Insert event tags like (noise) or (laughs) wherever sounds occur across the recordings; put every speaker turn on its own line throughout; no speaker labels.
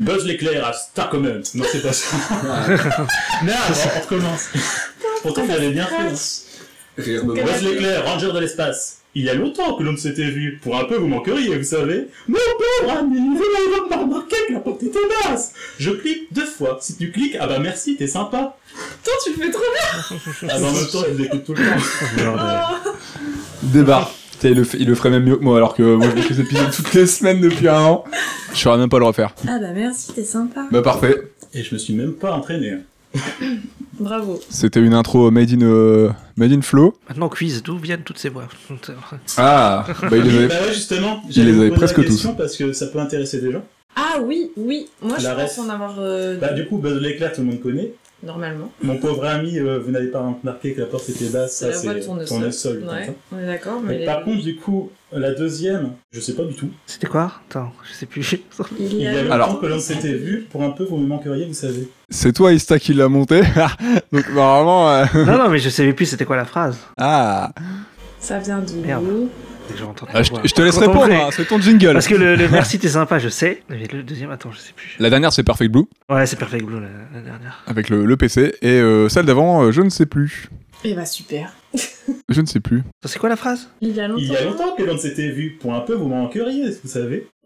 Buzz l'éclair à Star Command. Non, c'est pas
(laughs)
ça. (laughs) Merde, on
(laughs)
recommence. Pourtant, vous avez bien fait. hein.
Rire de
Quel
moi.
Buzz l'éclair, Ranger de l'espace. Il y a longtemps que l'on ne s'était vu. Pour un peu, vous manqueriez, vous savez. Mon pauvre ami, vous n'avez pas remarqué que la porte était basse. Je clique deux fois. Si tu cliques, ah bah merci, t'es sympa.
Putain, tu le fais trop bien
Ah bah en même temps, je vous écoute tout le temps.
Merde.
Débarre. Putain, Il le, fait- il le ferait même mieux que moi, alors que moi je fais cet épisode toutes les semaines depuis un an. Je saurais même pas le refaire.
Ah bah merci, t'es sympa.
Bah parfait.
Et je me suis même pas entraîné. hein.
Bravo.
C'était une intro made in, euh, made in flow.
Maintenant, quiz, d'où viennent toutes ces voix
Ah, bah il les avait-
Bah ouais, justement,
Il
j'allais
les
vous
avait
poser la
presque
question Parce que ça peut intéresser des gens.
Ah oui, oui. Moi, je
La
pense
ref.
en avoir euh,
Bah du coup, Buzz l'éclair, tout le monde connaît.
normalement.
Mon pauvre ami, euh, vous n'avez pas remarqué que la porte était basse,
C'est
ça
la voix
c'est
de tournesol.
tournesol.
Ouais,
putain.
on est d'accord, mais.
Mais par contre, du coup, la deuxième, je sais pas du tout.
(laughs) C'était quoi Attends, je sais plus.
il
Il y a longtemps
Alors-
que l'on s'était vu, pour un peu vous me manqueriez, vous savez.
c'est toi Ista qui l'a monté. (laughs) Donc normalement. euh,
(laughs) non, non, mais je savais plus c'était quoi la phrase.
Ah.
Ça vient de
Merde.
nous.
Dès que j'ai entendu
Ah, je,
la voix.
je te laisse
Quand on
répondre,
fait-
hein, c'est ton jingle.
Parce
(laughs)
que le, le merci, t'es sympa, je sais. Mais le deuxième, attends, je sais plus.
La dernière c'est Perfect Blue
Ouais, c'est Perfect Blue, la, la dernière.
avec le, le PC et euh, celle d'avant euh, je ne sais plus.
Et bah super.
Je ne sais plus.
Attends, C'est quoi la phrase
Il y a longtemps.
Il y a longtemps que l'on s'était vu, pour un peu vous me manqueriez, vous savez.
(laughs)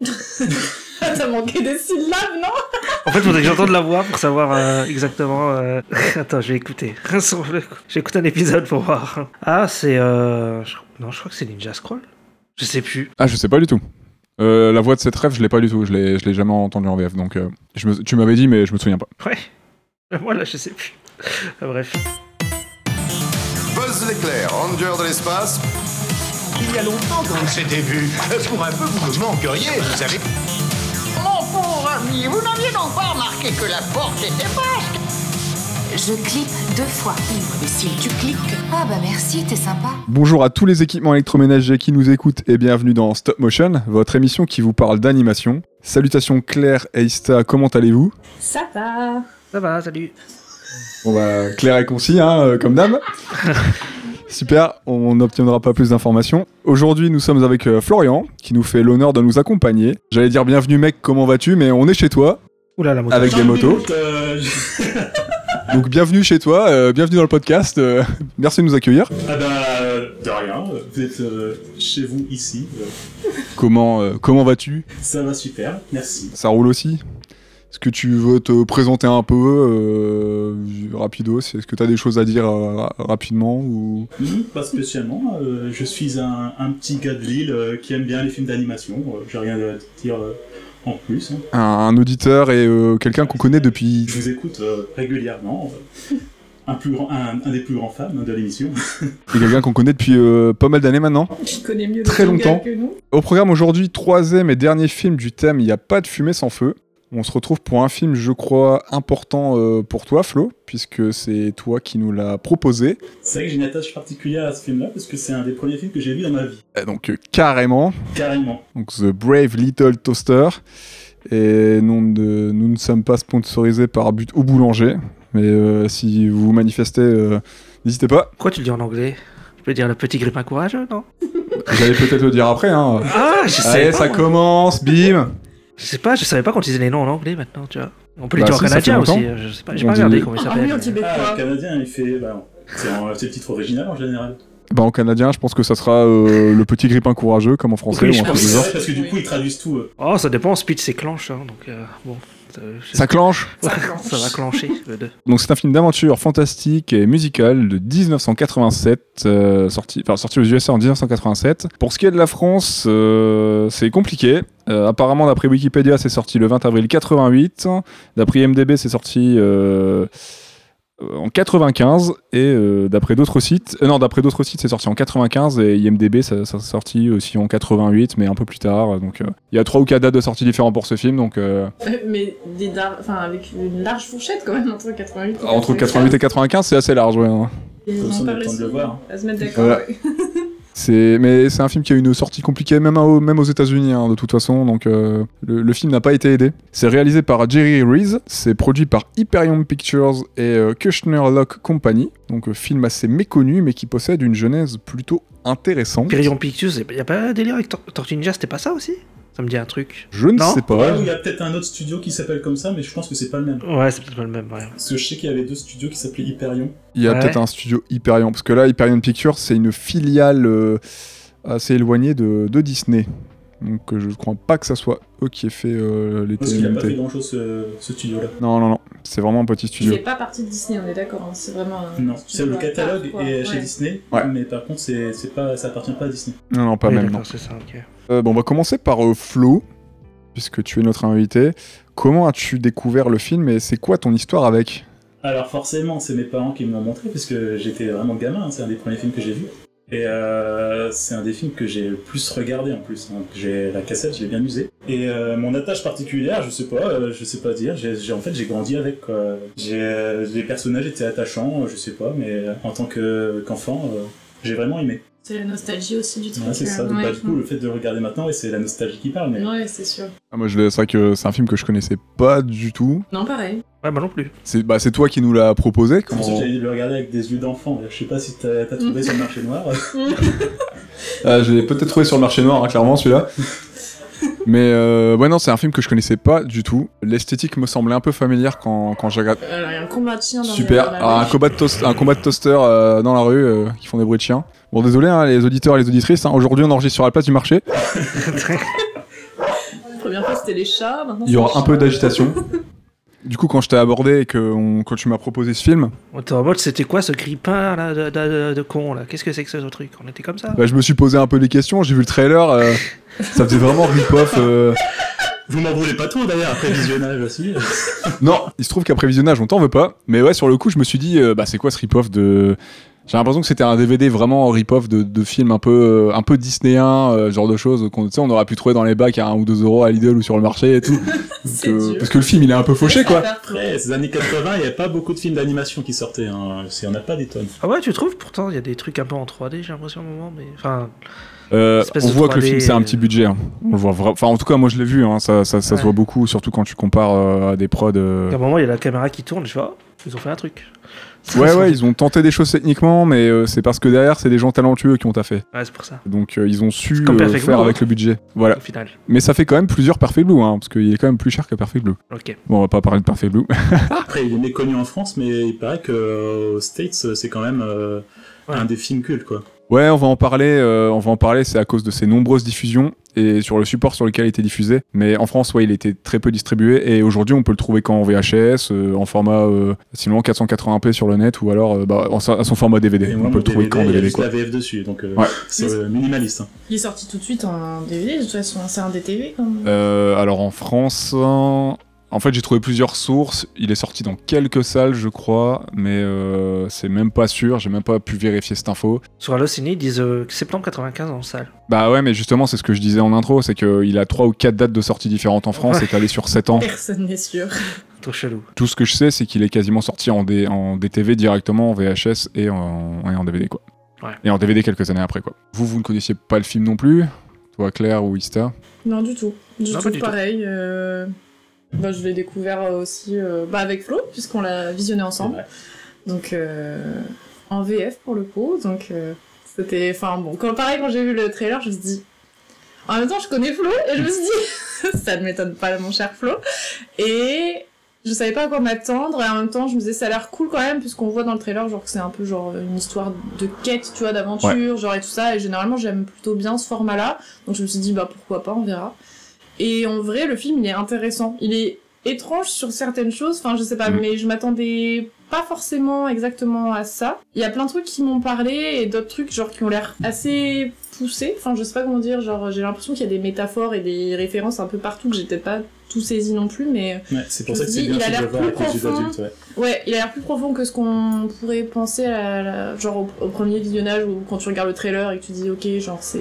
T'as manqué des syllabes, non
En fait, faudrait que j'entende la voix pour savoir euh, exactement. euh, (laughs) Attends, je vais écouter. (laughs) Sur le coup. J'écoute un épisode pour voir. Ah, c'est. euh, je- Non, je crois que c'est Ninja Scroll. Je sais plus.
Ah je sais pas du tout. Euh, la voix de cette rêve je l'ai pas du tout, je l'ai je l'ai jamais entendue en VF donc euh, je me- tu m'avais dit mais je me souviens pas.
Ouais. Moi, là, je sais plus. Ah, bref.
Buzz l'éclair, Ranger de l'espace.
Il y a longtemps qu'on s'était Ah, vu. Euh, Pour un peu, vous me manqueriez, vous savez.
Mon pauvre ami, vous n'aviez donc pas remarqué que la porte était basse
Je clique deux fois. Ouvre imbécile, tu cliques. Ah bah merci, t'es sympa.
Bonjour à tous les équipements électroménagers qui nous écoutent et bienvenue dans Stop Motion, votre émission qui vous parle d'animation. Salutations Claire et Ista, comment allez-vous
Ça va.
Ça va, salut.
Bon bah clair et concis, hein, euh, comme d'hab. Super, on n'obtiendra pas plus d'informations. Aujourd'hui, nous sommes avec euh, Florian, qui nous fait l'honneur de nous accompagner. J'allais dire bienvenue mec, comment vas-tu Mais on est chez toi,
Oula, la moto.
Avec des
Cinq
motos.
minutes, euh, (laughs) je-
donc bienvenue chez toi, euh, bienvenue dans le podcast. euh, (laughs) merci de nous accueillir.
Ah bah, euh, de rien, euh, vous êtes euh, chez vous ici. euh,
Comment, euh, comment vas-tu
Ça va super, merci.
Ça roule aussi Est-ce que tu veux te présenter un peu euh, rapidos Est-ce que tu as des choses à dire euh, ra- rapidement ou...
Hmm, pas spécialement, euh, je suis un, un petit gars de Lille euh, qui aime bien les films d'animation, euh, j'ai rien à dire euh, en plus. hein.
un, un auditeur et euh, quelqu'un qu'on connaît depuis
Je vous écoute euh, régulièrement. euh, Un, plus grand- un, un des plus grands fans hein, de l'émission.
et quelqu'un qu'on connaît depuis euh, pas mal d'années maintenant.
Tu connais mieux le
Très
jingle
longtemps.
que nous.
Au programme aujourd'hui, troisième et dernier film du thème Il n'y a pas de fumée sans feu. On se retrouve pour un film, je crois, important euh, pour toi, Flo, puisque c'est toi qui nous l'as proposé.
C'est vrai que j'ai une attache particulière à ce film-là parce que c'est un des premiers films que j'ai vu dans ma vie.
Euh, Donc, euh, carrément.
Carrément.
Donc, The Brave Little Toaster. Et non, de- nous ne sommes pas sponsorisés par But au Boulanger. Mais euh, si vous vous manifestez, euh, n'hésitez pas.
Pourquoi tu le dis en anglais Je peux dire le petit grippin courageux, non
J'allais peut-être le dire après. Hein.
Ah, je savais
Allez,
pas.
ça
moi.
commence, bim
Je sais pas, je savais pas qu'on disait les noms en anglais maintenant, tu vois. On peut les
Bah
dire en
si, ça
canadien
fait
aussi,
longtemps.
euh, je sais pas, j'ai
On
pas
dit-
regardé comment
Ah
ils
oui, en
s'appellent.
Ah, le
tibécois.
Canadien, il fait. bah, non. c'est en- c'est le titre original en général.
Bah en canadien, je pense que ça sera euh, le petit grippin courageux, comme en français
Oui,
ou
je
en
Ah
pense.
oui,
français.
c'est
bizarre.
vrai, parce que du coup, ils traduisent tout. euh.
Oh, ça dépend, speed c'est clenche, hein, donc euh, bon. euh, je-
Ça clenche.
(laughs) Ouais, ça va clencher, le 2.
Donc c'est un film d'aventure fantastique et musical de 1987, euh, sorti, enfin, sorti aux USA en 1987. Pour ce qui est de la France, euh, c'est compliqué. Euh, apparemment, d'après Wikipédia, c'est sorti le 20 avril 88. D'après IMDb, c'est sorti euh, euh, en 95. Et euh, d'après d'autres sites, euh, non, d'après d'autres sites, c'est sorti en 95 et IMDb, ça, ça s'est sorti aussi en 88, mais un peu plus tard. Donc euh, il y a trois ou quatre dates de sortie différentes pour ce film. Donc euh,
(laughs) Mais des dar- enfin, avec une large fourchette quand même entre 88 et
Ah, entre 88 et 95, c'est assez large. ouais, hein.
Ils
Comme ça,
ont
on
pas
a le temps de
réussi
le voir.
à se mettre d'accord.
Voilà. C'est mais c'est un film qui a une sortie compliquée même à- même aux États-Unis hein, de toute façon donc euh, le, le film n'a pas été aidé. C'est réalisé par Jerry Rees, c'est produit par Hyperion Pictures et euh, Kushner Lock Company. Donc euh, film assez méconnu mais qui possède une genèse plutôt intéressante.
Pirion Pictures, y a pas un délire avec Tor- Tortue Ninja, c'était pas ça aussi Ça me dit un truc.
Je ne
Non.
sais
Ouais,
pas.
ou il y a peut-être un autre studio qui s'appelle comme ça, mais je pense que c'est pas le même.
Ouais, c'est peut-être pas le même, ouais.
Parce que je sais qu'il y avait deux studios qui s'appelaient Hyperion.
Il y a
Ouais.
peut-être un studio Hyperion, parce que là, Hyperion Pictures, c'est une filiale euh, assez éloignée de, de Disney. Donc euh, je ne crois pas que ça soit eux qui aient fait euh, les
Parce qu'il a pas fait
TMNT.
grand chose ce studio-là.
Non, non, non, c'est vraiment un petit studio.
C'est pas partie de Disney, on est d'accord. hein, C'est vraiment. un
Non, c'est
studio
le
à part,
catalogue
quoi,
est chez
ouais.
Disney,
Ouais.
mais par contre, c'est c'est pas, ça appartient pas à Disney.
Non, non, pas
Oui,
même. non.
d'accord, c'est ça, ok.
Euh, bon, on va commencer par euh, Flo, puisque tu es notre invité. Comment as-tu découvert le film et c'est quoi ton histoire avec
Alors forcément, c'est mes parents qui me l'ont montré, parce que j'étais vraiment gamin, hein, c'est un des premiers films que j'ai vu. Et euh, c'est un des films que j'ai le plus regardé en plus. hein. J'ai la cassette, je l'ai bien usée. Et euh, mon attache particulière, je sais pas, euh, je sais pas dire. J'ai, j'ai- en fait, j'ai grandi avec. quoi. J'ai, euh, les personnages étaient attachants, euh, je sais pas, mais euh, en tant que, qu'enfant, euh, j'ai vraiment aimé.
C'est la nostalgie aussi du truc.
Ouais, c'est ça.
euh,
Donc, bah,
ouais.
du coup, le fait de le regarder maintenant, ouais, c'est la nostalgie qui parle. Mais
Ouais, c'est sûr.
Ah, Moi, je l'ai- c'est vrai que c'est un film que je connaissais pas du tout.
Non, pareil.
Ouais, bah non plus.
C'est bah, c'est toi qui nous l'as proposé.
c'est pour ça que j'avais dit de le regarder avec des yeux d'enfant. Je sais pas si t'as, t'as trouvé sur le marché noir.
Ah, je l'ai peut-être trouvé sur le marché noir, hein, clairement, celui-là. Mais euh, ouais, non, c'est un film que je connaissais pas du tout. L'esthétique me semblait un peu familière quand, quand j'ai regardé.
Euh, Alors, il y a un combat de chiens dans
Super,
le- dans la
Ah, un,
rue.
combat de toast- un combat de toaster euh, dans la rue euh, qui font des bruits de chiens. Bon, désolé, hein, les auditeurs et les auditrices, hein, aujourd'hui on enregistre sur la place du marché.
La première fois, c'était les chats. Maintenant,
Il y
c'est
aura
les
un peu
chiens.
d'agitation. (laughs) Du coup, quand je t'ai abordé et que on- quand tu m'as proposé ce film,
On était en mode, c'était quoi ce grippin là, de, de- de- de con là Qu'est-ce que c'est que ce truc On était comme ça.
bah, je me suis posé un peu des questions. J'ai vu le trailer, (laughs) euh, ça faisait vraiment rip-off. euh.
Vous m'en voulez pas trop d'ailleurs après visionnage (laughs) aussi.
Non, il se trouve qu'après visionnage, on t'en veut pas. Mais ouais, sur le coup, je me suis dit, euh, bah, c'est quoi ce rip-off de. J'ai l'impression que c'était un DVD vraiment en rip-off de, de films un peu, euh, un peu disneyen, euh, genre de choses qu'on tu sais, on aurait pu trouver dans les bacs à 1 ou 2 euros à Lidl ou sur le marché (laughs) et tout. Parce
C'est
que-
dur.
parce que le film, il est un peu fauché, quoi.
Après, ces années 80, il n'y avait pas beaucoup de films d'animation qui sortaient. Hein. C'est- Il n'y en a pas des tonnes.
Ah ouais, tu trouves Pourtant, il y a des trucs un peu en 3D, j'ai l'impression, au moment, mais. Enfin,
Euh,
Espèce
on
de
voit que le
3D,
film c'est un
euh.
petit budget. hein. On le voit vra- Enfin, en tout cas, moi je l'ai vu. hein, Ça, ça, ça se
Ouais.
voit beaucoup, surtout quand tu compares euh, à des prods. euh,
à un moment, il y a la caméra qui tourne, je vois, ils ont fait un truc.
Ouais, ouais, ils ont tenté des choses techniquement, mais euh, c'est parce que derrière c'est des gens talentueux qui ont taffé.
(laughs) Ouais, c'est pour ça,
Donc euh, ils ont su
C'est comme
euh,
Perfect
faire
Blue,
avec
hein.
le budget. Voilà.
au final.
Mais ça fait quand même plusieurs Perfect Blue, hein, parce qu'il est quand même plus cher que Perfect Blue.
Ok.
Bon, on va pas parler de Perfect Blue.
Après, il est méconnu en France, mais il paraît que euh, aux States, c'est quand même euh,
Ouais.
un des films cultes. Quoi.
ouais, on va en parler. euh, on va en parler. C'est à cause de ses nombreuses diffusions et sur le support sur lequel il était diffusé. Mais en France, ouais, il était très peu distribué et aujourd'hui, on peut le trouver qu'en VHS, euh, en format euh, sinon 480p sur le net ou alors euh, bah, en sa- à son format DVD.
Et
on
moi,
peut
mon
le trouver
DVD,
qu'en
il y a
DVD.
juste
Quoi.
la VF dessus, donc euh,
Ouais.
c'est euh, minimaliste. hein.
Il est sorti tout de suite en DVD, de toute façon, c'est un DTV quand même.
Euh, alors en France, hein, en fait j'ai trouvé plusieurs sources. Il est sorti dans quelques salles, je crois, mais euh, c'est même pas sûr. J'ai même pas pu vérifier cette info.
Sur Allociné, ils disent euh, septembre 95 en salle.
Bah ouais, mais justement c'est ce que je disais en intro, c'est qu'il a trois ou quatre dates de sortie différentes en France.
Ouais.
C'est allé sur 7 ans.
Personne n'est sûr.
Trop chelou.
Tout ce que je sais, c'est qu'il est quasiment sorti en, D- en DTV directement, en VHS et en, et en DVD quoi.
Ouais.
Et en DVD quelques années après quoi. Vous, vous ne connaissiez pas le film non plus, toi Claire ou Ista.
Non, du tout. Du
Non, pas
tout,
du tout.
pareil. euh, bah, je l'ai découvert euh, aussi euh, bah, avec Flo, puisqu'on l'a visionné ensemble. Donc, euh, en VF pour le coup. Donc, euh, c'était. Enfin, bon, quand, pareil, quand j'ai vu le trailer, je me suis dit. En même temps, je connais Flo, et je me suis dit, (laughs) ça ne m'étonne pas, mon cher Flo. Et je savais pas à quoi m'attendre, et en même temps, je me disais, ça a l'air cool quand même, puisqu'on voit dans le trailer, genre, que c'est un peu genre une histoire de quête, tu vois, d'aventure, genre, et tout ça. Et généralement, j'aime plutôt bien ce format-là. Donc je me suis dit, bah pourquoi pas, on verra. Et en vrai, le film, il est intéressant. Il est étrange sur certaines choses, enfin je sais pas,
Mm.
mais je m'attendais pas forcément exactement à ça. Il y a plein de trucs qui m'ont parlé et d'autres trucs genre qui ont l'air assez poussés, enfin je sais pas comment dire, genre j'ai l'impression qu'il y a des métaphores et des références un peu partout que j'ai peut-être pas tout saisi non plus, mais
Ouais, c'est pour
Je
ça que c'est
dis,
bien
il a
fait de
l'air
le voir avec
plus
les yeux
profond.
d'adultes. ouais.
ouais, il a l'air plus profond que ce qu'on pourrait penser à la- genre au, au premier visionnage ou quand tu regardes le trailer et que tu dis ok genre c'est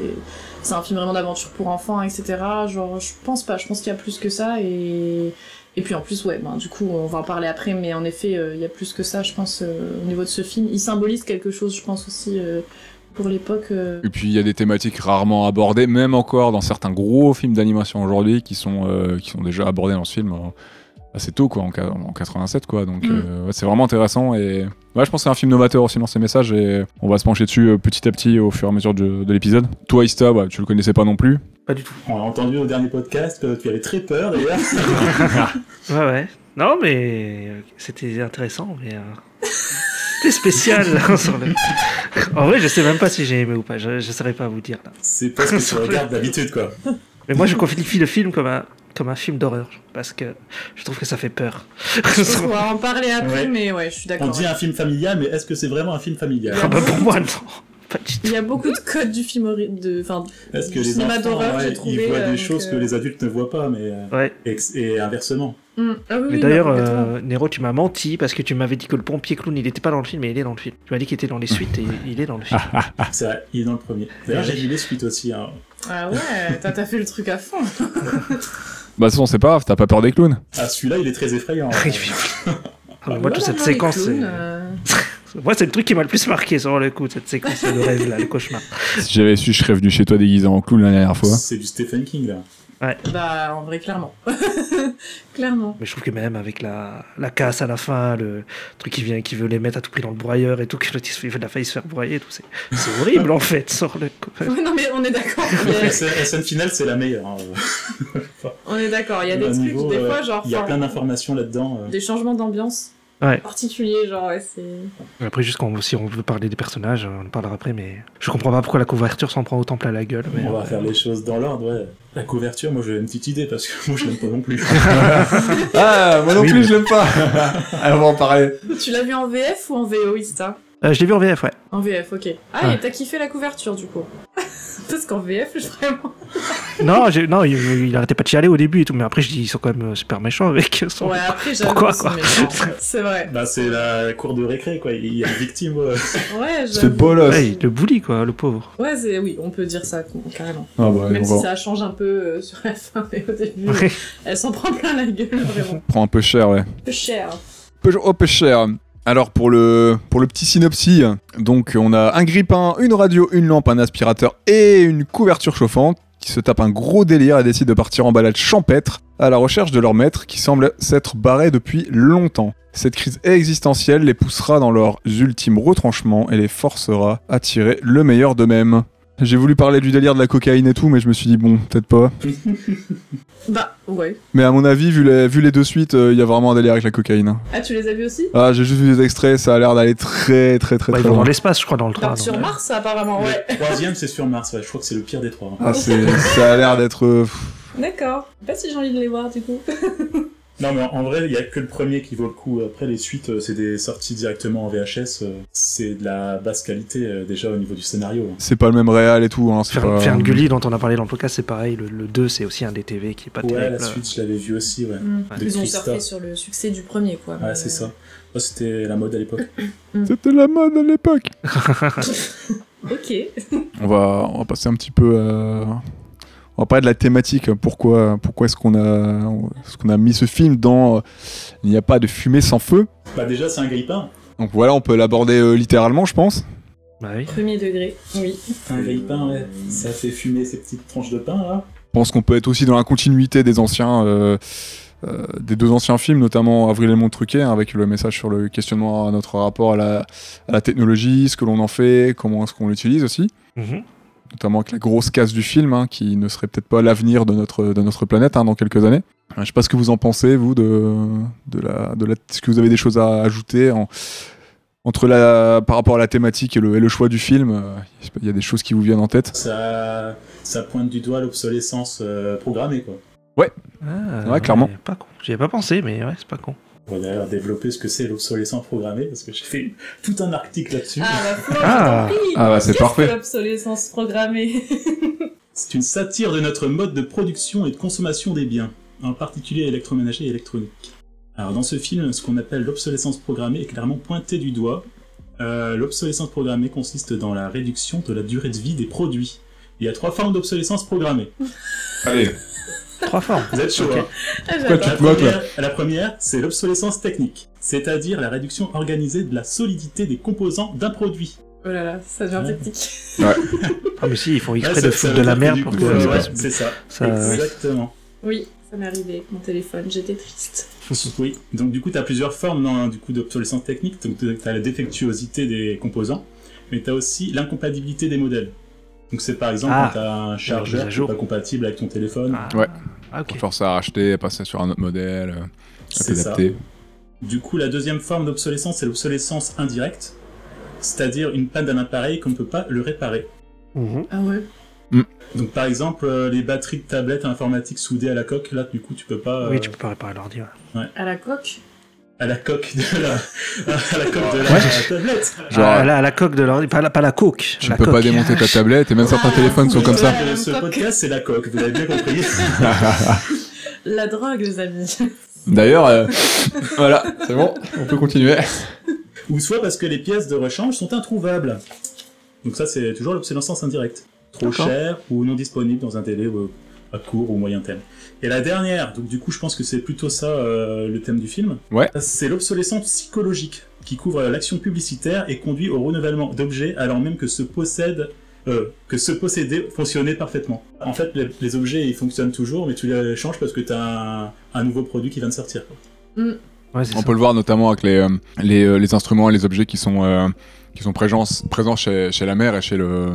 c'est un film vraiment d'aventure pour enfants, etc. Genre, je pense pas, je pense qu'il y a plus que ça et. Et puis en plus, ouais, ben, du coup, on va en parler après, mais en effet, euh, il y a plus que ça, je pense, euh, au niveau de ce film. Il symbolise quelque chose, je pense aussi, euh, pour l'époque.
(laughs)
euh.
Et puis il y a des thématiques rarement abordées, même encore dans certains gros films d'animation aujourd'hui qui sont euh, qui sont déjà abordées dans ce film. hein. assez tôt, quoi, en, ca- en 87, quoi. Donc, euh, ouais, c'est vraiment intéressant. Et ouais, je pense que c'est un film novateur aussi dans ses messages. Et on va se pencher dessus euh, petit à petit au fur et à mesure de, de l'épisode. Toi, Ista, bah, tu le connaissais pas non plus.
Pas du tout.
On l'a entendu au dernier podcast, que tu avais très peur d'ailleurs.
Ouais, ouais. Non, mais euh, c'était intéressant, mais. euh, (laughs) C'était spécial. (laughs) hein, sur le- En vrai, je sais même pas si j'ai aimé ou pas. Je, je saurais pas vous dire. Là.
(laughs) C'est pas ce
(laughs)
que tu regardes d'habitude, quoi.
Mais moi, je qualifie le film comme un, comme un film d'horreur parce que je trouve que ça fait peur. (laughs)
On pourra en parler après,
Ouais.
mais ouais, je suis
On
d'accord.
dit un film familial, mais est-ce que c'est vraiment un film familial
Ah bah, pour moi, non. Pas du tout.
Il y a beaucoup de codes du film horri- de, enfin,
Est-ce que
Du
les
cinéma
enfants,
d'horreur,
ouais,
j'ai
ils
trouvé,
voient
euh,
des
donc,
choses que
euh,
les adultes ne voient pas, mais euh,
Ouais.
et, et inversement.
hmm. Ah oui,
Mais
oui,
d'ailleurs,
bah, complètement.
euh, Nero, tu m'as menti parce que tu m'avais dit que le pompier clown, il était pas dans le film, mais il est dans le film. Tu m'as dit qu'il était dans les suites et il est dans le film.
C'est vrai, il est dans le premier. D'ailleurs, j'ai vu les suites aussi. hein.
Ah ouais, t'as t'as fait le truc à fond.
Bah, de toute façon, c'est pas grave, t'as pas peur des clowns.
Ah, celui-là, il est très effrayant. hein.
Ah, mais moi,
Voilà,
toute cette
les
séquence,
clowns,
c'est-
euh,
moi, c'est le truc qui m'a le plus marqué sur le coup, cette séquence de rêve là, le cauchemar.
Si j'avais su, je serais venu chez toi déguisé en clown la dernière fois.
C'est du Stephen King, là.
Bah, en vrai, clairement. (laughs) clairement.
Mais je trouve que même avec la, la casse à la fin, le truc qui vient, qui veut les mettre à tout prix dans le broyeur et tout, que l'autre, il se fait- il a failli se faire broyer, et tout, c'est c'est horrible en fait, sur le coup.
Ouais, non, mais on est d'accord. il y
La
a-
(laughs)
scène la scène finale, c'est la meilleure. hein.
On est d'accord, il y a des
Au
trucs,
niveau,
des
euh,
fois, genre.
Il y a
enfin,
plein d'informations là-dedans. euh.
Des changements d'ambiance
Ouais.
particuliers, genre, ouais, c'est.
Après, juste quand, si on veut parler des personnages, on en parlera après, mais je comprends pas pourquoi la couverture s'en prend autant plein la gueule. Mais
On va
euh,
faire les choses dans l'ordre, ouais. La couverture, moi, j'ai une petite idée, parce que (laughs) moi, je l'aime pas non
(laughs)
plus.
Ah, moi non
Oui,
plus,
mais-
je l'aime pas. Allez, on va en parler.
Tu l'as vu en VF ou en VO, Ista
euh, je l'ai vu en VF, ouais.
En VF, ok. Ah,
Ouais.
et t'as kiffé la couverture, du coup (laughs) Parce qu'en VF, je- vraiment.
Non, j'ai- non il, il arrêtait pas de chialer au début et tout, mais après je dis ils sont quand même euh, super méchants avec son.
Ouais, après, j'avoue,
Pourquoi,
c'est
quoi (laughs)
méchant. C'est vrai.
bah, c'est la cour de récré, quoi. Il y a une victime, ouais.
Ouais,
Ce
j'avoue.
bolos.
Ouais, il le bully quoi, le pauvre.
Ouais, c'est... oui, on peut dire ça con- carrément.
Ah, bah,
Même
on
si
va...
ça change un peu euh, sur la fin, mais au début, euh,
Ouais.
elle s'en prend plein la gueule, vraiment.
prend un peu cher, ouais.
Peu cher.
Peugeot oh, peu cher. Alors pour le, pour le petit synopsis, donc on a un grippin, une radio, une lampe, un aspirateur et une couverture chauffante qui se tape un gros délire et décide de partir en balade champêtre à la recherche de leur maître qui semble s'être barré depuis longtemps. Cette crise existentielle les poussera dans leurs ultimes retranchements et les forcera à tirer le meilleur d'eux-mêmes. J'ai voulu parler du délire de la cocaïne et tout, mais je me suis dit bon, peut-être pas.
Bah, ouais.
Mais à mon avis, vu les, vu les deux suites, euh, il y a vraiment un délire avec la cocaïne. hein.
Ah, tu les as vus aussi
Ah, j'ai juste vu des extraits, ça a l'air d'aller très très très
Bah,
très
ils vont dans
loin.
l'espace, je crois, dans le train.
Partent sur
donc, euh,
Mars, apparemment, ouais.
Le troisième, c'est sur Mars, ouais. Je crois que c'est le pire des trois. hein.
Ah, c'est- ça a l'air d'être. euh, pff,
D'accord. Pas si j'ai envie de les voir, du coup.
Non, mais en- en vrai, il y a que le premier qui vaut le coup. Après, les suites, euh, c'est des sorties directement en VHS. euh, C'est de la basse qualité, euh, déjà, au niveau du scénario. hein.
C'est pas le même réal et tout. Hein, c'est
Fer-
pas-
Ferngully, dont on a parlé dans le podcast, c'est pareil. Le, le 2, c'est aussi un des TV qui est pas
Ouais, la
terrible. euh. Mm.
suite, je l'avais vu aussi, ouais. De
Ils ont
Christophe.
surfé sur le succès du premier, quoi.
Ouais, c'est ça. Oh, C'était la mode à l'époque.
C'était la mode à l'époque.
euh, Ok.
On va, on va passer un petit peu. euh, On va parler de la thématique. hein, Pourquoi, pourquoi est-ce qu'on a, est-ce qu'on a mis ce film dans euh, Il n'y a pas de fumée sans feu.
Bah, déjà, c'est un grippin.
Donc voilà, on peut l'aborder euh, littéralement, je pense.
Bah oui.
Premier degré, oui.
Un grippin, ouais. Ça fait fumer ces petites tranches de pain, là.
Je pense qu'on peut être aussi dans la continuité des anciens, euh, euh, des deux anciens films, notamment Avril et Montruquet, hein, avec le message sur le questionnement à notre rapport à la, à la technologie, ce que l'on en fait, comment est-ce qu'on l'utilise aussi,
Mhm.
notamment avec la grosse casse du film, hein, qui ne serait peut-être pas l'avenir de notre, de notre planète hein, dans quelques années. Euh, Je sais pas ce que vous en pensez, vous, de, de la, de la, est-ce que vous avez des choses à ajouter en- entre la, par rapport à la thématique et le, et le choix du film euh, je sais pas, Il y a des choses qui vous viennent en tête
Ça, ça pointe du doigt l'obsolescence euh, programmée, quoi.
Ah,
Ouais, clairement.
Pas con. J'y avais pas pensé, mais ouais, c'est pas con.
On va d'ailleurs développer ce que c'est l'obsolescence programmée, parce que j'ai fait tout un article là-dessus.
Ah, bah, Flo,
Ah.
je t'en prie.
Ah bah, c'est
Qu'est-ce que
parfait.
L'obsolescence programmée. (laughs)
C'est une satire de notre mode de production et de consommation des biens, en particulier électroménager et électronique. Alors dans ce film, ce qu'on appelle l'obsolescence programmée est clairement pointée du doigt. Euh, l'obsolescence programmée consiste dans la réduction de la durée de vie des produits. Il y a trois formes d'obsolescence programmée.
Allez,
Trois formes.
Vous êtes chaud,
Ok.
hein
Ah,
Pourquoi
j'adore.
te moques, là
première, la première, c'est l'obsolescence technique, c'est-à-dire la réduction organisée de la solidité des composants d'un produit.
Oh là là, ça devient technique.
Ah, mais si, ils font
Ouais,
exprès
ça-
de
ça
foutre
veut
de la
dire
merde
du
pour
coup,
que
ouais,
ça se
ouais,
passe.
c'est ça.
Ça-
Exactement.
Oui, ça m'est arrivé avec mon téléphone, j'étais triste.
Oui. Donc du coup, tu as plusieurs formes dans- du coup d'obsolescence technique. Donc tu as la défectuosité des composants, mais tu as aussi l'incompatibilité des modèles. Donc c'est par exemple
Ah.
quand tu as un
mise
chargeur
à
qui
jour.
n'est pas compatible avec ton téléphone.
Ah.
Ouais.
Ah,
Pour
ok.
te forcer à racheter, à passer sur un autre modèle, euh,
Ah.
à
c'est ça.
t'adapter.
Du coup, la deuxième forme d'obsolescence, c'est l'obsolescence indirecte, c'est-à-dire une panne d'un appareil qu'on ne peut pas le réparer.
Mhm.
Ah ouais.
Donc par exemple, euh, les batteries de tablettes informatiques soudées à la coque, là du coup tu peux pas... euh,
Oui, tu peux pas réparer l'ordi. ouais.
À la coque.
À la coque de la... (laughs) à la coque de la tablette
Genre,
Ah, la, la coque de l'ordi, pas la, pas la coque.
tu
la
peux pas
coque.
démonter ta tablette et même certains
Ah,
téléphones sont
oui.
comme
(laughs)
ça.
la même
euh, Ce
coque.
podcast, c'est la coque, vous avez bien compris.
La drogue, les amis. (laughs)
D'ailleurs,
(laughs)
euh, voilà, c'est bon, on peut continuer.
Ou soit parce que les pièces de rechange sont introuvables. Donc ça, c'est toujours l'obsolescence indirecte. Trop
D'accord.
cher ou non disponible dans un délai euh, à court ou moyen terme. Et la dernière, donc du coup, je pense que c'est plutôt ça euh, le thème du film.
Ouais.
C'est l'obsolescence psychologique qui couvre euh, l'action publicitaire et conduit au renouvellement d'objets alors même que se possède euh, que se posséder fonctionnait parfaitement. En fait, les, les objets, ils fonctionnent toujours, mais tu les changes parce que tu as un, un nouveau produit qui vient de sortir. quoi.
Ouais, c'est
On
ça.
peut le voir notamment avec les, euh, les, euh, les instruments et les objets qui sont, euh, qui sont présents, présents chez, chez la mère et chez le,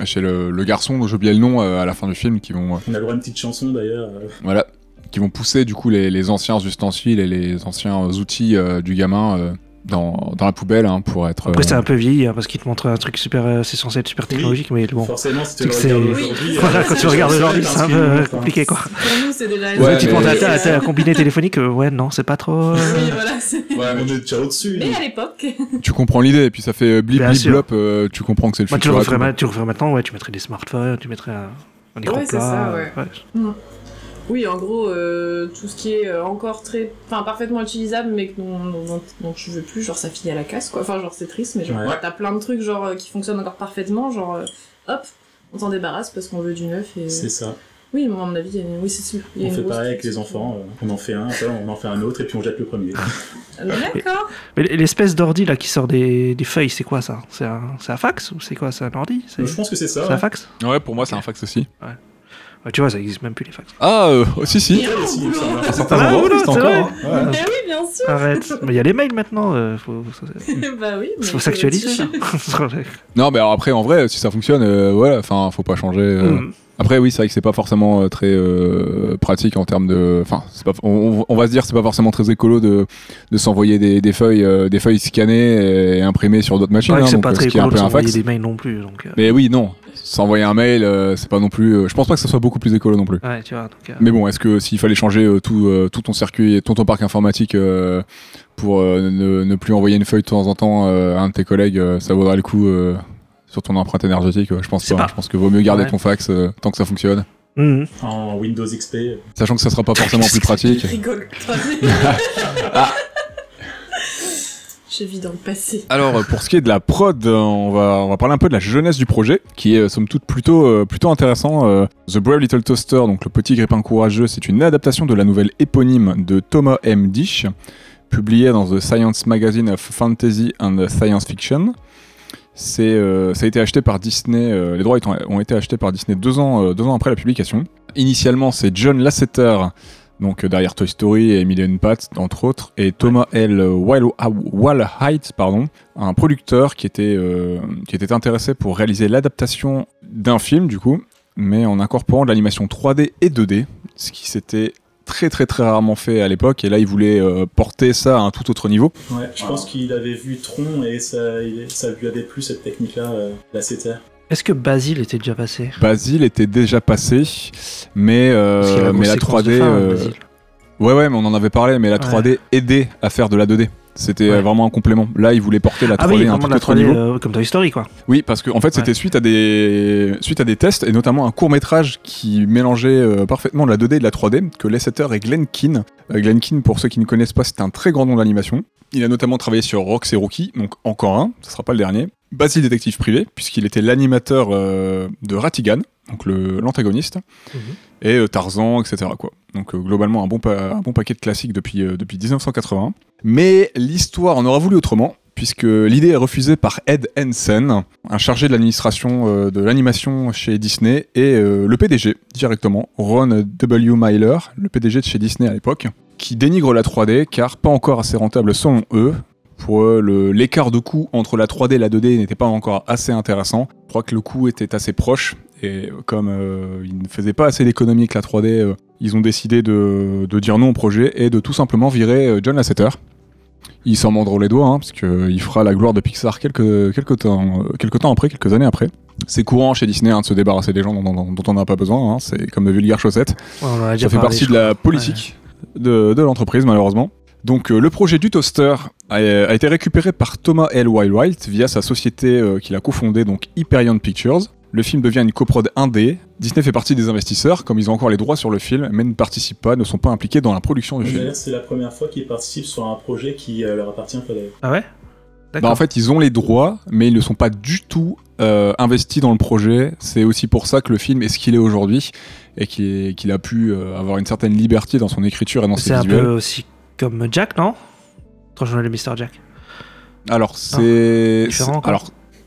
et chez le, le garçon dont j'ai oublié le nom euh, à la fin du film, qui vont, euh,
On a le droit à une petite chanson d'ailleurs. euh,
voilà, qui vont pousser du coup les, les anciens ustensiles et les anciens outils euh, du gamin euh, dans, dans la poubelle hein, pour être.
Après,
euh,
c'est un peu vieilli hein, parce qu'il te montre un truc super. euh, c'est censé être super technologique, mais bon.
Forcément, si tu
C'est
le
que c'est-
regardes aujourd'hui.
(laughs) Voilà,
euh,
quand tu
c'est
regardes
sûr,
aujourd'hui,
ça
c'est un
t'inspire,
peu euh,
enfin.
compliqué, quoi.
Pour nous, c'est déjà.
Ouais,
Ouais, tu te
mais-
montres à ta,
Ouais.
à ta combinée téléphonique, euh, ouais, non, c'est pas (laughs) trop. euh,
Oui, voilà. c'est-
Ouais, on est déjà au-dessus.
Mais à l'époque.
Tu comprends l'idée, et puis ça fait euh, blip
Bien
blip
sûr.
blop, euh, tu comprends que c'est le
Moi, tu le
futur.
referais, ma- tu le referais maintenant, ouais, tu mettrais des smartphones, tu mettrais un, un écran
Ouais, c'est
plat,
ça,
euh, ouais.
Oui, en gros, euh, tout ce qui est euh, encore très. Enfin, parfaitement utilisable, mais que dont, dont- dont- dont tu veux plus, genre sa fille à la casse, quoi. Enfin, genre, c'est triste, mais genre,
Ouais.
t'as plein de trucs, genre, euh, qui fonctionnent encore parfaitement, genre, euh, hop, on s'en débarrasse parce qu'on veut du neuf et.
euh, C'est ça.
Oui, mais à mon avis, il y a une... oui, c'est sûr. il y a
On
une
fait
grosse
pareil avec les
critique.
enfants. euh, On en fait un, après on en fait un autre, et puis on jette le premier.
Ah,
Ah, D'accord.
Mais l'espèce d'ordi là qui sort des, des feuilles, c'est quoi ça C'est un, c'est un fax ou c'est quoi C'est un ordi C'est
Donc, je pense que c'est ça.
c'est un fax
Ouais, pour moi, c'est un fax aussi.
Ouais, Tu vois, ça existe même plus les fax.
Ah, euh, oh, si, si.
ouais. Ouais, si, il me semble.
Certains
Ah,
endroits,
oula,
c'est
c'est
encore.
vrai.
hein.
Ouais.
Mais Eh oui, bien sûr. (laughs)
Arrête Mais il y a les mails maintenant, euh, faut, faut,
bah oui. mais
faut s'actualiser là. (laughs)
Non, mais alors après, en vrai, si ça fonctionne, euh, voilà, enfin, faut pas changer. euh.
Mm.
Après, oui, c'est vrai que c'est pas forcément euh, très euh, pratique en termes de. Enfin, c'est pas. On, on va se dire, c'est pas forcément très écolo de, de s'envoyer des, des feuilles, euh, des feuilles scannées et imprimées sur d'autres
C'est
machines.
vrai que
hein,
c'est
donc,
pas
euh,
très
ce qui est un
cool de
peu un
s'envoyer
fax.
des mails non plus, donc. euh,
Mais oui, non. S'envoyer un mail, euh, c'est pas non plus. euh, je pense pas que ça soit beaucoup plus écolo non plus.
Ouais, tu vois, donc. euh,
Mais bon, est-ce que s'il fallait changer euh, tout, euh, tout ton circuit et tout ton parc informatique euh, pour euh, ne, ne plus envoyer une feuille de temps en temps euh, à un de tes collègues, euh, ça vaudrait le coup euh, sur ton empreinte énergétique euh, Je pense
C'est
pas.
pas-
Je pense que vaut mieux garder
Ouais.
ton fax euh, tant que ça fonctionne. Mm.
mhm.
En Windows XP. euh,
Sachant que ça sera pas (laughs) forcément plus pratique.
Je
(laughs)
rigole. Je vis dans le passé.
Alors euh, pour ce qui est de la prod, euh, on va on va parler un peu de la jeunesse du projet, qui est euh, somme toute plutôt euh, plutôt intéressant. euh, The Brave Little Toaster, donc le petit grippin courageux, c'est une adaptation de la nouvelle éponyme de Thomas M. Dish, publiée dans The Science Magazine of Fantasy and Science Fiction. C'est euh, ça a été acheté par Disney. euh, les droits étant- ont été achetés par Disney deux ans euh, deux ans après la publication. Initialement, c'est John Lasseter. Donc euh, derrière Toy Story et Emily and Pat, entre autres, et Thomas L. Wal- Walhite, pardon, un producteur qui était, euh, qui était intéressé pour réaliser l'adaptation d'un film, du coup, mais en incorporant de l'animation 3D et 2D, ce qui s'était très très très rarement fait à l'époque, et là il voulait euh, porter ça à un tout autre niveau.
Ouais, je pense qu'il avait vu Tron et ça, il- ça lui avait plu cette technique-là, euh, la CTR.
Est-ce que Basile était déjà passé
Basile était déjà passé, mais, euh,
Parce qu'il y a
mais la
grosse séquence
3D...
de fin,
euh,
hein, Basile. Ah
ouais ouais, mais on en avait parlé, mais la 3D aidait à faire de la 2D. C'était
Ouais.
euh, vraiment un complément. Là, il voulait porter la 3D
Ah oui,
à un
vraiment
tout
de la
autre
3D,
niveau.
euh, comme Toy Story, quoi.
Oui, parce que en fait, c'était
Ouais.
suite à des suite à des tests et notamment un court métrage qui mélangeait euh, parfaitement la 2D et de la 3D que Lasseter et Glenn Keane. Euh, Glenn Keane, pour ceux qui ne connaissent pas, c'est un très grand nom d'animation. Il a notamment travaillé sur Rox et Rookie, donc encore un, ce sera pas le dernier. Basile détective privé, puisqu'il était l'animateur euh, de Ratigan, donc le- l'antagoniste,
Mhm.
et euh, Tarzan, etc. Quoi. Donc euh, globalement un bon, pa- un bon paquet de classiques depuis, euh, depuis 1980. Mais l'histoire en aura voulu autrement, puisque l'idée est refusée par Ed Hensen, un chargé de l'administration euh, de l'animation chez Disney, et euh, le PDG directement, Ron W. Myler, le PDG de chez Disney à l'époque, qui dénigre la 3D car pas encore assez rentable selon eux. Pour eux, le- l'écart de coût entre la 3D et la 2D n'était pas encore assez intéressant. Je crois que le coût était assez proche, et comme euh, ils ne faisaient pas assez d'économies avec la 3D, euh, ils ont décidé de, de dire non au projet et de tout simplement virer euh, John Lasseter. Il s'en mordra les doigts, hein, parce qu'il fera la gloire de Pixar quelques, quelques, temps, euh, quelques temps après, quelques années après. C'est courant chez Disney hein, de se débarrasser des gens dont, dont- dont on n'a pas besoin, hein, c'est comme de vulgaires chaussettes.
Ouais, on en a déjà
Ça fait
parlé,
partie
je
de la politique de, de l'entreprise, malheureusement. Donc, euh, le projet du toaster a, a été récupéré par Thomas L. White via sa société euh, qu'il a cofondée, donc Hyperion Pictures. Le film devient une coprode indé. Disney fait partie des investisseurs, comme ils ont encore les droits sur le film, mais ne participent pas, ne sont pas impliqués dans la production du film.
D'ailleurs, c'est la première fois qu'ils participent sur un projet qui euh, leur appartient pas d'ailleurs.
Ah ouais
Bah,
D'accord.
en fait, ils ont les droits, mais ils ne sont pas du tout euh, investis dans le projet. C'est aussi pour ça que le film est ce qu'il est aujourd'hui et qu'il est- qu'il a pu euh, avoir une certaine liberté dans son écriture et dans ses
c'est un
visuels.
peu aussi comme Jack, non Quand je le Mister Jack.
Alors, c'est.
Ah, différent,
c'est-
quoi.
Alors,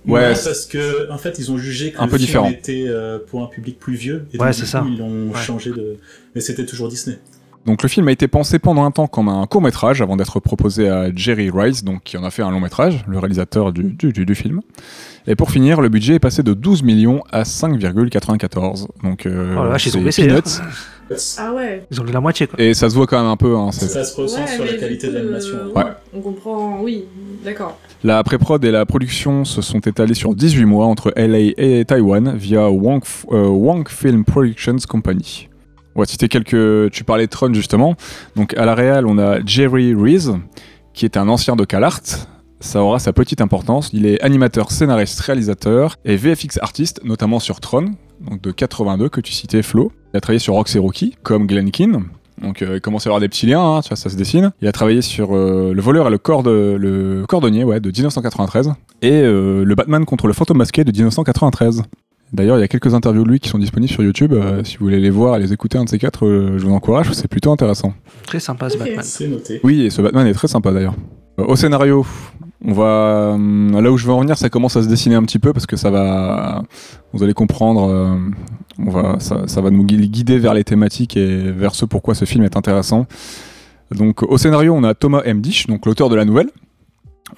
ouais, c'est-
parce que en fait, ils ont jugé que
Un
le
peu
film
différent.
était euh, pour un public plus vieux. Et
Ouais,
donc,
c'est
du
ça.
coup, Ils l'ont
Ouais.
changé de. Mais c'était toujours Disney.
donc le film a été pensé pendant un temps comme un court métrage avant d'être proposé à Jerry Rice, donc qui en a fait un long métrage, le réalisateur du, du, du- du film. Et pour finir, le budget est passé de 12 millions à 5,94. Donc, euh,
Oh la vache, ils
c'est
ont baissé, hein.
peanuts.
Ah ouais.
Ils ont de la moitié, quoi.
Et ça se voit quand même un peu. Hein, c'est-
Ça se ressent sur la qualité de
euh,
l'animation. hein.
Ouais.
On comprend, oui, d'accord.
La pré-prod et la production se sont étalées sur 18 mois entre LA et Taïwan via Wang, F- euh, Wang Film Productions Company. On va citer quelques. Tu parlais de Tron justement. Donc à la réal, on a Jerry Rees, qui est un ancien de CalArt. Ça aura sa petite importance. Il est animateur, scénariste, réalisateur et VFX artiste, notamment sur Tron, donc de 82 que tu citais Flo. Il a travaillé sur Rox et Rocky, comme Glenn Keane. Donc euh, il commence à y avoir des petits liens, hein, tu vois, ça se dessine. Il a travaillé sur euh, Le voleur et le, corde- le cordonnier ouais, de 1993 et euh, Le Batman contre le fantôme masqué de 1993. D'ailleurs, il y a quelques interviews de lui qui sont disponibles sur YouTube. euh, si vous voulez les voir et les écouter, un de ces quatre, euh, je vous encourage, c'est plutôt intéressant.
Très sympa, ce
Ok.
(laughs) Batman.
C'est noté.
Oui, et ce Batman est très sympa d'ailleurs. Euh, Au scénario, on va hum, là où je veux en venir, ça commence à se dessiner un petit peu parce que ça va, vous allez comprendre, euh, on va, ça, ça va nous gui- guider vers les thématiques et vers ce pourquoi ce film est intéressant. Donc au scénario, on a Thomas M. Dish, donc l'auteur de la nouvelle.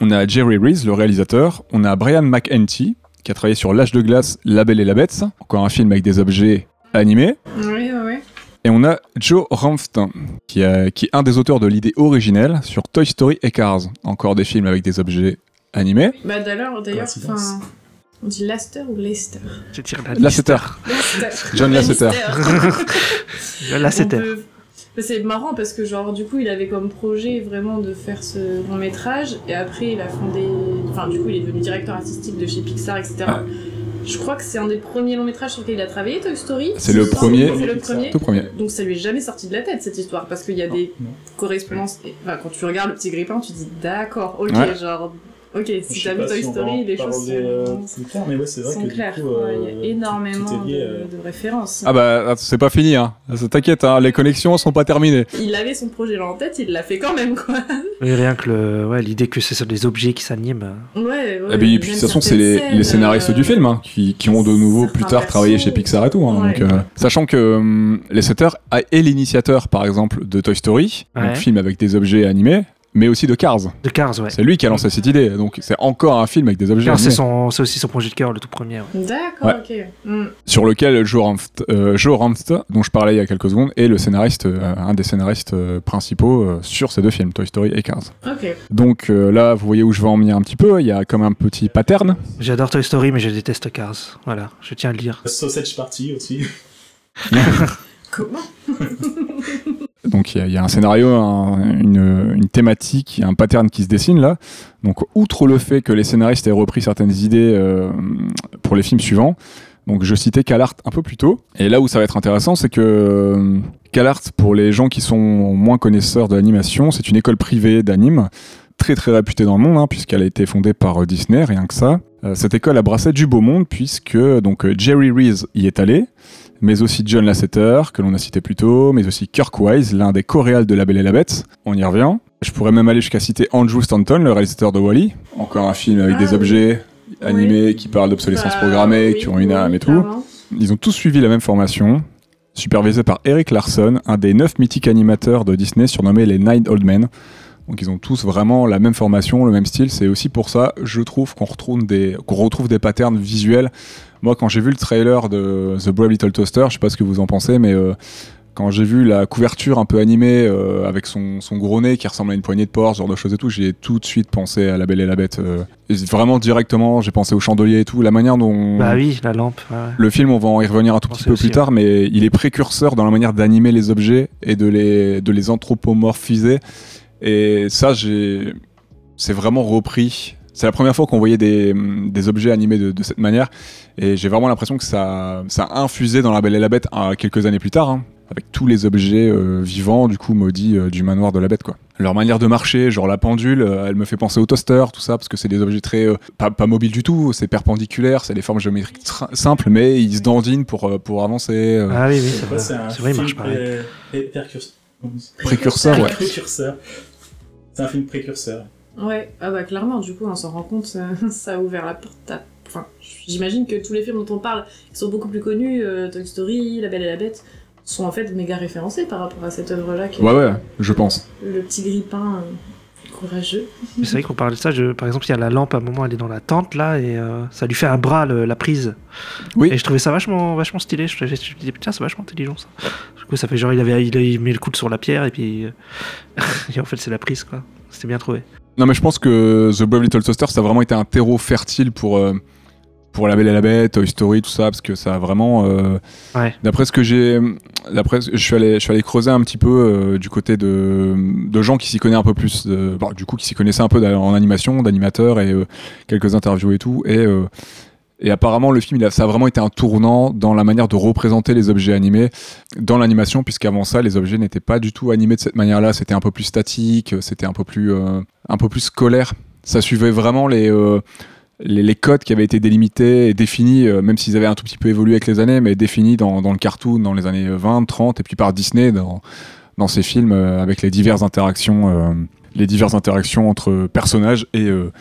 On a Jerry Rees, le réalisateur. On a Brian McEntee qui a travaillé sur L'âge de glace, La Belle et la Bête, encore un film avec des objets animés.
Oui, oui, oui.
Et on a Joe Ramftin, qui, a- qui est un des auteurs de l'idée originelle sur Toy Story et Cars, encore des films avec des objets animés.
Bah d'ailleurs, d'ailleurs,
Coïncidence.
enfin, on dit Laster ou Leicester
Je tire la (laughs)
Lasseter, (laughs)
Laster.
John Lasseter. (laughs)
Là,
On
c'était.
peut- Mais C'est marrant parce que genre du coup il avait comme projet vraiment de faire ce long métrage et après il a fondé, enfin du coup il est devenu directeur artistique de chez Pixar etc.
Ah.
Je crois que c'est un des premiers longs métrages sur lequel il a travaillé Toy Story.
C'est le
ça
premier.
C'est le premier.
Tout premier.
Donc ça lui est jamais sorti de la tête cette histoire parce qu'il y a
Non,
des
non.
correspondances. et- Enfin quand tu regardes le petit grippin tu dis d'accord ok
Ouais.
genre ok si
Je
t'as
sais
vu
pas
Toy
si on va
Story
en
les choses
parler, euh,
sont,
plus tard, mais ouais, c'est vrai
sont
que du
claires.
coup,
quoi.
euh,
il y
tout-
a
tout est
énormément
lié,
de-
euh,
de références.
Ah bah, c'est pas fini, hein. Ça T'inquiète, hein, les connexions sont pas terminées.
Il avait son projet là en tête, il l'a fait quand même, quoi. (laughs)
Mais rien que le- ouais, l'idée que ce sont des objets qui s'animent. euh,
Ouais, ouais.
Eh ben, et Ah, puis, de toute façon, c'est les, les scénaristes du film hein, qui, qui ont de nouveau plus
euh, certains
tard travaillé
persos.
chez Pixar et tout. hein,
Ouais.
donc, euh, sachant que hum, les setters a- est l'initiateur, par exemple, de Toy Story,
Ouais.
donc film avec des objets animés, mais aussi de Cars.
De Cars, ouais.
C'est lui qui a lancé cette idée, donc c'est encore un film avec des objets
Cars, c'est
animés.
son- c'est aussi son projet de cœur, le tout premier. ouais.
D'accord, ok. Hmm.
sur lequel Joe Ramft, euh, Joe Ramft, dont je parlais il y a quelques secondes, est le scénariste, euh, un des scénaristes euh, principaux euh, sur ces deux films, Toy Story et Cars.
Ok.
Donc euh, là, vous voyez où je veux en venir un petit peu, il y a comme un petit pattern.
J'adore Toy Story, mais je déteste Cars. Voilà, je tiens à le dire.
Sausage Party aussi.
Comment
Donc il y a- il y, a un scénario, un- une, une thématique, il y a un pattern qui se dessine là. Donc outre le fait que les scénaristes aient repris certaines idées euh, pour les films suivants, donc je citais Calart un peu plus tôt. Et là où ça va être intéressant, c'est que euh, Calart, pour les gens qui sont moins connaisseurs de l'animation, c'est une école privée d'anime très très réputée dans le monde, hein, puisqu'elle a été fondée par euh, Disney, rien que ça. Euh, cette école a brassé du beau monde, puisque donc euh, Jerry Rees y est allé, mais aussi John Lasseter, que l'on a cité plus tôt, mais aussi Kirk Wise, l'un des coréals de La Belle et la Bête, on y revient. Je pourrais même aller jusqu'à citer Andrew Stanton, le réalisateur de Wally. Encore un film avec
Ah,
des
oui.
objets animés qui parlent d'obsolescence
Bah,
programmée, qui ont une âme et tout. Ils ont tous suivi la même formation, supervisée par Eric Larson, un des neuf mythiques animateurs de Disney surnommé les Nine Old Men. Donc ils ont tous vraiment la même formation, le même style. C'est aussi pour ça, je trouve, qu'on retrouve des, qu'on retrouve des patterns visuels. Moi, quand j'ai vu le trailer de The Brave Little Toaster, je sais pas ce que vous en pensez, mais euh, quand j'ai vu la couverture un peu animée euh, avec son, son gros nez qui ressemble à une poignée de porc, ce genre de choses et tout, j'ai tout de suite pensé à La Belle et la Bête. euh. Et vraiment directement, j'ai pensé au chandelier et tout, la manière dont...
Bah oui, la lampe. ouais, ouais.
Le film, on va en y revenir un tout petit
Pensez
peu
aussi,
plus tard, mais il est précurseur dans la manière d'animer les objets et de les, de les anthropomorphiser. Et ça, j'ai, c'est vraiment repris. C'est la première fois qu'on voyait des, des objets animés de, de cette manière. Et j'ai vraiment l'impression que ça, ça a infusé dans La Belle et la Bête euh, quelques années plus tard, hein, avec tous les objets euh, vivants, du coup, maudits euh, du manoir de la Bête, quoi. Leur manière de marcher, genre la pendule, euh, elle me fait penser au toaster, tout ça, parce que c'est des objets très. euh, pas, pas mobiles du tout, c'est perpendiculaire, c'est des formes géométriques tr- simples, mais ils se dandinent pour, euh, pour avancer. euh,
Ah oui, oui, c'est
C'est
vrai.
quoi, c'est un
C'est vrai, il marche
film,
pareil.
euh, pré- Précurseur.
Précurseur, ouais.
(laughs) Précurseur. C'est un film précurseur.
Ouais, ah bah clairement, du coup, on s'en rend compte, euh, (laughs) ça a ouvert la porte à... Enfin, j'imagine que tous les films dont on parle, qui sont beaucoup plus connus, euh, Toy Story, La Belle et la Bête, sont en fait méga référencés par rapport à cette œuvre-là, qui est
Ouais, ouais, je pense.
le petit grippin euh, courageux.
Mais C'est vrai qu'on parlait de ça. je- Par exemple, il y a la lampe, à un moment, elle est dans la tente, là, et euh, ça lui fait un bras, le- la prise.
Oui.
Et je trouvais ça vachement, vachement stylé. Je, je, je me disais, putain, c'est vachement intelligent, ça. Du coup, ça fait genre, il, avait, il, il met le coude sur la pierre, et puis. euh, (laughs) et en fait, c'est la prise, quoi. C'était bien trouvé.
Non, mais je pense que The Brave Little Toaster, ça a vraiment été un terreau fertile pour, euh, pour La Belle et la Bête, Toy Story, tout ça, parce que ça a vraiment. euh,
Ouais.
D'après ce que j'ai. D'après, ce- je suis allé, je suis allé creuser un petit peu euh, du côté de, de gens qui s'y connaissent un peu plus, de- bon, du coup, qui s'y connaissaient un peu d'a- en animation, d'animateurs et euh, quelques interviews et tout. Et, euh, et apparemment, le film, il a- ça a vraiment été un tournant dans la manière de représenter les objets animés dans l'animation, puisqu'avant ça, les objets n'étaient pas du tout animés de cette manière-là. C'était un peu plus statique, c'était un peu plus, euh, un peu plus scolaire. Ça suivait vraiment les, euh, les, les codes qui avaient été délimités et définis, euh, même s'ils avaient un tout petit peu évolué avec les années, mais définis dans, dans le cartoon dans les années 20, 30, et puis par Disney dans, dans ses films euh, avec les diverses interactions, euh, les diverses interactions entre personnages et, euh,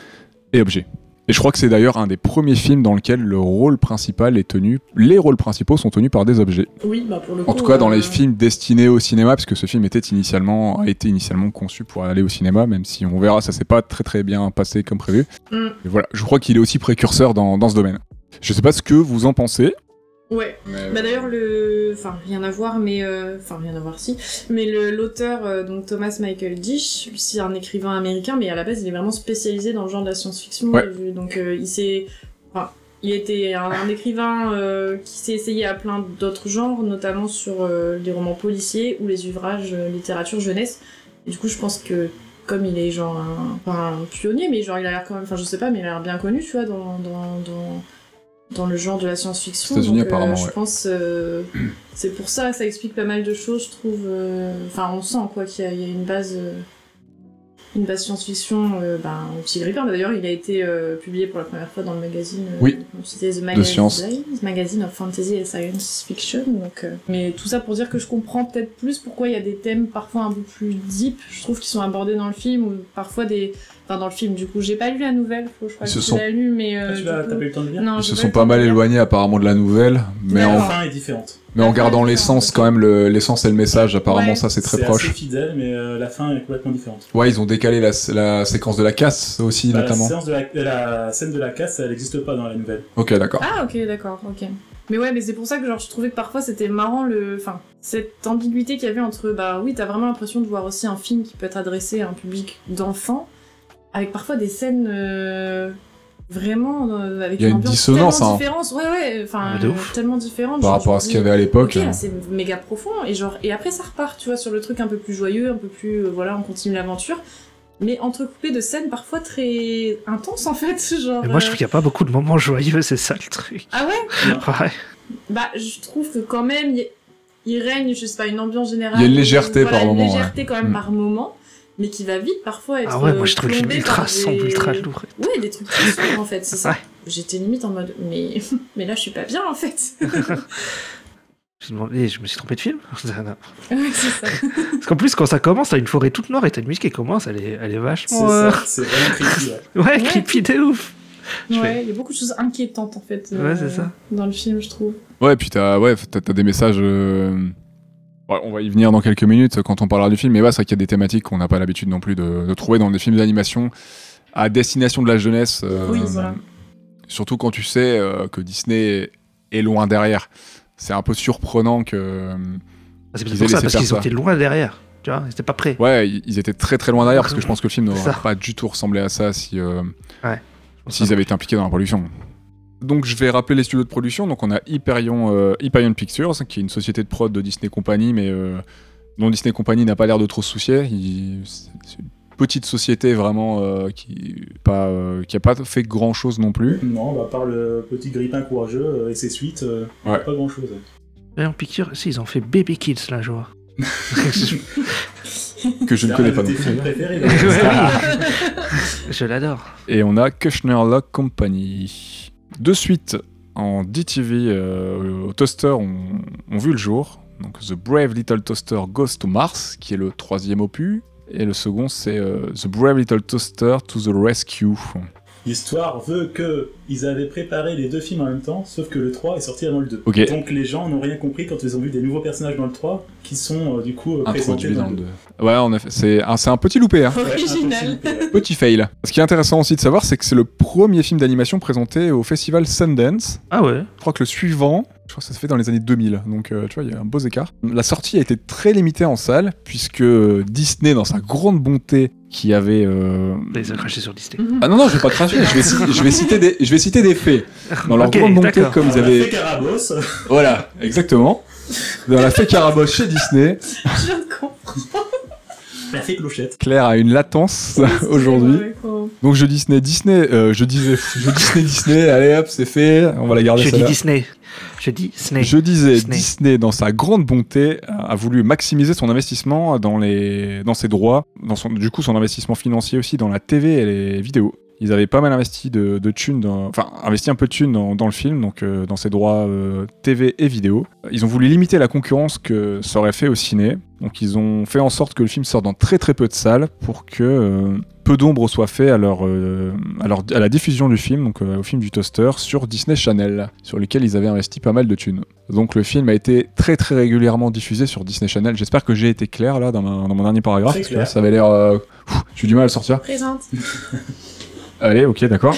et objets. Et je crois que c'est d'ailleurs un des premiers films dans lequel le rôle principal est tenu, les rôles principaux sont tenus par des objets.
Oui, bah pour le coup...
En tout cas, dans
euh,
les films destinés au cinéma, puisque ce film était initialement, a été initialement conçu pour aller au cinéma, même si on verra, ça s'est pas très très bien passé comme prévu.
Mm.
Mais voilà, je crois qu'il est aussi précurseur dans, dans ce domaine. Je sais pas ce que vous en pensez.
Ouais,
euh,
Bah d'ailleurs le, enfin rien à voir, mais euh, enfin rien à voir si, mais le l'auteur euh, donc Thomas Michael Dish, c'est un écrivain américain, mais à la base il est vraiment spécialisé dans le genre de la science-fiction.
Ouais.
et vu- Donc euh, il s'est, enfin il était un, un écrivain euh, qui s'est essayé à plein d'autres genres, notamment sur euh, les romans policiers ou les ouvrages euh, littérature jeunesse. Et du coup je pense que comme il est genre un, enfin, un pionnier, mais genre il a l'air quand même, enfin je sais pas, mais il a l'air bien connu, tu vois, dans dans dans, dans le genre de la science-fiction.
États-Unis,
donc, euh,
apparemment,
Je
ouais.
pense euh, c'est pour ça, ça explique pas mal de choses, je trouve. euh, Enfin, on sent quoi qu'il y, a- il y a une base, euh, une base science-fiction. euh, ben, au petit grippin. Mais D'ailleurs, il a été euh, publié pour la première fois dans le magazine. euh,
Oui,
comme tu disais, The Magazine,
science.
Magazine of Fantasy and Science Fiction. Donc, euh, mais tout ça pour dire que je comprends peut-être plus pourquoi il y a des thèmes parfois un peu plus deep, je trouve, qui sont abordés dans le film ou parfois des, enfin dans le film. Du coup, j'ai pas lu la nouvelle. Faut, je crois
Ils
que
se
tu
sont-
l'as lu, mais euh,
Ah, tu
du
l'as-
coup-
t'as pas eu le temps de lire
Non,
Ils
j'ai
se
pas
sont
eu le temps
pas
de
mal
lire.
éloignés apparemment de la nouvelle, mais
La
en,
D'accord.
fin est différente.
mais en gardant l'essence quand même, le- l'essence et le message, apparemment
Ouais.
ça c'est très proche.
assez fidèle, mais euh, la fin est complètement différente.
Ouais, ils ont décalé la, la séquence de la casse aussi
Bah, la,
notamment.
séance de la, la scène de la casse, elle n'existe pas dans la nouvelle.
Ok, d'accord.
Ah ok d'accord ok. Mais ouais mais c'est pour ça que genre je trouvais que parfois c'était marrant le, enfin cette ambiguïté qu'il y avait entre bah oui t'as vraiment l'impression de voir aussi un film qui peut être adressé à un public d'enfants avec parfois des scènes euh, vraiment euh, avec
Il y a une
ambiance
dissonance,
tellement
hein.
différente ouais ouais enfin
Ah, de
euh,
ouf.
tellement différente
Par
genre,
rapport
je
à
me
ce
dis,
qu'il y avait à l'époque. euh.
Ok, là, c'est méga profond et genre et après ça repart, tu vois, sur le truc un peu plus joyeux, un peu plus euh, voilà, on continue l'aventure, mais entrecoupé de scènes parfois très intenses en fait, (laughs) genre.
Mais moi,
euh,
je trouve qu'il n'y a pas beaucoup de moments joyeux, c'est ça le truc.
Ah ouais
Ouais.
Bah, je trouve que quand même, il- il règne, je sais pas, une ambiance générale.
Il
euh,
y a une légèreté
Voilà,
par moment,
Une légèreté quand même
Mm.
par moment, mais qui va vite parfois être.
Ah ouais, moi, je
euh,
trouve le film
plombée
ultra
par
sombre,
des-
ultra lourd.
Ouais, des trucs très sombres en fait, c'est ça.
Ouais.
(laughs)
(laughs)
J'étais limite en mode, mais, mais là je suis pas bien en fait.
Je me suis demandé, je me suis trompé de film (laughs)
Ouais, c'est ça.
Parce qu'en plus, quand ça commence, t'as une forêt toute noire et t'as une musique qui commence, elle est, elle est
C'est
vachement. euh,
ça, c'est vraiment creepy. ouais.
Ouais, creepy de ouf. Je fais-
Ouais, il y a beaucoup de choses inquiétantes en fait. euh,
Ouais, c'est ça.
Dans le film, je trouve.
Ouais, puis t'as ouais, t'as- t'as des messages. euh, ouais, on va y venir dans quelques minutes quand on parlera du film. Mais ouais, c'est vrai qu'il y a des thématiques qu'on n'a pas l'habitude non plus de, de trouver dans des films d'animation à destination de la jeunesse. euh,
Oui, voilà.
Surtout quand tu sais euh, que Disney est loin derrière. C'est un peu surprenant que. euh,
Ah, C'est
Ils
peut-être pour
allaient
ça,
se
parce
faire
qu'ils
ça.
étaient loin derrière. Tu vois, ils étaient pas prêts.
Ouais, ils ils étaient très très loin derrière parce que je pense que le film
Ça.
n'aurait pas du tout ressemblé à ça si. euh,
Ça-
s'ils avaient été impliqués dans la production. Donc je vais rappeler les studios de production. Donc on a Hyperion, euh, Hyperion Pictures, qui est une société de prod de Disney Company, mais euh, dont Disney Company n'a pas l'air de trop se soucier. Il- c'est c'est une petite société vraiment euh, qui pas euh, qui a pas fait grand chose non plus.
Non, bah, à part le petit grippin courageux euh, et ses suites, euh,
Ouais.
pas grand chose.
Et en picture, si, ils ont fait Baby Kids, là, je vois.
Que je ne connais pas non
tes
plus. hein.
films préférés. là.
(laughs)
Ouais, oui. Je l'adore.
Et on a Kushner Lock Company. De suite, en DTV, euh, au Toaster, on, on vu le jour. Donc The Brave Little Toaster Goes to Mars, qui est le troisième opus. Et le second, c'est euh, The Brave Little Toaster to the Rescue.
L'histoire veut que ils avaient préparé les deux films en même temps, sauf que le 3 est sorti avant le 2.
Ok.
Donc les gens n'ont rien compris quand ils ont vu des nouveaux personnages dans le 3 qui sont euh, du coup euh, présentés
Introduit
dans,
dans
le 2.
le... Ouais, en effet, c'est un, c'est un petit loupé. hein.
Ouais,
Original.
impossible, ouais.
Petit fail. Ce qui est intéressant aussi de savoir, c'est que c'est le premier film d'animation présenté au festival Sundance.
Ah ouais
Je crois que le suivant, je crois que ça se fait dans les années 2000, donc euh, tu vois, il y a un beau écart. La sortie a été très limitée en salle, puisque Disney, dans sa grande bonté, qui avait... euh,
Ils ont craché sur Disney.
Mhm.
Ah non, non, je vais pas cracher, je vais, ci- je vais citer des, je vais citer des faits. Dans leur
Ok,
grande bonté,
d'accord.
comme
On
ils
a fait
avaient...
Carabos.
Voilà, exactement. Dans la fée Carabosse chez Disney,
Je comprends.
(laughs) On a fait Clochette.
Claire a une latence (laughs) aujourd'hui.
Ouais, ouais,
Donc je Disney, Disney, euh, je disais, je Disney, Disney, allez hop, c'est fait, on va la garder
Je dis
celle-là.
Disney. Je dis Disney.
Je disais,
Disney.
Disney, dans sa grande bonté, a a voulu maximiser son investissement dans, les, dans ses droits, dans son, du coup son investissement financier aussi dans la TV et les vidéos. Ils avaient pas mal investi de, de thunes, dans- enfin investi un peu de thunes dans, dans le film, donc euh, dans ses droits euh, TV et vidéo. Ils ont voulu limiter la concurrence que ça aurait fait au ciné, donc ils ont fait en sorte que le film sorte dans très très peu de salles pour que euh, peu d'ombre soit fait à, leur, euh, à, leur- à la diffusion du film, donc euh, au film du Toaster, sur Disney Channel, sur lequel ils avaient investi pas mal de thunes. Donc le film a été très très régulièrement diffusé sur Disney Channel. J'espère que j'ai été clair là dans, ma- dans mon dernier paragraphe.
Très
parce que
clair.
là, ça avait l'air. euh, pff, J'ai du mal à le sortir.
Présente.
Allez, ok, d'accord.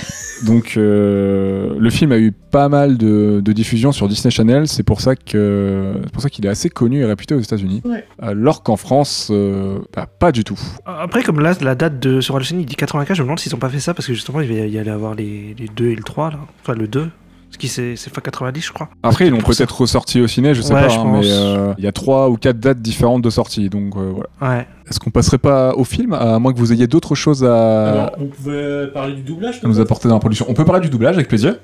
Donc euh, le film a eu pas mal de, de diffusion sur Disney Channel. C'est pour ça que c'est pour ça qu'il est assez connu et réputé aux États-Unis. Euh,
Ouais.
Alors qu'en France, euh, bah, pas du tout.
Après, comme là, la date de sur Allociné, il dit 95, je me demande s'ils ont pas fait ça parce que justement, il va y aller avoir les, les 2 et le 3, là. Enfin, le 2. Ce qui c'est c'est fin 90, je crois.
Après, ils l'ont
Pour ça.
peut-être ressorti au ciné, je sais
Ouais,
pas,
je
hein,
pense.
mais euh, il y a trois ou quatre dates différentes de sortie, donc euh, voilà.
Ouais.
Est-ce qu'on passerait pas au film, à moins que vous ayez d'autres choses à,
Alors, on pouvait parler du doublage
à Euh, nous
peut-être
apporter dans la production On peut parler du doublage avec plaisir.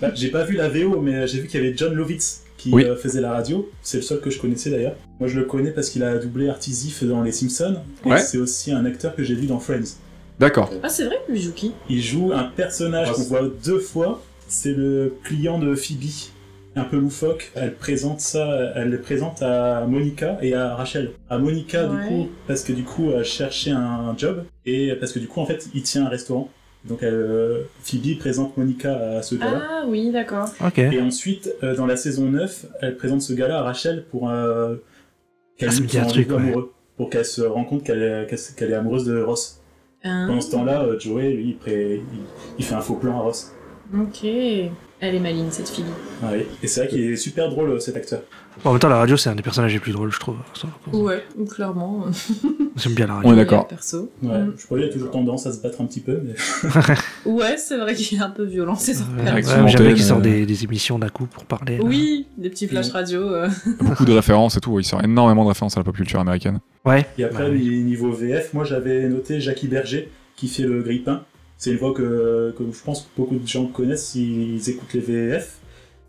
Bah, J'ai pas vu la VO, mais euh, j'ai vu qu'il y avait John Lovitz qui
Oui.
euh, faisait la radio. C'est le seul que je connaissais d'ailleurs. Moi, je le connais parce qu'il a doublé Artisif dans Les Simpsons. Et
Ouais.
c'est aussi un acteur que j'ai vu dans Friends.
D'accord.
Ah, c'est vrai, lui joue qui
Il joue un
Ah,
personnage qu'on voit deux fois. C'est le client de Phoebe, un peu loufoque. Elle présente ça, elle le présente à Monica et à Rachel. À Monica, du
Ouais.
coup, parce que du coup, elle cherchait un job et parce que du coup, en fait, il tient un restaurant. Donc, euh, Phoebe présente Monica à ce gars-là.
Ah, oui, d'accord.
Ok.
Et ensuite, euh, dans la saison 9, elle présente ce gars-là à Rachel pour euh, qu'elle
Ah, ça me
lui
dit un
son
truc,
rendez-vous
ouais.
amoureux, pour qu'elle se rende compte qu'elle est, qu'elle- qu'elle est amoureuse de Ross.
Ah,
Pendant ce temps-là, euh, Joey, lui, il, pré- il- il fait un faux plan à Ross.
Ok. Elle est maligne, cette fille.
Ah oui. Et c'est vrai qu'il est super drôle, euh, cet acteur.
Bon, en même temps, la radio, c'est un des personnages les plus drôles, je trouve. Ça,
Ouais, clairement.
J'aime bien la radio.
On est d'accord.
Perso.
Ouais.
Mm.
Je crois qu'il a toujours tendance à se battre un petit peu, mais
Ouais, c'est vrai qu'il est un peu violent, c'est ça.
Ouais,
Avec
ouais,
son
J'aime bien
antenne,
qu'ils sortent
euh.
des, des émissions d'un coup pour parler. là.
Oui, des petits flashs radio. euh.
Beaucoup de références et tout, il sort énormément de références à la pop culture américaine.
Ouais.
et après,
Ouais.
lui, niveau VF, moi j'avais noté Jackie Berger, qui fait le grippin. C'est une voix que, que je pense que beaucoup de gens connaissent s'ils écoutent les VF.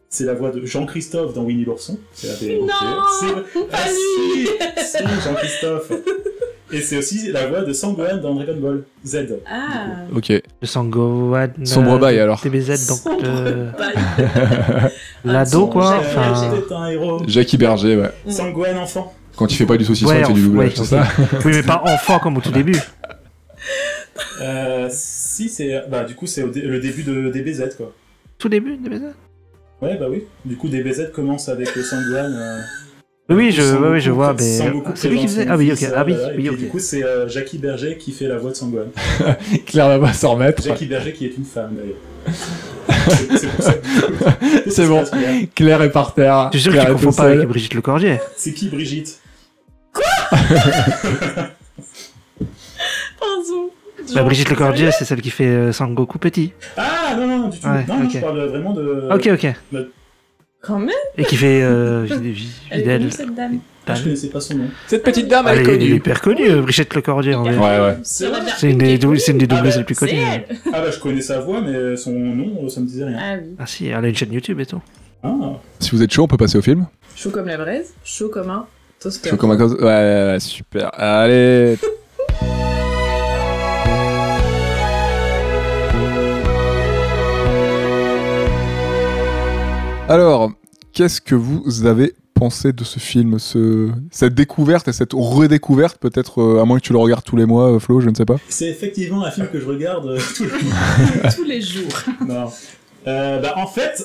C'est la voix de Jean-Christophe dans Winnie l'ourson. C'est la VF.
Non
C'est-
Pas lui
si, si, Jean-Christophe. Et c'est aussi la voix de Sangohan dans Dragon Ball Z.
Ah,
Ok.
Le Sangohan. euh,
Sombre bail, alors.
TBZ, donc.
Sombre
euh,
bail.
L'ado, quoi.
J'ai-
Enfin.
J'étais un héros.
Jackie Berger, ouais.
Mm.
Sangohan enfant.
Quand il fait pas du saucisson, il fait
en-
du doublage,
ouais,
c'est ça (laughs)
ok. Oui, mais pas enfant comme au tout début.
Euh, si, c'est. Bah, du coup, c'est au dé- le début de DBZ, quoi.
Tout début, TBZ
Ouais, bah oui. Du coup, DBZ commence avec le Sangohan. euh,
Oui, je,
Sangoku-
ouais, je vois, mais.
Sangoku
C'est lui qui
présente
faisait.
son
Ah oui, ok.
fils,
Ah oui,
euh, et
oui,
puis
ok.
Du coup, c'est euh, Jackie Berger qui fait la voix de Sangohan.
Claire va pas s'en remettre.
Jackie Berger qui est une femme, d'ailleurs.
(laughs)
C'est- c'est pour ça que-
C'est bon. Claire est par terre.
Je suis sûr que
Claire
tu
est
confonds
toute
pas avec
seule.
Brigitte Lecordier.
C'est qui Brigitte
pardon.
Bah, Brigitte Lecordier, c'est celle qui fait euh, Sangoku petit.
Ah non, non, du tout.
Ouais,
non, non,
ok.
je parle vraiment de.
Ok, ok.
Quand même,
Et qui fait euh, vid- vid-
elle est
Videl.
connue, Ah, cette dame.
Ah, je connaissais pas son nom.
Cette petite dame,
Elle est hyper connue, euh, Brigitte Lecordier. en vrai.
Ouais, ouais.
C'est
Il y en a
vrai
bien
C'est une
une
des
qui est
dou- c'est une des
Ah
doubleuses
bah,
les plus
C'est
connues.
elle.
Ah bah, je connais sa voix, mais son nom, euh, ça me disait rien.
Ah oui.
Ah si, elle a une chaîne YouTube et tout.
Ah,
Si vous êtes chaud, on peut passer au film.
Chaud comme la braise, chaud comme un toaster.
Chaud comme un cause- Ouais, ouais, ouais, super. Allez. Alors, qu'est-ce que vous avez pensé de ce film, ce... cette découverte et cette redécouverte peut-être, euh, à moins que tu le regardes tous les mois, euh, Flo, je ne sais pas.
C'est effectivement un film que je regarde euh, (laughs) tout le
Tous les jours.
Non. Euh, bah, en fait,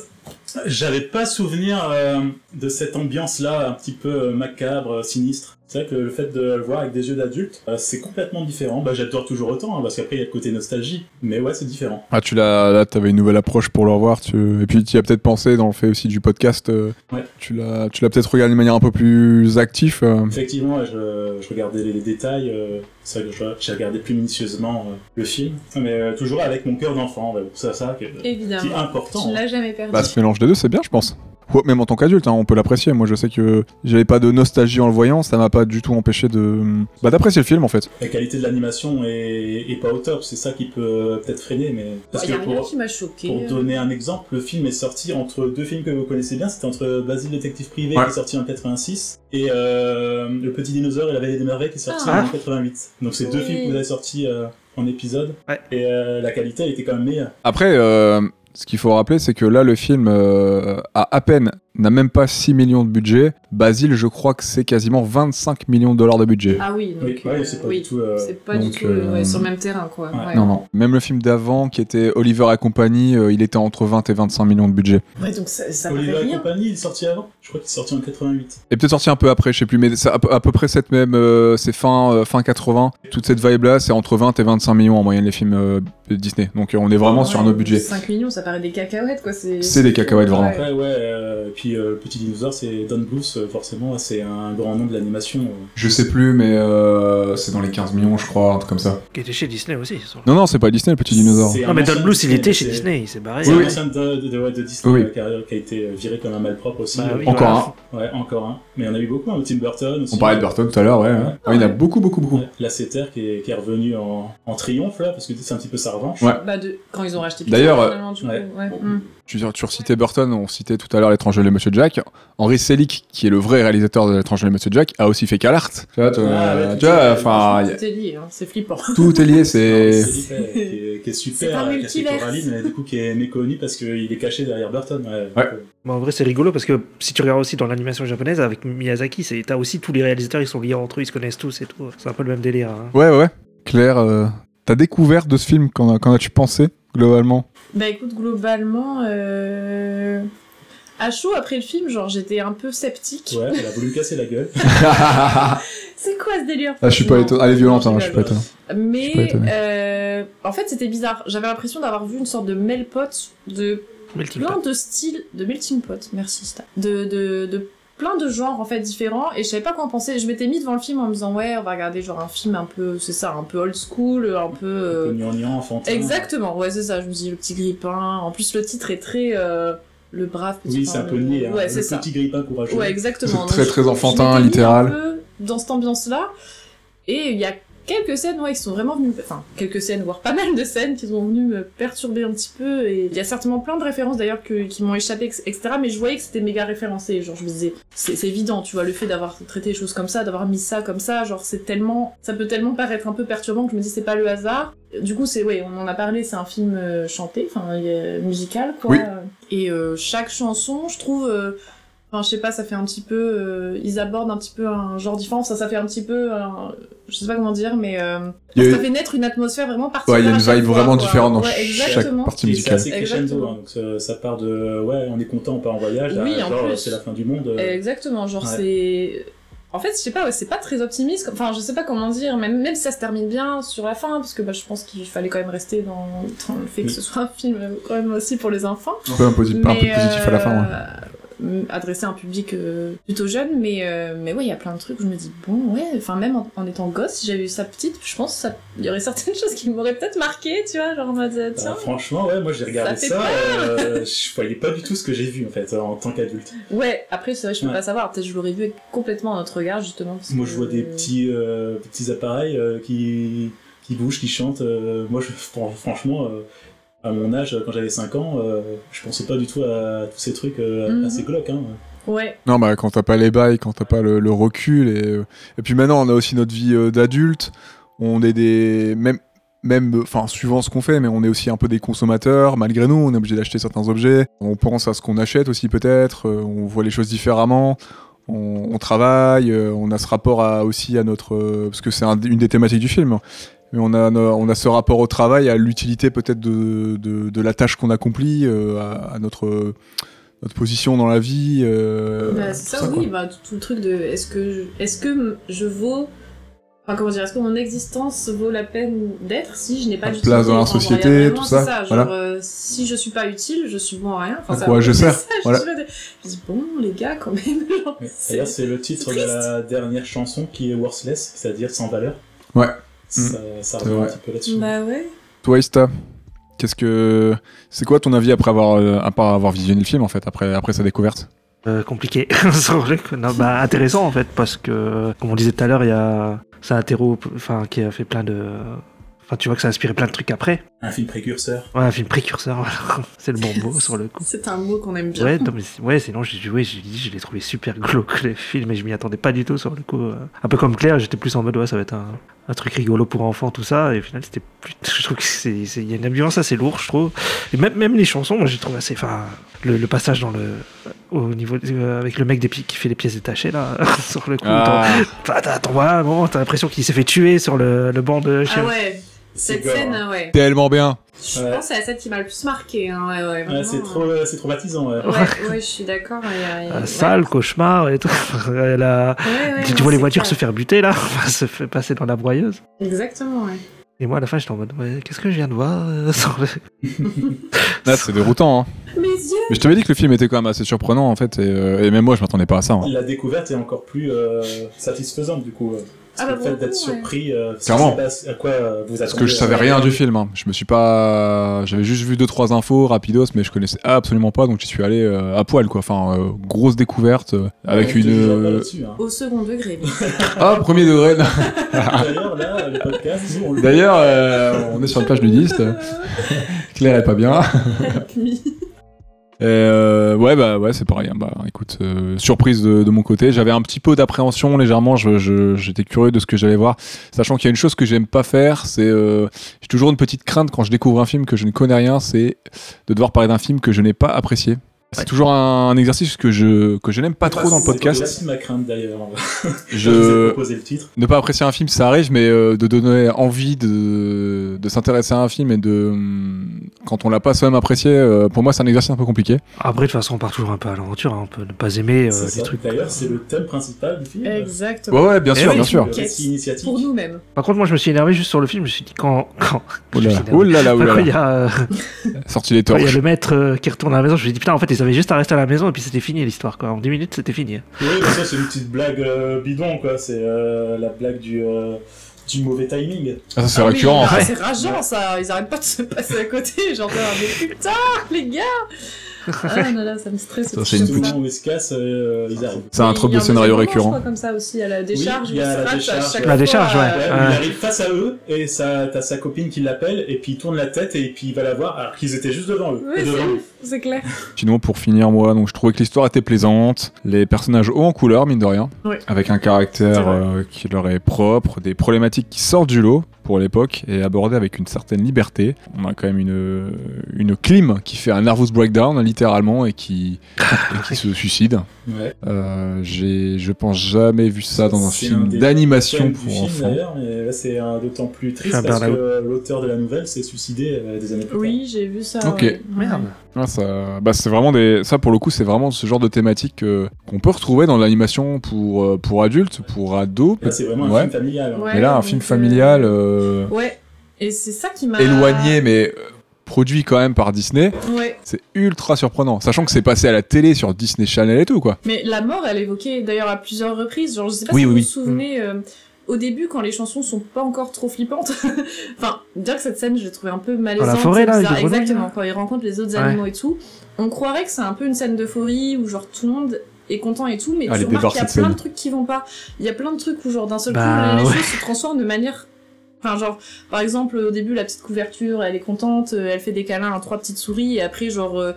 j'avais pas souvenir euh, de cette ambiance-là, un petit peu euh, macabre, euh, sinistre. C'est vrai que le fait de le voir avec des yeux d'adulte, euh, c'est complètement différent. Bah, j'adore toujours autant, hein, parce qu'après, il y a le côté nostalgie. Mais ouais, c'est différent.
Ah, tu l'as, là, t'avais une nouvelle approche pour le revoir. Tu... Et puis, tu y as peut-être pensé dans le fait aussi du podcast. euh,
Ouais.
Tu l'as, tu l'as peut-être regardé de manière un peu plus active. euh.
Effectivement, ouais, je, je regardais les, les détails. euh, c'est vrai que je- j'ai regardé plus minutieusement euh, le film. Mais euh, toujours avec mon cœur d'enfant. bah, c'est ça que- qui est
Évidemment. Tu
important.
ne
hein.
l'as jamais perdu.
Bah, ce mélange des deux, c'est bien, je pense. Ouais, même en tant qu'adulte, hein, on peut l'apprécier. Moi, je sais que j'avais pas de nostalgie en le voyant, ça m'a pas du tout empêché de. Bah, d'apprécier le film, en fait.
La qualité de l'animation est, est pas au top. C'est ça qui peut euh, peut-être freiner. Mais...
Oh, Il
Parce
y a
que
rien
pour-
qui m'a choqué.
Pour donner un exemple, le film est sorti entre deux films que vous connaissez bien. C'était entre Basile Détective Privé
Ouais.
qui est sorti en 86 et euh, Le Petit Dinosaure et la Vallée des Merveilles qui est sorti
Ah.
en 88. Donc c'est deux
Oui.
films que vous avez sortis euh, en épisode.
Ouais.
Et euh, la qualité, elle était quand même meilleure.
Après, euh, ce qu'il faut rappeler, c'est que là, le film euh, a à peine, n'a même pas 6 millions de budget. Basile, je crois que c'est quasiment 25 millions de dollars de budget.
Ah oui, donc.
oui, ouais,
euh,
c'est pas
oui.
du tout. euh,
C'est pas du
donc,
tout euh, ouais,
euh,
sur le même terrain, quoi.
ouais.
Ouais.
Non, non. Même le film d'avant, qui était Oliver et compagnie, euh, il était entre 20 et 25 millions de budget.
Ouais, donc ça, ça paraît
Oliver euh, et
rien.
compagnie, il est sorti avant Je crois qu'il est sorti en 88.
Et peut-être sorti un peu après, je sais plus, mais c'est à, peu- à peu près cette même, euh, c'est fin, euh, fin 80. Toute cette vibe-là, c'est entre 20 et 25 millions en moyenne les films euh, Disney. Donc euh, on est vraiment sur un autre budget.
5 millions, ça paraît des cacahuètes, quoi.
C'est des cacahuètes, vraiment.
Après, ouais, euh, puis euh, Le Petit Dinosaure, c'est Don Bluth, euh, forcément, c'est un grand nom de l'animation. euh.
Je sais plus, mais euh, c'est dans les 15 millions, je crois, un truc comme ça.
Qui était chez Disney aussi. sur le-
Non, non, c'est pas Disney, le petit dinosaure.
C'est un
Non, mais Don
ancien
Bluth, il
Disney,
était
mais
chez
c'est-
Disney, c'est barré. Bah
C'est
Oui,
un ancien de, de, de- ouais, de Disney
Oui.
euh, qui, a, qui a été viré comme un malpropre aussi.
Bah oui.
Encore
voilà.
Ouais, encore un. Mais il y en a eu beaucoup, hein, Tim Burton aussi.
On parlait de Burton tout à l'heure, ouais. ouais. Ouais, il y en a beaucoup, beaucoup, beaucoup.
Ouais, Lasseter qui est, qui est revenu en, en triomphe là, parce que c'est un petit peu sa revanche.
Ouais.
Bah, de... quand ils ont racheté
D'ailleurs, euh,
finalement, du coup,
ouais.
ouais. Mm.
Tu, tu recitais Burton, on citait tout à l'heure L'étranger et Monsieur Jack. Henry Selick, qui est le vrai réalisateur de L'étranger et Monsieur Jack, a aussi fait Calart. Tu vois, tu-
Ah, ouais,
tu
tout
vois,
est-
enfin, y a-
Tout est lié, hein, c'est flippant. (laughs)
tout est lié, c'est.
Céline, ouais, qui, est, qui est
C'est
super, euh,
un
qui a fait
multiverse.
Coraline, mais du coup qui est méconnu parce qu'il est caché derrière Burton. Ouais.
Ouais.
Mais Bah, en vrai, c'est rigolo parce que si tu regardes aussi dans l'animation japonaise avec Miyazaki, c'est- t'as aussi tous les réalisateurs, ils sont liés entre eux, ils se connaissent tous et tout. C'est un peu le même délire. hein.
Ouais, ouais. Claire, euh, t'as découvert de ce film, qu'en, qu'en as-tu pensé, globalement
Bah écoute, globalement, euh... à chaud après le film, genre j'étais un peu sceptique.
euh, Ouais, elle a voulu me casser la gueule.
Ah,
(laughs) C'est quoi ce délire
Je suis pas
Non.
étonné. Elle est violente,
Non,
hein,
je
je suis pas
rigole.
étonné. Je suis pas
Mais
étonné.
euh, en fait, c'était bizarre. J'avais l'impression d'avoir vu une sorte de melpote de
Melting
plein
Pot.
de styles, de melting pot, merci Sta. De, de, de plein de genres en fait différents et je savais pas quoi en penser. Je m'étais mis devant le film en me disant ouais, on va regarder genre un film un peu, c'est ça, un peu old school, un peu. euh,
Cognon, enfantin.
Exactement, ouais, c'est ça. Je me dis le petit grippin. En plus, le titre est très. euh, le brave petit.
Oui, c'est un
enfin,
peu
le-
niais. hein.
Ouais,
Le
c'est ça.
petit grippin courageux.
Ouais, exactement.
C'est très,
je-
très
je
enfantin,
m'étais mis
littéral.
Un peu dans cette ambiance-là. Et il y a quelques scènes ouais, qui sont vraiment venues, enfin quelques scènes, voire pas mal de scènes qui sont venues me perturber un petit peu. Et il y a certainement plein de références d'ailleurs que- qui m'ont échappé, ex- etc. Mais je voyais que c'était méga référencé. Genre je me disais, c'est c'est évident, tu vois, le fait d'avoir traité les choses comme ça, d'avoir mis ça comme ça, genre c'est tellement, ça peut tellement paraître un peu perturbant que je me dis c'est pas le hasard. Du coup c'est ouais, on en a parlé, c'est un film euh, chanté, enfin euh, musical quoi.
Oui.
Et euh, chaque chanson, je trouve. euh, Enfin, je sais pas, ça fait un petit peu. euh, ils abordent un petit peu un genre différent. Ça, ça fait un petit peu. un- je sais pas comment dire, mais euh,
Il y a-
ça fait naître une atmosphère vraiment particulière.
Ouais, il y a une
à chaque
vibe
fois,
vraiment
quoi.
différente dans
Ouais,
chaque
exactement.
partie
Et C'est
musicale.
assez crescendo,
Exactement.
hein, donc ça, ça part de euh, ouais, on est content, on part en voyage, à,
Oui, en
genre
plus.
c'est la fin du monde. euh,
Exactement, genre
Ouais.
c'est. En fait, je sais pas, ouais, c'est pas très optimiste. Enfin, je sais pas comment dire, même, même si ça se termine bien sur la fin, parce que bah, je pense qu'il fallait quand même rester dans, dans le fait que
Oui.
ce soit un film euh, quand même aussi pour les enfants.
Un peu, un posi- un peu
Mais,
positif à la fin, ouais.
euh, Adressé à un public euh, plutôt jeune, mais, euh, mais ouais, il y a plein de trucs où je me dis, bon, ouais, enfin, même en, en étant gosse, si j'avais eu ça petite, je pense que ça- il y aurait certaines (laughs) choses qui m'auraient peut-être marqué, tu vois, genre en mode, euh,
bah,
tiens.
franchement, ouais, moi j'ai regardé
fait
ça, euh, je voyais pas du tout ce que j'ai vu en fait euh, en tant qu'adulte.
Ouais, après, c'est vrai, je peux
Ouais.
pas savoir, peut-être je l'aurais vu complètement à notre regard, justement. parce
Moi
que-
je vois des petits, euh, des petits appareils euh, qui, qui bougent, qui chantent. euh, moi je, fran- franchement, euh, à mon âge, quand j'avais 5 ans, euh, je pensais pas du tout à tous ces trucs, euh, à
Mhm.
ces colocs. Hein.
Ouais,
Non, bah quand t'as pas les bails, quand t'as pas le, le recul, et, euh, et puis maintenant on a aussi notre vie euh, d'adulte, on est des. Même, même, euh, enfin, suivant ce qu'on fait, mais on est aussi un peu des consommateurs, malgré nous, on est obligé d'acheter certains objets, on pense à ce qu'on achète aussi peut-être, euh, on voit les choses différemment, on, on travaille, euh, on a ce rapport à, aussi à notre. euh, parce que c'est un- une des thématiques du film, mais on a, no- on a ce rapport au travail, à l'utilité peut-être de, de- de la tâche qu'on accomplit, euh, à, à notre, euh, notre position dans la vie. euh,
Bah, c'est
tout
ça,
quoi.
oui, bah, tout, tout le truc de est-ce que, je- est-ce que m- je vaux. Enfin, comment dire, est-ce que mon existence vaut la peine d'être si je n'ai pas
Ma
du
place
tout-
dans la
enfin,
société,
voilà, vraiment,
tout
c'est
ça,
genre,
voilà.
euh, si je suis pas utile, je suis bon à rien. Enfin,
À
ça,
quoi je
(laughs) c'est
sers,
ça, je
voilà.
suis là de- Je dis, bon, les gars, quand même. genre,
Ouais.
c'est-
D'ailleurs, c'est le titre de
c'est
la dernière chanson qui est worthless, c'est-à-dire sans valeur.
Ouais. Mhm.
Ça, ça revient un
vrai.
petit peu là-dessus.
Bah ouais.
Toi, Ista, qu'est-ce que c'est quoi ton avis après avoir euh, après avoir visionné le film en fait, après après sa découverte
Euh, compliqué. (laughs) Sur le- non, bah, intéressant en fait parce que, comme on disait tout à l'heure, il y a c'est un terreau, enfin, qui a fait plein de, enfin, tu vois que ça a inspiré plein de trucs après.
Un film précurseur.
Ouais, un film précurseur. (laughs) voilà. c'est le bon mot Oh, sur le coup.
C'est un mot qu'on aime bien.
Ouais, non, mais c'est- ouais, sinon j'ai ouais, j'ai dit, je l'ai trouvé super glauque le film et je m'y attendais pas du tout sur le coup. euh. Un peu comme Claire, j'étais plus en mode ouais, ça va être un, un truc rigolo pour enfants, tout ça. Et au final, c'était plus. (laughs) Je trouve que c'est, c'est- il y a une ambiance assez lourde, je trouve. Et même, même les chansons, moi j'ai trouvé assez. Enfin, le, le passage dans le. Au niveau. euh, avec le mec des, pi- qui fait les pièces détachées là, (laughs) sur le coup. t'en- bah, T'as, t'as- t'en vois un moment, t'as l'impression qu'il s'est fait tuer sur le, le banc de chien.
Ah ouais, cette
gore,
scène,
hein.
ouais.
Tellement bien.
Je
Ouais.
pense que c'est la scène qui m'a le plus marqué. Hein. Ouais, ouais,
Ouais,
vraiment,
c'est
hein.
trop, euh, c'est traumatisant. ouais.
Ouais, ouais, je suis d'accord. il y a- il y a-
Euh, sale, cauchemar et tout. (laughs) La-
Ouais, ouais,
tu
non,
vois les
c'est
voitures
clair.
se faire buter là, (laughs) se faire passer dans la broyeuse.
Exactement, ouais.
Et moi, à la fin, j'étais en mode, ouais, qu'est-ce que je viens de voir euh, (laughs) sur le-
Là, c'est déroutant. Hein.
Mes yeux
Mais je t'avais dit que le film était quand même assez surprenant en fait, et, euh, et même moi, je m'attendais pas à ça. hein.
La découverte est encore plus euh, satisfaisante du coup. euh,
Ah
parce que
bah,
le
pour
fait
le
d'être
coup, ouais.
surpris, euh, parce que
Clairement.
je sais pas à quoi euh, vous attendez.
Parce que je
euh,
savais rien du film. hein. Je me suis pas, j'avais juste vu deux trois infos rapidos, mais je connaissais absolument pas, donc j'y suis allé euh, à poil quoi. Enfin, euh, grosse découverte euh, avec
on te jugera pas
une. euh,
là-dessus, hein.
Au second degré.
Ah, premier degré. non.
D'ailleurs, là, le podcast, nous, on le
euh, D'ailleurs, euh, on est sur une page nudiste.
(laughs)
Claire est pas bien. Et, euh, ouais, bah ouais, c'est pareil. hein. Bah, écoute, euh, surprise de, de mon côté. J'avais un petit peu d'appréhension légèrement. je- je- J'étais curieux de ce que j'allais voir, sachant qu'il y a une chose que j'aime pas faire. C'est euh, j'ai toujours une petite crainte quand je découvre un film que je ne connais rien, c'est de devoir parler d'un film que je n'ai pas apprécié. C'est toujours un, un exercice que je que je n'aime pas trop dans le
C'est
podcast.
aussi ma crainte d'ailleurs. (laughs) Je vous ai
Je
proposé le titre.
ne pas apprécier un film, ça arrive, mais euh, de donner envie de, de s'intéresser à un film et de hum, quand on l'a pas soi-même apprécié, euh, pour moi c'est un exercice un peu compliqué.
Après, de toute façon, on part toujours un peu à l'aventure. hein. On peut ne pas aimer
C'est
euh,
ça.
les trucs.
D'ailleurs, c'est le thème principal du film. Euh,
Exactement.
Ouais, ouais, bien
Eh
sûr,
oui,
ben, bien
tu-
sûr.
Le récit initiatique.
Pour nous-mêmes.
Par contre, moi, je me suis énervé juste sur le film. Je me suis dit, quand.
(laughs)
quand...
Oh
je me
là là,
suis énervé.
oh là là, oh
Enfin,
là
quand il
là.
y, a, euh,
Sorti les
quand il y a
torches.
le maître euh, qui retourne à la maison, je me suis dit, putain, en fait, ils avaient juste à rester à la maison et puis c'était fini l'histoire. quoi. En 10 minutes, c'était fini. hein.
Oui, mais ça, c'est une petite blague euh, bidon, quoi. C'est euh, la blague du, euh, du mauvais timing.
Ah, ça c'est
Ah oui,
récurrent.
bah,
hein.
(laughs)
ouais.
C'est rageant ça, ils arrêtent pas de se passer à côté. Genre, mais putain, les gars Ah là là, ça me stresse.
Ça, c'est une
tout
petite-
ça.
Où ils se cassent, euh, ils arrivent.
C'est un
Mais
trope
il y
de
a
scénario
moment, je crois,
récurrent.
comme ça aussi, à la décharge,
Oui, il y a
où
la
ça rate
décharge,
à chaque
ouais.
La
fois,
décharge, ouais.
Ouais,
euh,
Il
Ouais.
arrive face à eux et ça, t'as sa copine qui l'appelle et puis il tourne la tête et puis il va la voir alors qu'ils étaient juste devant eux.
Oui, c'est
devant lui.
ouf, c'est clair.
Sinon, pour finir, moi, donc je trouvais que l'histoire était plaisante, les personnages hauts en couleur, mine de rien,
Oui.
avec un
C'est
caractère
vrai.
euh, qui leur est propre, des problématiques qui sortent du lot pour l'époque et abordées avec une certaine liberté. On a quand même une, une clim qui fait un nervous breakdown, littéralement, et qui, et qui se suicide.
Ouais.
Euh, j'ai, je pense, jamais vu ça dans un
C'est
film
un des
d'animation
thème du
pour
film,
enfants.
d'ailleurs, mais là c'est un- d'autant plus triste
Enfin,
parce
par là-
que euh, l'auteur de la nouvelle s'est suicidé euh, des années plus tard.
Oui, j'ai vu ça.
Ok.
ouais.
Merde.
Ouais, ça, bah, c'est vraiment des, ça pour le coup, c'est vraiment ce genre de thématique euh, qu'on peut retrouver dans l'animation pour euh, pour adultes, pour ados.
Là c'est vraiment un
Ouais.
film familial. hein.
Ouais,
Mais là, un
donc,
film
euh, Ah.
familial euh,
Ouais, et c'est ça qui m'a.
éloigné, mais euh, produit quand même par Disney,
Ouais,
c'est ultra surprenant. Sachant que c'est passé à la télé sur Disney Channel et tout, quoi.
mais la mort, elle est évoquée d'ailleurs à plusieurs reprises. Genre, je sais pas
Oui,
si
oui,
vous
oui.
vous souvenez. euh, au début, quand les chansons sont pas encore trop flippantes, (laughs) enfin, dire que cette scène, je l'ai trouvée un peu malaisante.
forêt,
c'est
là,
bizarre.
avec les grenouilles,
Exactement,
là.
quand ils rencontrent les autres
Ouais.
animaux et tout, on croirait que c'est un peu une scène d'euphorie où genre tout le monde est content et tout, mais
Ah, elle est
tu remarques
bavard,
qu'il y a
cette
plein de
scène.
trucs qui vont pas. Il y a plein de trucs où genre d'un seul
Bah,
coup, les
ouais.
choses se transforment de manière, enfin genre par exemple, au début, la petite couverture, elle est contente, euh, elle fait des câlins à trois petites souris, et après, genre, euh,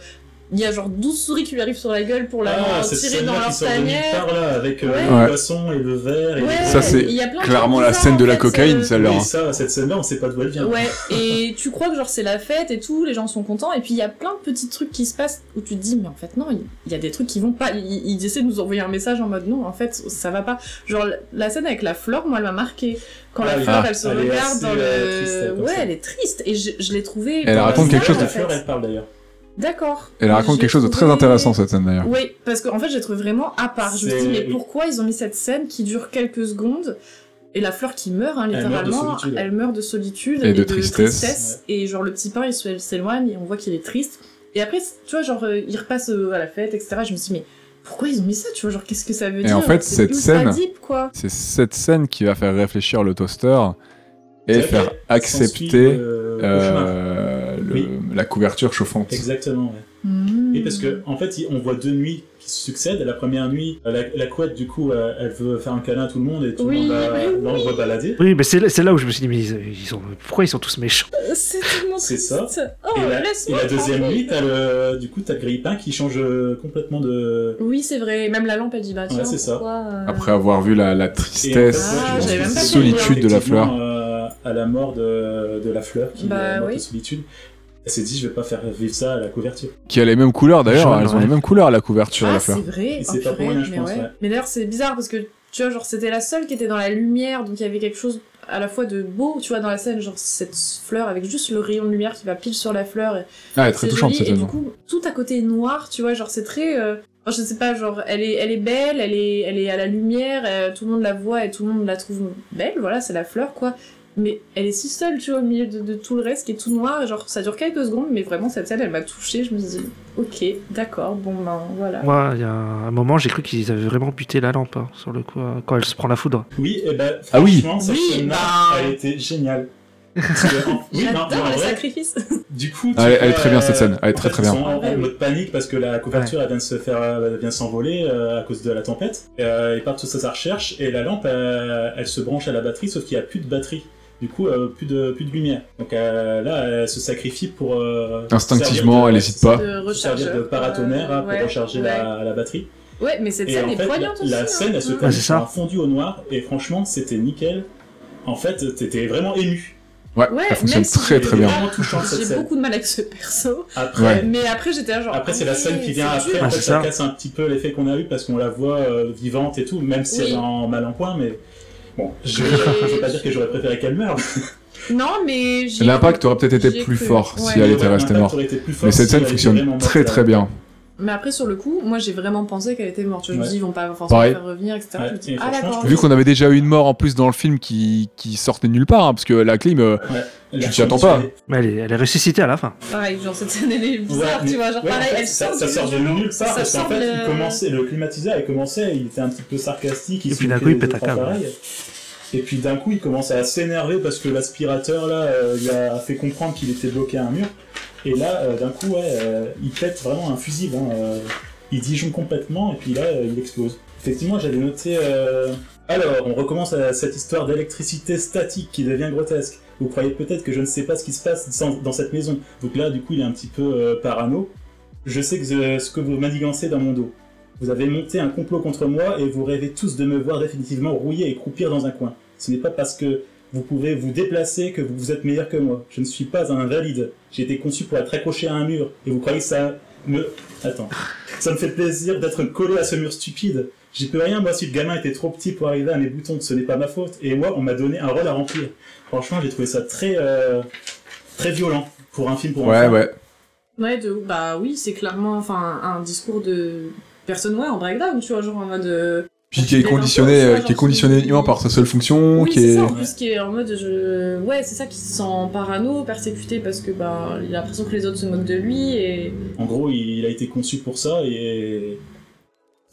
il y a genre 12 souris qui lui arrivent sur la gueule pour la
Ah, cette
tirer
scène-là
dans
qui
leur
sort de nulle
tanière.
part, là, avec euh,
Ouais.
le
Ouais.
poisson et le verre. Et
Ouais,
Ça, c'est
il y a plein de
Clairement
trucs
la
bizarres,
scène de
en
la
fait,
cocaïne,
euh,
celle-là.
Et
hein.
ça, cette scène-là, on sait pas d'où elle vient.
Ouais, et tu crois que genre c'est la fête et tout, les gens sont contents, et puis il y a plein de petits trucs qui se passent où tu te dis, mais en fait, non, il il y a des trucs qui vont pas. Ils, ils essaient de nous envoyer un message en mode, non, en fait, ça va pas. Genre, la scène avec la flore, moi, elle m'a marqué. Quand
Ah
la
oui.
flore,
Ah.
elle se
Elle est
regarde
assez,
dans
euh,
le.
triste, elle, comme
ouais,
ça.
elle est triste, et je, je l'ai trouvée.
Elle
dans
raconte
la
quelque
salle,
chose de-
en fait.
fleur, elle parle d'ailleurs.
D'accord.
Elle raconte
Je
quelque chose de très
trouvais-
intéressant cette scène d'ailleurs.
Oui, parce qu'en en fait, j'ai trouvé vraiment à part. Je me suis
C'est-
dit, mais pourquoi ils ont mis cette scène qui dure quelques secondes et la fleur qui meurt, hein,
Elle meurt de
littéralement,
solitude.
elle meurt de solitude
Et de tristesse.
Et genre, le petit pain, il se- il s'éloigne et on voit qu'il est triste. Et après, tu vois, genre, euh, il repasse euh, à la fête, etc. Je me suis dit, mais pourquoi ils ont mis ça Tu vois, genre, qu'est-ce que ça veut
Et
dire
en fait,
C'est
cette
ultra
scène-
deep, quoi.
C'est cette scène qui va faire réfléchir le toaster et
C'est
faire
vrai, s'ensuit
accepter
le cauchemar.
euh, le-
euh, Oui.
la couverture chauffante.
Exactement, ouais. Oui, parce que en fait, il- on voit deux nuits qui se succèdent. La première nuit, euh, la, la couette, du coup, euh, elle veut faire un câlin à tout le monde et tout
Oui,
le monde la,
oui.
l'envoie balader.
Oui, mais c'est là, c'est là où je me suis dit, mais ils, ils sont, pourquoi ils sont tous méchants
Euh, C'est tellement
C'est
triste.
ça.
Oh,
et, la, et
laisse-moi
la deuxième
tranquille.
nuit, t'as le, du coup, t'as le grille-pain qui change euh, complètement de.
Oui, c'est vrai. Même la lampe, elle dit, bah, tiens,
c'est ça.
pourquoi, euh,
Après avoir vu la, la
Et en fait, ouais,
tristesse,
Ah,
je pense
j'avais
que
même pas
c'est
solitude
lié,
de la
effectivement,
fleur.
euh, à la mort de, de la fleur, qui
Bah,
est morte
oui.
de solitude. Elle s'est dit, je vais pas faire vivre ça à la couverture.
qui a les mêmes couleurs d'ailleurs,
Jaune,
elles ont
ouais.
les mêmes couleurs la couverture
ah,
la fleur.
C'est vrai,
Et
Oh,
c'est pas pour
purée,
rien, je
mais
pense,
ouais.
ouais.
Mais d'ailleurs, c'est bizarre parce que tu vois, genre, c'était la seule qui était dans la lumière, donc il y avait quelque chose à la fois de beau, tu vois, dans la scène, genre cette fleur avec juste le rayon de lumière qui va pile sur la fleur. et
Ah, elle est très
c'est
touchante
joli,
cette
Et du
scène.
coup, tout à côté est noir, tu vois, genre, c'est très. euh, enfin, je sais pas, genre, elle est, elle est belle, elle est, elle est à la lumière, euh, tout le monde la voit et tout le monde la trouve belle, voilà, c'est la fleur, quoi. Mais elle est si seule, tu vois, au milieu de, de tout le reste qui est tout noir, et genre, ça dure quelques secondes, mais vraiment, cette scène, elle m'a touchée, je me suis dit, ok, d'accord, bon ben, voilà.
Moi, il y a un un moment, j'ai cru qu'ils avaient vraiment buté la lampe, hein, sur le coup, euh, quand elle se prend la foudre.
Oui, et ben,
Ah oui.
franchement, cette
Oui,
scène-là,
bah.
elle était géniale. Parce que, en- oui, non, mais en
J'adore les
vrai,
sacrifices.
Du coup, tu
Elle est- Ah, elle est
vois,
très bien,
euh,
cette scène. Elle est
en
très,
fait,
très bien.
Ils sont en- en mode panique parce que la couverture elle vient de se faire, elle vient de s'envoler euh, à cause de la tempête. Euh, ils partent tous à sa recherche et la lampe, euh, elle se branche à la batterie, sauf qu'il n'y a plus de batterie. Du coup, euh, plus de plus de lumière. Donc euh, là, elle se sacrifie pour euh,
Instinctivement,
servir de-
elle hésite pas.
se ah,
de
Servir de
rechargeur. euh,
paratonnerre hein, pour
Ouais,
recharger
ouais.
la, la batterie.
Ouais, mais cette
Et
scène
en
est
fait, la,
poignante aussi.
la
hein.
scène, elle se
Mm.
termine
c'est
sur
ça.
un fondu au noir et franchement, c'était nickel. En fait, t'étais vraiment ému.
Ouais,
Ouais,
elle fonctionne
même si
très
j'ai
très
des
bien.
Vraiment touchante cette
J'ai
scène.
beaucoup de mal avec ce perso.
Après,
Ouais.
Mais après, j'étais là genre.
Après, c'est la
ok,
scène qui vient
c'est
après.
dur.
En
Ah,
fait,
c'est
ça
ça.
casse un petit peu l'effet qu'on a eu parce qu'on la voit euh, vivante et tout, même si
Oui.
elle est en mal en point. Mais bon, je,
Mais-
je veux pas dire que j'aurais préféré qu'elle meure.
Non, mais. j'y ai
L'impact
cru.
aurait peut-être
J'y
été
ai
plus
cru.
fort
Ouais.
si elle était
Ouais,
restée
l'impact
morte.
aurait été plus fort
Mais cette
si
scène
elle était vraiment
fonctionne
morte,
très
là.
très bien.
Mais après, sur le coup, moi j'ai vraiment pensé qu'elle était morte. Je me
Ouais.
dis, ils vont pas forcément
Pareil.
faire revenir, etc.
Ouais,
Je me dis,
et
ah
franchement,
d'accord.
je
Vu qu'on avait déjà eu une mort en plus dans le film qui, qui sortait de nulle part, hein, parce que la clim, euh,
La
Tu t'y attends
condition
pas.
est-
Mais elle est, elle est ressuscitée à la fin.
Pareil, genre cette scène elle est bizarre,
Ouais, mais-
tu vois. Genre
ouais, en
pareil,
fait,
elle
ça,
sort
ça
du-
sort de nulle
ça
part parce qu'en
sort
fait,
de-
il commençait, le climatiseur, il commençait, il était un petit peu sarcastique.
Et puis
se
d'un
moquait
coup,
des
il pète
autres
un câble.
appareils. Et puis d'un coup, il commence à s'énerver parce que l'aspirateur là euh, lui a fait comprendre qu'il était bloqué à un mur. Et là, euh, d'un coup, ouais, euh, il pète vraiment un fusible. hein, euh, il disjoncte complètement et puis là, euh, il explose. Effectivement, j'avais noté. euh, Alors, on recommence à cette histoire d'électricité statique qui devient grotesque. Vous croyez peut-être que je ne sais pas ce qui se passe sans- dans cette maison. Donc là, du coup, il est un petit peu euh, parano. Je sais que je- ce que vous m'indigancez dans mon dos. Vous avez monté un complot contre moi et vous rêvez tous de me voir définitivement rouillé et croupir dans un coin. Ce n'est pas parce que vous pouvez vous déplacer que vous êtes meilleur que moi. Je ne suis pas un invalide. J'ai été conçu pour être accroché à un mur. Et vous croyez que ça me... Attends. Ça me fait plaisir d'être collé à ce mur stupide. J'y peux rien, moi, si le gamin était trop petit pour arriver à mes boutons, ce n'est pas ma faute. Et moi, on m'a donné un rôle à remplir. Franchement, j'ai trouvé ça très... euh, très violent pour un film pour
Ouais,
enfants.
ouais.
Ouais, de ouf. Bah oui, c'est clairement enfin un discours de personne ouais en breakdown, tu vois, genre en mode. euh,
Puis qui est conditionné, euh, qui est conditionné uniquement par sa seule fonction,
oui,
qui
c'est
est.
ça, en plus, qui est en mode. Je... Ouais, c'est ça, qui se sent parano, persécuté parce que bah il a l'impression que les autres se moquent de lui et.
En gros, il a été conçu pour ça et...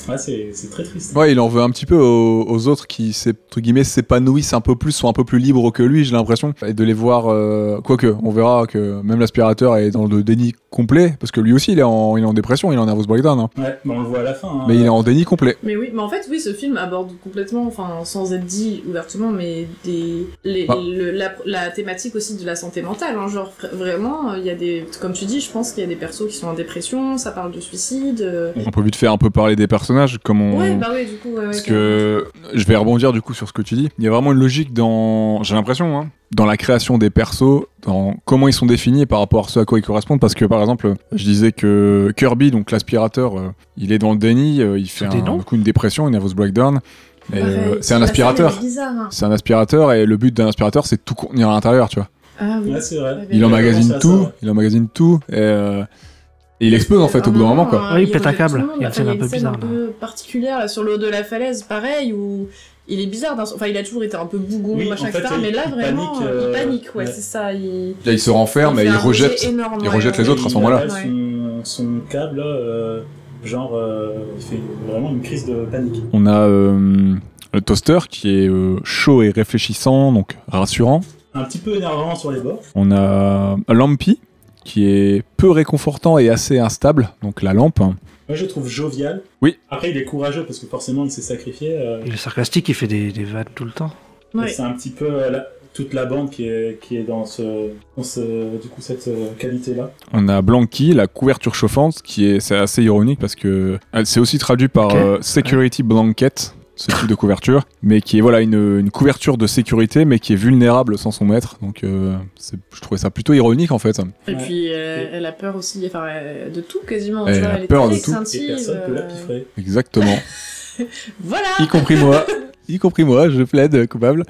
Ouais, c'est c'est très triste.
Ouais, il en veut un petit peu aux, aux autres qui, s'é- entre guillemets, s'épanouissent un peu plus, sont un peu plus libres que lui, j'ai l'impression. Et de les voir, euh, quoique, on verra que même l'aspirateur est dans le déni complet, parce que lui aussi, il est en, il est en dépression, il est en nervous breakdown. hein.
Ouais, bah, on le voit à la fin. hein.
Mais il est en déni complet.
Mais oui, mais en fait, oui, ce film aborde complètement, enfin, sans être dit ouvertement, mais des, les-
Ah.
le- la, la thématique aussi de la santé mentale. hein, genre, vra- vraiment, euh, il y a des. Comme tu dis, je pense qu'il y a des persos qui sont en dépression, ça parle de suicide. euh,
On peut vite faire un peu parler des personnages, comme on.
Ouais, bah oui, du coup, ouais, ouais,
Hmm. Parce
carrément.
que je vais rebondir du coup sur ce que tu dis. Il y a vraiment une logique dans, j'ai l'impression, hein, dans la création des persos, dans comment ils sont définis par rapport à ce à quoi ils correspondent. Parce que par exemple, je disais que Kirby, donc l'aspirateur, euh, il est dans le déni, euh, il fait
Tout est
un,
non.
du coup une dépression, une nervous breakdown. Et,
Pareil,
euh, c'est un
la
aspirateur.
scène, elle est bizarre, hein.
C'est un aspirateur et le but d'un aspirateur, c'est de tout contenir à l'intérieur, tu vois.
Ah oui.
Ouais, c'est vrai.
Ouais,
Il
mais-
commence
emmagasine
à
tout,
ça.
il emmagasine tout et, euh, et il explose en fait au bout d'un moment, quoi.
hein,
Ouais, il pète un
revient
câble.
tout le monde.
Il y a une
Enfin,
scène un peu bizarre,
un
là.
peu particulière là, sur le haut de la falaise, pareil, où il est bizarre. d'un- Enfin, il a toujours été un peu bougon,
Oui,
machin,
en fait,
etc.
il-
Mais là,
il
vraiment,
panique, euh,
il panique, ouais,
ouais.
c'est ça. Il,
Là, il se renferme
fait
et il
un rejet
rejette.
énorme,
il
ouais,
rejette
ouais,
les
Et
autres à ce
il
moment-là.
avale Son, son câble, là, euh, genre, euh, il fait vraiment une crise de panique.
On a euh, le toaster qui est euh, chaud et réfléchissant, donc rassurant.
Un petit peu énervant sur les bords.
On a Lampy qui est peu réconfortant et assez instable, donc la lampe.
Moi, je le trouve jovial.
Oui.
Après, il est courageux parce que forcément, il s'est sacrifié. euh,
Et le sarcastique, il fait des, des vannes tout le temps.
et
Ouais.
C'est un petit peu euh, la- toute la bande qui est, qui est dans, ce, dans ce- du coup, cette euh, qualité-là.
On a Blanky, la couverture chauffante, qui est c'est assez ironique parce que elle- c'est aussi traduit par
Ok.
euh, Security Blanket, ce type de couverture, mais qui est voilà une, une couverture de sécurité, mais qui est vulnérable sans son maître. Donc euh, c'est- je trouvais ça plutôt ironique en fait.
Et
Ouais.
puis euh, elle, elle a peur aussi, enfin euh, de tout quasiment.
Elle
tu vois,
a
elle est
peur
très
de tout.
Et
craintive,
personne ne peut la
euh,
piffrer.
Exactement.
Voilà. (laughs)
y compris moi. Y compris moi, je plaide euh, coupable.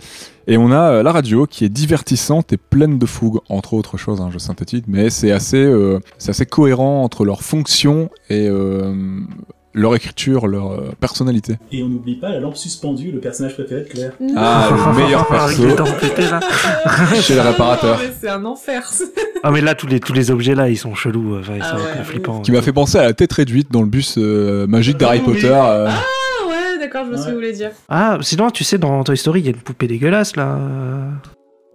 Et on a euh, la radio qui est divertissante et pleine de fougue, entre autres choses, hein, je synthétise, mais c'est assez, euh, c'est assez cohérent entre leur fonction et euh, leur écriture, leur euh, personnalité.
Et on n'oublie pas la lampe suspendue, le personnage préféré de Claire.
Non.
Ah, (laughs) le
(laughs)
meilleur
Avec les
perso
dents pétées, là.
chez le réparateur.
Non, mais c'est un enfer. ça.
Ah, mais là, tous les, tous les objets là, ils sont chelous. euh, Enfin, ils
Ah
sont
ouais,
un peu
oui.
flippants.
Qui m'a fait penser à la tête réduite dans le bus euh, magique d'Harry
Oui.
Potter. euh,
Ah ouais, d'accord, je vois ce que
Ouais.
vous voulez dire.
Ah, sinon, tu sais, dans Toy Story, il y a une poupée dégueulasse là. euh,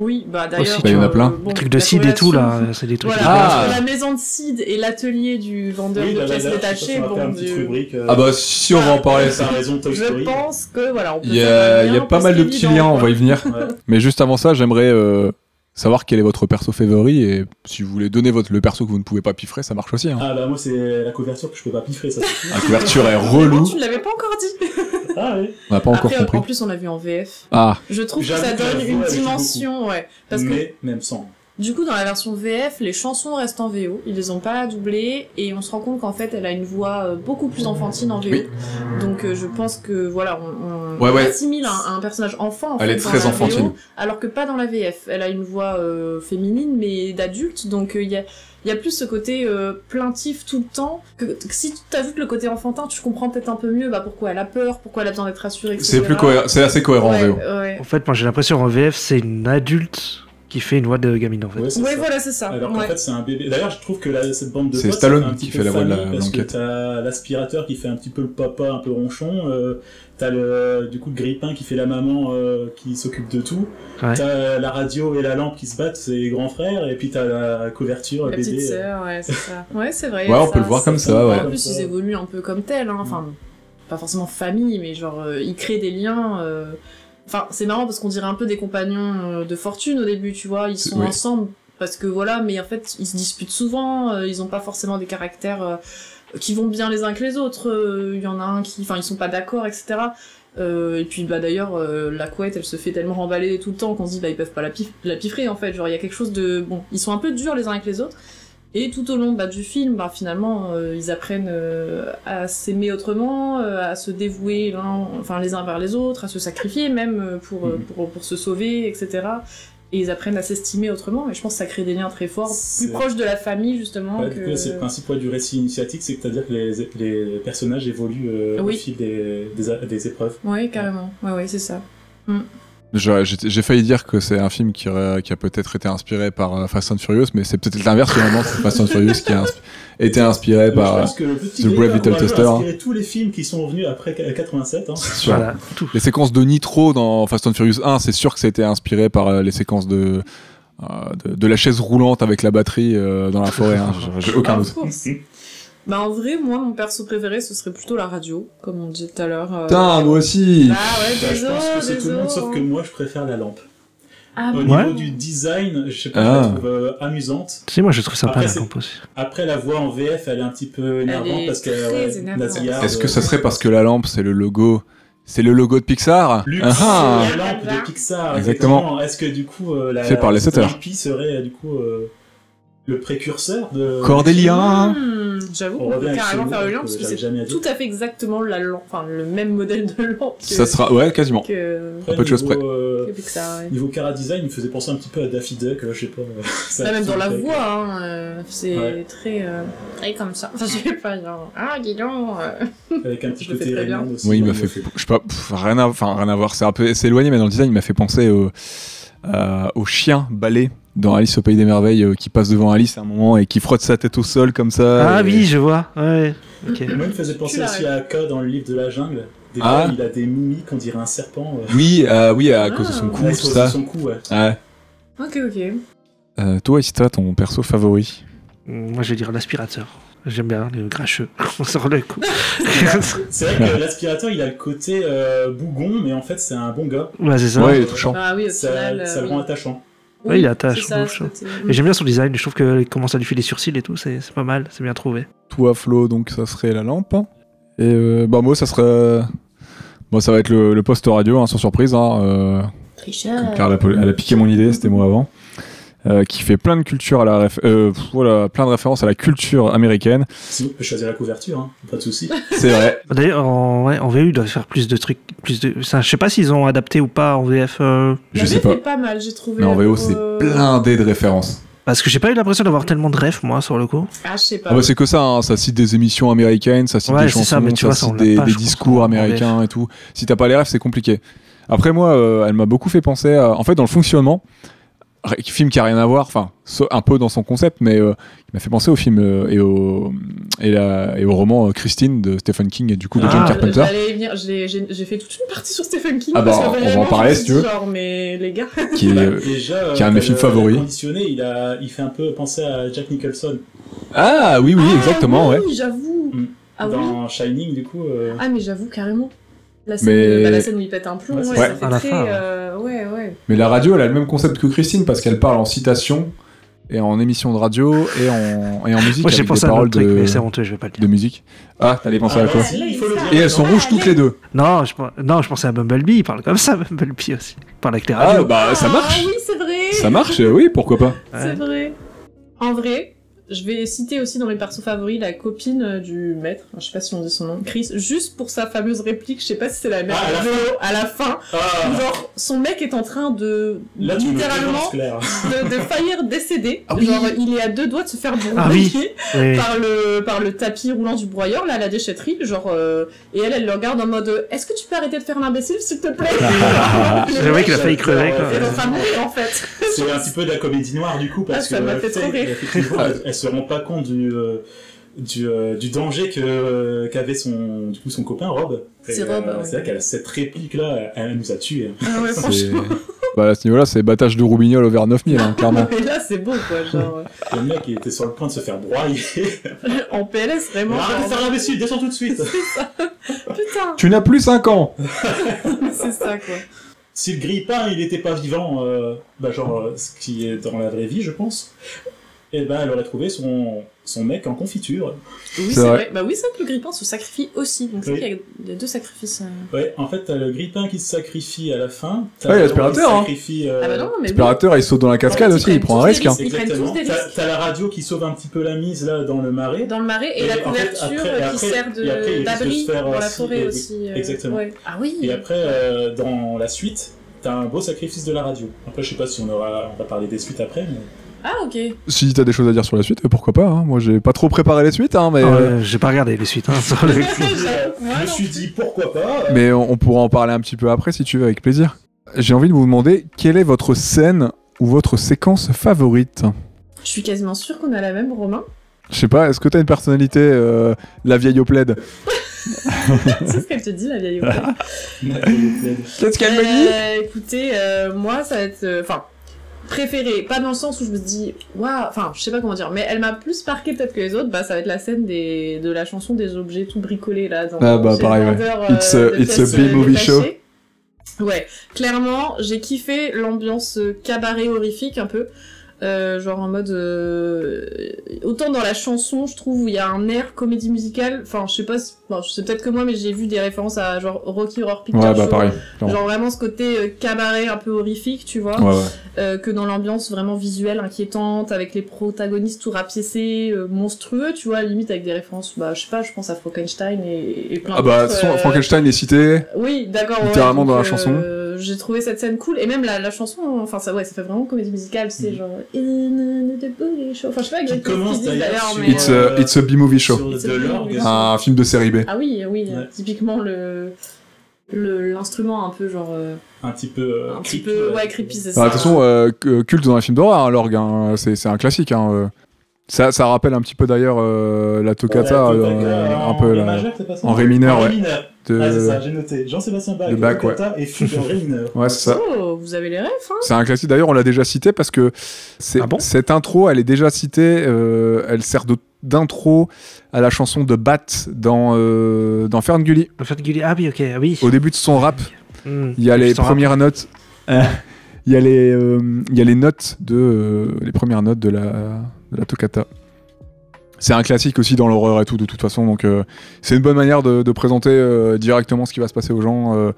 Oui, bah d'ailleurs.
Aussi, Bah, il y
en a plein.
Le truc de Sid et tout là, c'est des trucs.
hein. Voilà,
Ah.
dégueulasses.
entre la maison de Sid et l'atelier du vendeur
bah,
de
là,
pièces
je sais pas si
détachées,
on va faire
bon
une petite
Dieu.
rubrique. euh,
Ah bah si on va en parler.
t'as raison, Toy
Je
Story.
pense que voilà, on peut
Il y
faire un
a, il y a
lien
pas mal de
parce
petits
qu'évidemment,
liens, on va y venir.
Ouais.
Mais juste avant ça, j'aimerais euh, savoir quel est votre perso favori et si vous voulez donner votre, le perso que vous ne pouvez pas piffrer, ça marche aussi. hein.
Ah bah moi c'est la couverture que je peux pas piffrer ça. c'est
(laughs)
sûr.
La couverture est
Vraiment,
relou,
Tu ne l'avais pas encore dit.
ah oui.
on n'a pas encore
Après,
compris.
en plus, on l'a vu en VF.
Ah,
Je trouve que
J'avoue
ça
que la
donne
voix,
une
elle joue
dimension, ouais. Parce que
Mais même sans.
Du coup, dans la version VF, les chansons restent en VO, ils les ont pas doublées, et on se rend compte qu'en fait, elle a une voix euh, beaucoup plus enfantine en VO.
Oui.
Donc, euh, je pense que voilà, on, on
Ouais, ouais.
assimile un, un personnage enfant. en
Elle
fait,
est
dans
très
la
enfantine.
VO, alors que pas dans la VF. Elle a une voix euh, féminine, mais d'adulte, donc euh, il y a il y a plus ce côté euh, plaintif tout le temps que, que si tu ajoutes le côté enfantin, tu comprends peut-être un peu mieux bah, pourquoi elle a peur, pourquoi elle a besoin d'être rassurée. etc.
c'est plus cohérent, c'est assez cohérent en
Ouais,
VO.
ouais.
En fait, moi j'ai l'impression en VF, c'est une adulte qui fait une voix de gamine en fait.
Ouais, c'est
Ouais,
ça.
voilà, c'est ça.
Alors qu'en
ouais.
fait, c'est un bébé. D'ailleurs, je trouve que la- cette bande de
C'est
potes,
Stallone
ça un
qui
petit
fait
peu
la voix de la-
famille, Parce que
l'enquête.
t'as l'aspirateur qui fait un petit peu le papa, un peu ronchon. euh, t'as le, du coup, le grippin qui fait la maman, euh, qui s'occupe de tout.
Ouais.
T'as euh, la radio et la lampe qui se battent, c'est les grands frères. Et puis t'as la couverture,
La
BD.
petite
euh,
sœur, ouais, c'est ça. Ouais, c'est vrai.
Ouais, on
ça,
peut le voir
ça-
comme ça, ouais.
En plus, ils évoluent un peu comme tel, hein. enfin, pas forcément famille, mais genre, euh, ils créent des liens. euh, Enfin, c'est marrant parce qu'on dirait un peu des compagnons euh, de fortune au début, tu vois, ils
C'est-
sont
oui.
ensemble parce que voilà, mais en fait, ils se disputent souvent, euh, ils ont pas forcément des caractères euh, qui vont bien les uns que les autres, euh, il y en a un qui, enfin, ils sont pas d'accord, etc. Euh, et puis bah d'ailleurs euh, la couette elle se fait tellement remballer tout le temps qu'on se dit bah ils peuvent pas la, pif- la piffrer en fait genre il y a quelque chose de bon ils sont un peu durs les uns avec les autres et tout au long bah, du film bah finalement euh, ils apprennent euh, à s'aimer autrement euh, à se dévouer l'un enfin les uns vers les autres à se sacrifier même euh, pour, euh,
Mhm.
pour pour se sauver etc et ils apprennent à s'estimer autrement et je pense que ça crée des liens très forts
C'est-
plus proches de la famille justement
Ouais,
que...
du coup, là, c'est le principe ouais, du récit initiatique, c'est-à-dire que les, les personnages évoluent euh,
Oui.
au fil des, des, des épreuves.
ouais carrément ouais ouais c'est ça
J'aurais- j'étais- J'ai failli dire que c'est un film qui, aurait- qui a peut-être été inspiré par euh, Fast and Furious, mais c'est peut-être l'inverse finalement. C'est Fast and Furious qui a inspi- été inspiré
Donc, je
par.
pense que le petit
Eh bah, The Brave
Grippin
Little
Courageux a
Toaster, hein.
inspiré tous les films qui sont venus après 87.
(laughs)
hein.
sur
Voilà, tout.
Les séquences de Nitro dans Fast and Furious 1, c'est sûr que ça a été inspiré par euh, les séquences de, euh, de, de la chaise roulante avec la batterie euh, dans la forêt. hein. J'ai j'ai aucun
Of
doute.
course. (laughs) Bah en vrai, moi, mon perso préféré, ce serait plutôt la radio, comme on disait tout à l'heure. euh.
Putain, moi aussi
Bah ouais,
Bah, je
désolé,
pense que c'est tout le monde,
désolé.
sauf que moi, je préfère la lampe.
Ah
Au
bon
Ouais.
niveau du design, je sais pas, je la
Ah.
trouve euh, amusante.
Tu sais, moi je trouve sympa
Après,
la
c'est-
compo aussi.
Après, la voix en VF, elle est un petit peu énervante
est
parce qu'elle
très énervante.
nasillarde.
Est-ce que ça serait parce que la lampe, c'est le logo C'est le logo de Pixar
Luxe,
Ah ah.
euh, la lampe de Pixar.
Exactement.
Est-ce que du coup, euh, la
Fait par les
cette
setters.
hippie serait euh, du coup euh, le précurseur de
Cordelia
Hmm, J'avoue
On
qu'on
revient
peut
avec
carrément
ce
faire le
mot
lien
que
parce que
j'avais
c'est
jamais dit.
tout à fait exactement la lampe, enfin le même modèle de lampe que,
Ça sera, ouais, quasiment.
que,
Après,
Un peu de choses
niveau,
près.
euh,
que Pixar. ouais.
Niveau cara design, il me faisait penser un petit peu à Daffy Duck, euh, je sais pas. euh, (laughs)
(laughs)
ça-
Là, même dans la
ça-
voix, hein, euh, c'est
Ouais.
très, euh, très comme ça. Enfin, je sais pas, genre, ah, dis donc, euh.
Avec un petit
Je le fais
côté
très bien.
Raymond aussi.
Oui, il
dans
m'a
le
fait,
film.
je sais pas, pff, rien à, enfin, rien à voir. C'est un peu, c'est éloigné, mais dans le design, il m'a fait penser au, euh, au chien balai dans Alice au pays des merveilles euh, qui passe devant Alice à un moment et qui frotte sa tête au sol comme ça.
Ah
et-
oui, je vois. Ouais. Ok.
Et Moi, il me faisait penser
l'as
aussi à K dans le livre de la jungle. Des
Ah.
fois, il a des mimiques, on dirait un serpent. euh,
Oui, euh, oui, à
Ah.
cause de son cou,
à
tout
cause de
ça. Ah.
son cou, ouais.
Ouais.
Ok, ok.
Euh, toi, Ista, ton perso favori
Moi je vais dire l'aspirateur. J'aime bien le gracheux. (laughs) On sort
(laughs)
le coup.
C'est vrai
(laughs)
que l'aspirateur, il a le côté euh, bougon, mais en fait, c'est un bon gars.
ouais, c'est ça.
Ouais, il est touchant.
Ah oui, au final.
Ça,
euh,
ça le
oui.
rend attachant.
Ouais, il attache,
c'est ça,
je
ce
trouve.
côté.
Et j'aime bien son design. Je trouve qu'il commence à lui filer les sourcils et tout. C'est c'est pas mal. C'est bien trouvé.
Toi, Flo, donc ça serait la lampe. Et euh, bah moi, ça serait, bon, ça va être le, le poste radio, hein, sans surprise. Hein, euh,
Tricheur.
car elle a, elle a piqué mon idée, c'était moi avant, euh, qui fait plein de culture à la réf- euh, pff, voilà, plein de références à la culture américaine.
Sinon, tu peux choisir la couverture, hein, pas de souci.
C'est vrai.
D'ailleurs, en, ouais, en VU, ils doivent faire plus de trucs. Plus de... ça, je sais pas s'ils ont adapté ou pas en VF. euh,
Je
La
sais
VF
pas.
est pas mal, j'ai trouvé.
Mais en VO,
pour,
c'est
euh,
blindé de références.
Parce que j'ai pas eu l'impression d'avoir tellement de refs, moi, sur le coup.
Ah, je sais pas.
Ah bah c'est que ça, hein, ça cite des émissions américaines, ça cite
Ouais,
des
c'est
chansons,
ça,
ça,
mais tu vois, ça, on
cite
l'a
des,
pas,
des
je pense,
discours
en VF.
américains et tout. Si t'as pas les refs, c'est compliqué. Après moi, euh, elle m'a beaucoup fait penser à, en fait, dans le fonctionnement, ré- film qui a rien à voir, enfin, so- un peu dans son concept, mais euh, il m'a fait penser au film euh, et au et, la- et au roman euh, Christine de Stephen King et du coup de
Ah,
John
euh,
Carpenter.
J'allais y venir, je l'ai- j'ai j'ai fait toute une partie sur Stephen King.
Ah bah,
parce que
on va en
vraiment,
parler,
je me
si
suis
tu
dit, Genre, mais les gars.
qui est,
Bah,
euh,
déjà,
qui a un
euh,
de mes films
le-
favoris.
le Conditionné, il, a, il fait un peu penser à Jack Nicholson.
Ah oui, oui,
Ah,
exactement,
oui,
ouais.
j'avoue.
Mm.
Ah oui.
dans Shining, du coup. euh,
Ah, mais j'avoue, carrément. La scène,
Mais-
bah, la scène où il pète un plomb,
Ouais, c'est
ouais,
ça.
ça fait
À la
très.
fin, ouais.
euh, ouais, ouais.
Mais la radio, elle a le même concept que Christine parce qu'elle parle en citation et en émission de radio et en, et en musique
Moi, j'ai
avec
pensé
des
à un
paroles
autre truc,
de,
mais c'est honteux, je vais pas le
de
dire.
musique. Ah, t'allais penser à
ah,
quoi
bah, si, il faut le dire.
Et elles sont rouges toutes les deux.
Non je, pen- non, je pensais à Bumblebee. Il parle comme ça, (laughs) Bumblebee aussi. Il parle avec les
Ah
radios.
bah ça
Ah
marche.
oui, c'est vrai.
Ça marche, euh, oui, pourquoi pas.
C'est
Ouais.
vrai. En vrai, Je vais citer aussi dans mes persos favoris la copine euh, du maître, enfin, je sais pas si on dit son nom, Chris, juste pour sa fameuse réplique, je sais pas si c'est la même,
Ah, à la
Vélo, à la fin,
Ah,
genre son mec est en train de
là, tu me
littéralement
dénonces, Claire.
(laughs) de, de faillir décéder.
Ah oui.
Genre, il est à deux doigts de se faire
Ah oui.
bourrer (laughs)
Oui.
par le par le tapis roulant du broyeur là à la déchetterie genre euh, et elle elle le regarde en mode euh, est-ce que tu peux arrêter de faire l'imbécile s'il te
(laughs)
plaît
C'est vrai qu'il a failli crever.
J'adore,
(laughs) est en
Quoi.
train de mourir en fait
C'est un petit peu de la comédie noire du coup parce
Ah, ça
que
m'a
euh,
fait trop
Faye,
rire.
effectivement, elle, elle se rend pas compte du euh, du, euh, du danger que euh, qu'avait son du coup son copain Rob. Et, euh,
C'est Rob, ouais.
C'est vrai qu'elle cette réplique là, elle nous a tués.
(laughs) ah ouais
C'est-
franchement
Bah, à ce niveau-là, c'est battage de Roubignol over 9000, hein, clairement.
mais là c'est beau quoi genre euh,
Le mec il était sur le point de se faire broyer.
en PLS vraiment
Arrête de
genre,
faire l'imbécile, descends tout de suite.
putain
Tu n'as plus 5 ans
(laughs) c'est ça quoi
Si le grille-pain il était pas vivant, euh, bah genre euh, ce qui est dans la vraie vie je pense, et ben elle aurait trouvé son son mec en confiture.
oui
C'est
c'est
vrai.
vrai bah oui c'est vrai que le grippin se sacrifie aussi donc c'est
Oui.
qu'il y a- il y a deux sacrifices euh.
Ouais, en fait t'as le grille-pain qui se sacrifie à la fin. T'as
Ouais,
le
l'aspirateur,
qui se
hein.
sacrifie, euh,
ah bah non mais bon
L'aspirateur, il saute dans la cascade
Ils
aussi, il
prennent
prend
tous
un
des
risque. hein.
risques. Ils prennent
Exactement.
tous des
T'as
risques.
t'as la radio qui sauve un petit peu la mise là dans le marais.
dans le marais et,
Et
la
en fait,
couverture
après- et
qui
après-
sert
et après, il
de-
risque de
d'abri
se faire
dans la
aussi-
forêt
et-
aussi euh,
exactement.
ouais. ah oui
Et après, euh, dans la suite, t'as un beau sacrifice de la radio. Après, je sais pas si on aura, on va parler des suites après, mais
ah ok
hein. Si t'as des choses à dire sur la suite, euh, pourquoi pas hein. Moi, j'ai pas trop préparé les suites, hein, mais,
Ah,
euh,
euh, J'ai pas regardé les suites. Hein, sur
(laughs)
(laughs)
le-
J'avoue que moi,
je me
non.
suis dit pourquoi pas. euh,
mais on, on pourra en parler un petit peu après si tu veux, avec plaisir. J'ai envie de vous demander quelle est votre scène ou votre séquence favorite.
Je suis quasiment sûre qu'on a la même, Romain. (laughs)
Je sais pas, est-ce que t'as une personnalité, euh, la vieille au plaid
C'est ce qu'elle te dit, la vieille. ouais.
Qu'est-ce qu'elle
Euh, Écoutez, euh, moi, ça va être. euh, Enfin, préférée. Pas dans le sens où je me dis, waouh, enfin, je sais pas comment dire, mais elle m'a plus marqué peut-être que les autres. Bah, ça va être la scène des... de la chanson des objets tout bricolés là. Dans...
Ah, bah,
chez
pareil,
le
ouais.
vendeur,
It's a-
de
it's a
pièces, euh,
B-movie
détachées.
show.
Ouais, clairement, j'ai kiffé l'ambiance euh, cabaret horrifique un peu. Euh, genre en mode euh, autant dans la chanson je trouve où il y a un air comédie musicale enfin je sais pas si- bon, c'est peut-être que moi mais j'ai vu des références à genre Rocky Horror Picture
Ouais, bah
Show.
pareil. clairement.
genre vraiment ce côté euh, cabaret un peu horrifique tu vois
Ouais, ouais.
euh, que dans l'ambiance vraiment visuelle inquiétante avec les protagonistes tout rapiécés euh, monstrueux tu vois limite avec des références bah je sais pas je pense à Frankenstein et, et plein
Ah bah,
d'autres,
son-
euh,
Frankenstein est cité.
oui, d'accord. ouais,
Littéralement dans la chanson.
euh, J'ai trouvé cette scène cool et même la, la chanson, enfin ça, ouais, ça fait vraiment comédie musicale, c'est
Mhm.
genre. In the booty show. Enfin, je sais pas
Qui
exactement ce
commence
qu'ils disent
d'ailleurs
d'ailleurs,
sur-
mais.
It's
euh,
a, it's a B-movie show.
Sur
It's
de
a
l'orgue.
movie.
Un film de série B.
Ah oui, oui,
Ouais.
typiquement le le- l'instrument un peu genre euh,
Un petit peu. euh,
un petit
creep,
peu
euh,
ouais creepy c'est
Bah,
ça
attention, euh, cu- culte dans les films d'horreur, hein, l'orgue, hein, c'est c'est un classique. hein, euh. ça, ça rappelle un petit peu d'ailleurs euh, la
Ouais,
toccata,
Toccata,
euh,
en
un peu
ré
là,
majeur, c'est pas ça
en ré mineur,
En
ouais. Euh,
ré mineur.
de-
Ah, c'est ça, j'ai noté. Jean-Sébastien Bach.
de Bach,
Toccata Et Fugue en ré mineur.
ouais, c'est ça.
Oh, vous avez les rêves, hein
C'est un classique. D'ailleurs, on l'a déjà cité parce que c'est-
Ah bon
cette intro, elle est déjà citée. euh, elle sert de- d'intro à la chanson de Bat dans euh, dans Ferngully.
Le fait de gueuler- Ah oui, ok, ah oui.
Au début de son rap,
Hmm.
il y a les
Je sens-
premières notes. (laughs) Il y a les euh, il y a les notes de euh, les premières notes de la de la toccata. C'est un classique aussi dans l'horreur et tout de toute façon donc euh, c'est une bonne manière de, de présenter euh, directement ce qui va se passer aux gens, euh,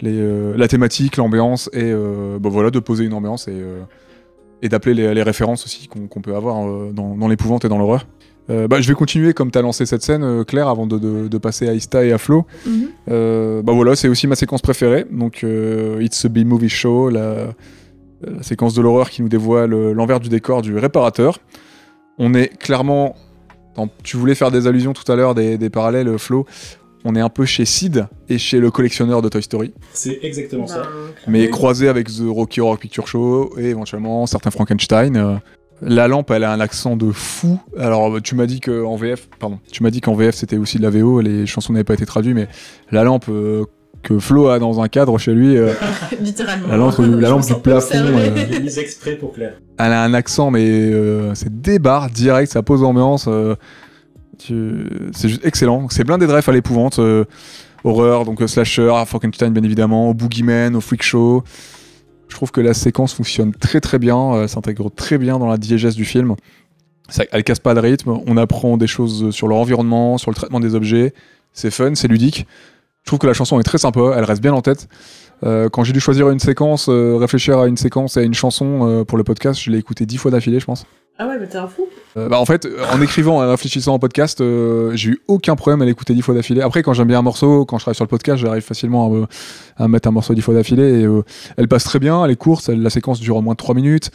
les, euh, la thématique, l'ambiance et euh, bah voilà de poser une ambiance et euh, et d'appeler les, les références aussi qu'on qu'on peut avoir euh, dans, dans l'épouvante et dans l'horreur. Euh, bah, je vais continuer comme tu as lancé cette scène, euh, Claire, avant de, de- de passer à Ista et à Flo.
Mhm.
Euh, bah voilà, c'est aussi ma séquence préférée. Donc, euh, It's a B-Movie Show, la, la séquence de l'horreur qui nous dévoile euh, l'envers du décor du réparateur. On est clairement. dans- tu voulais faire des allusions tout à l'heure, des, des parallèles, Flo. On est un peu chez Sid et chez le collectionneur de Toy Story,
C'est exactement
Bah,
ça.
mais croisé avec The Rocky Horror Picture Show et éventuellement certains Frankenstein. euh. la lampe, elle a un accent de fou. Alors, tu m'as dit qu'en VF, pardon, tu m'as dit qu'en VF c'était aussi de la VO, les chansons n'avaient pas été traduites, mais la lampe euh, que Flo a dans un cadre chez lui, euh,
(laughs) littéralement.
La lampe- la
Je me
lampe
sens
du plafond, euh.
observée.
J'ai mis exprès pour Claire.
elle a un accent, mais euh, c'est débarre direct, ça pose ambiance. euh, tu- c'est juste excellent. C'est blindé de refs à l'épouvante. euh, horreur, donc euh, slasher, à Frankenstein bien évidemment, au Boogeyman, au Freak Show. Je trouve que la séquence fonctionne très très bien, euh, elle s'intègre très bien dans la diégèse du film. Ça, elle casse pas le rythme, on apprend des choses sur leur environnement, sur le traitement des objets. C'est fun, c'est ludique. Je trouve que la chanson est très sympa, elle reste bien en tête. Euh, quand j'ai dû choisir une séquence, euh, réfléchir à une séquence et à une chanson euh, pour le podcast, je l'ai écouté dix fois d'affilée, je pense.
Ah ouais, mais t'es un fou.
Euh, bah, en fait, euh, en écrivant et en réfléchissant en podcast, euh, j'ai eu aucun problème à l'écouter dix fois d'affilée. Après, quand j'aime bien un morceau, quand je travaille sur le podcast, j'arrive facilement à, me- à mettre un morceau dix fois d'affilée. Et, euh, elle passe très bien, elle est courte, elle- la séquence dure au moins trois minutes.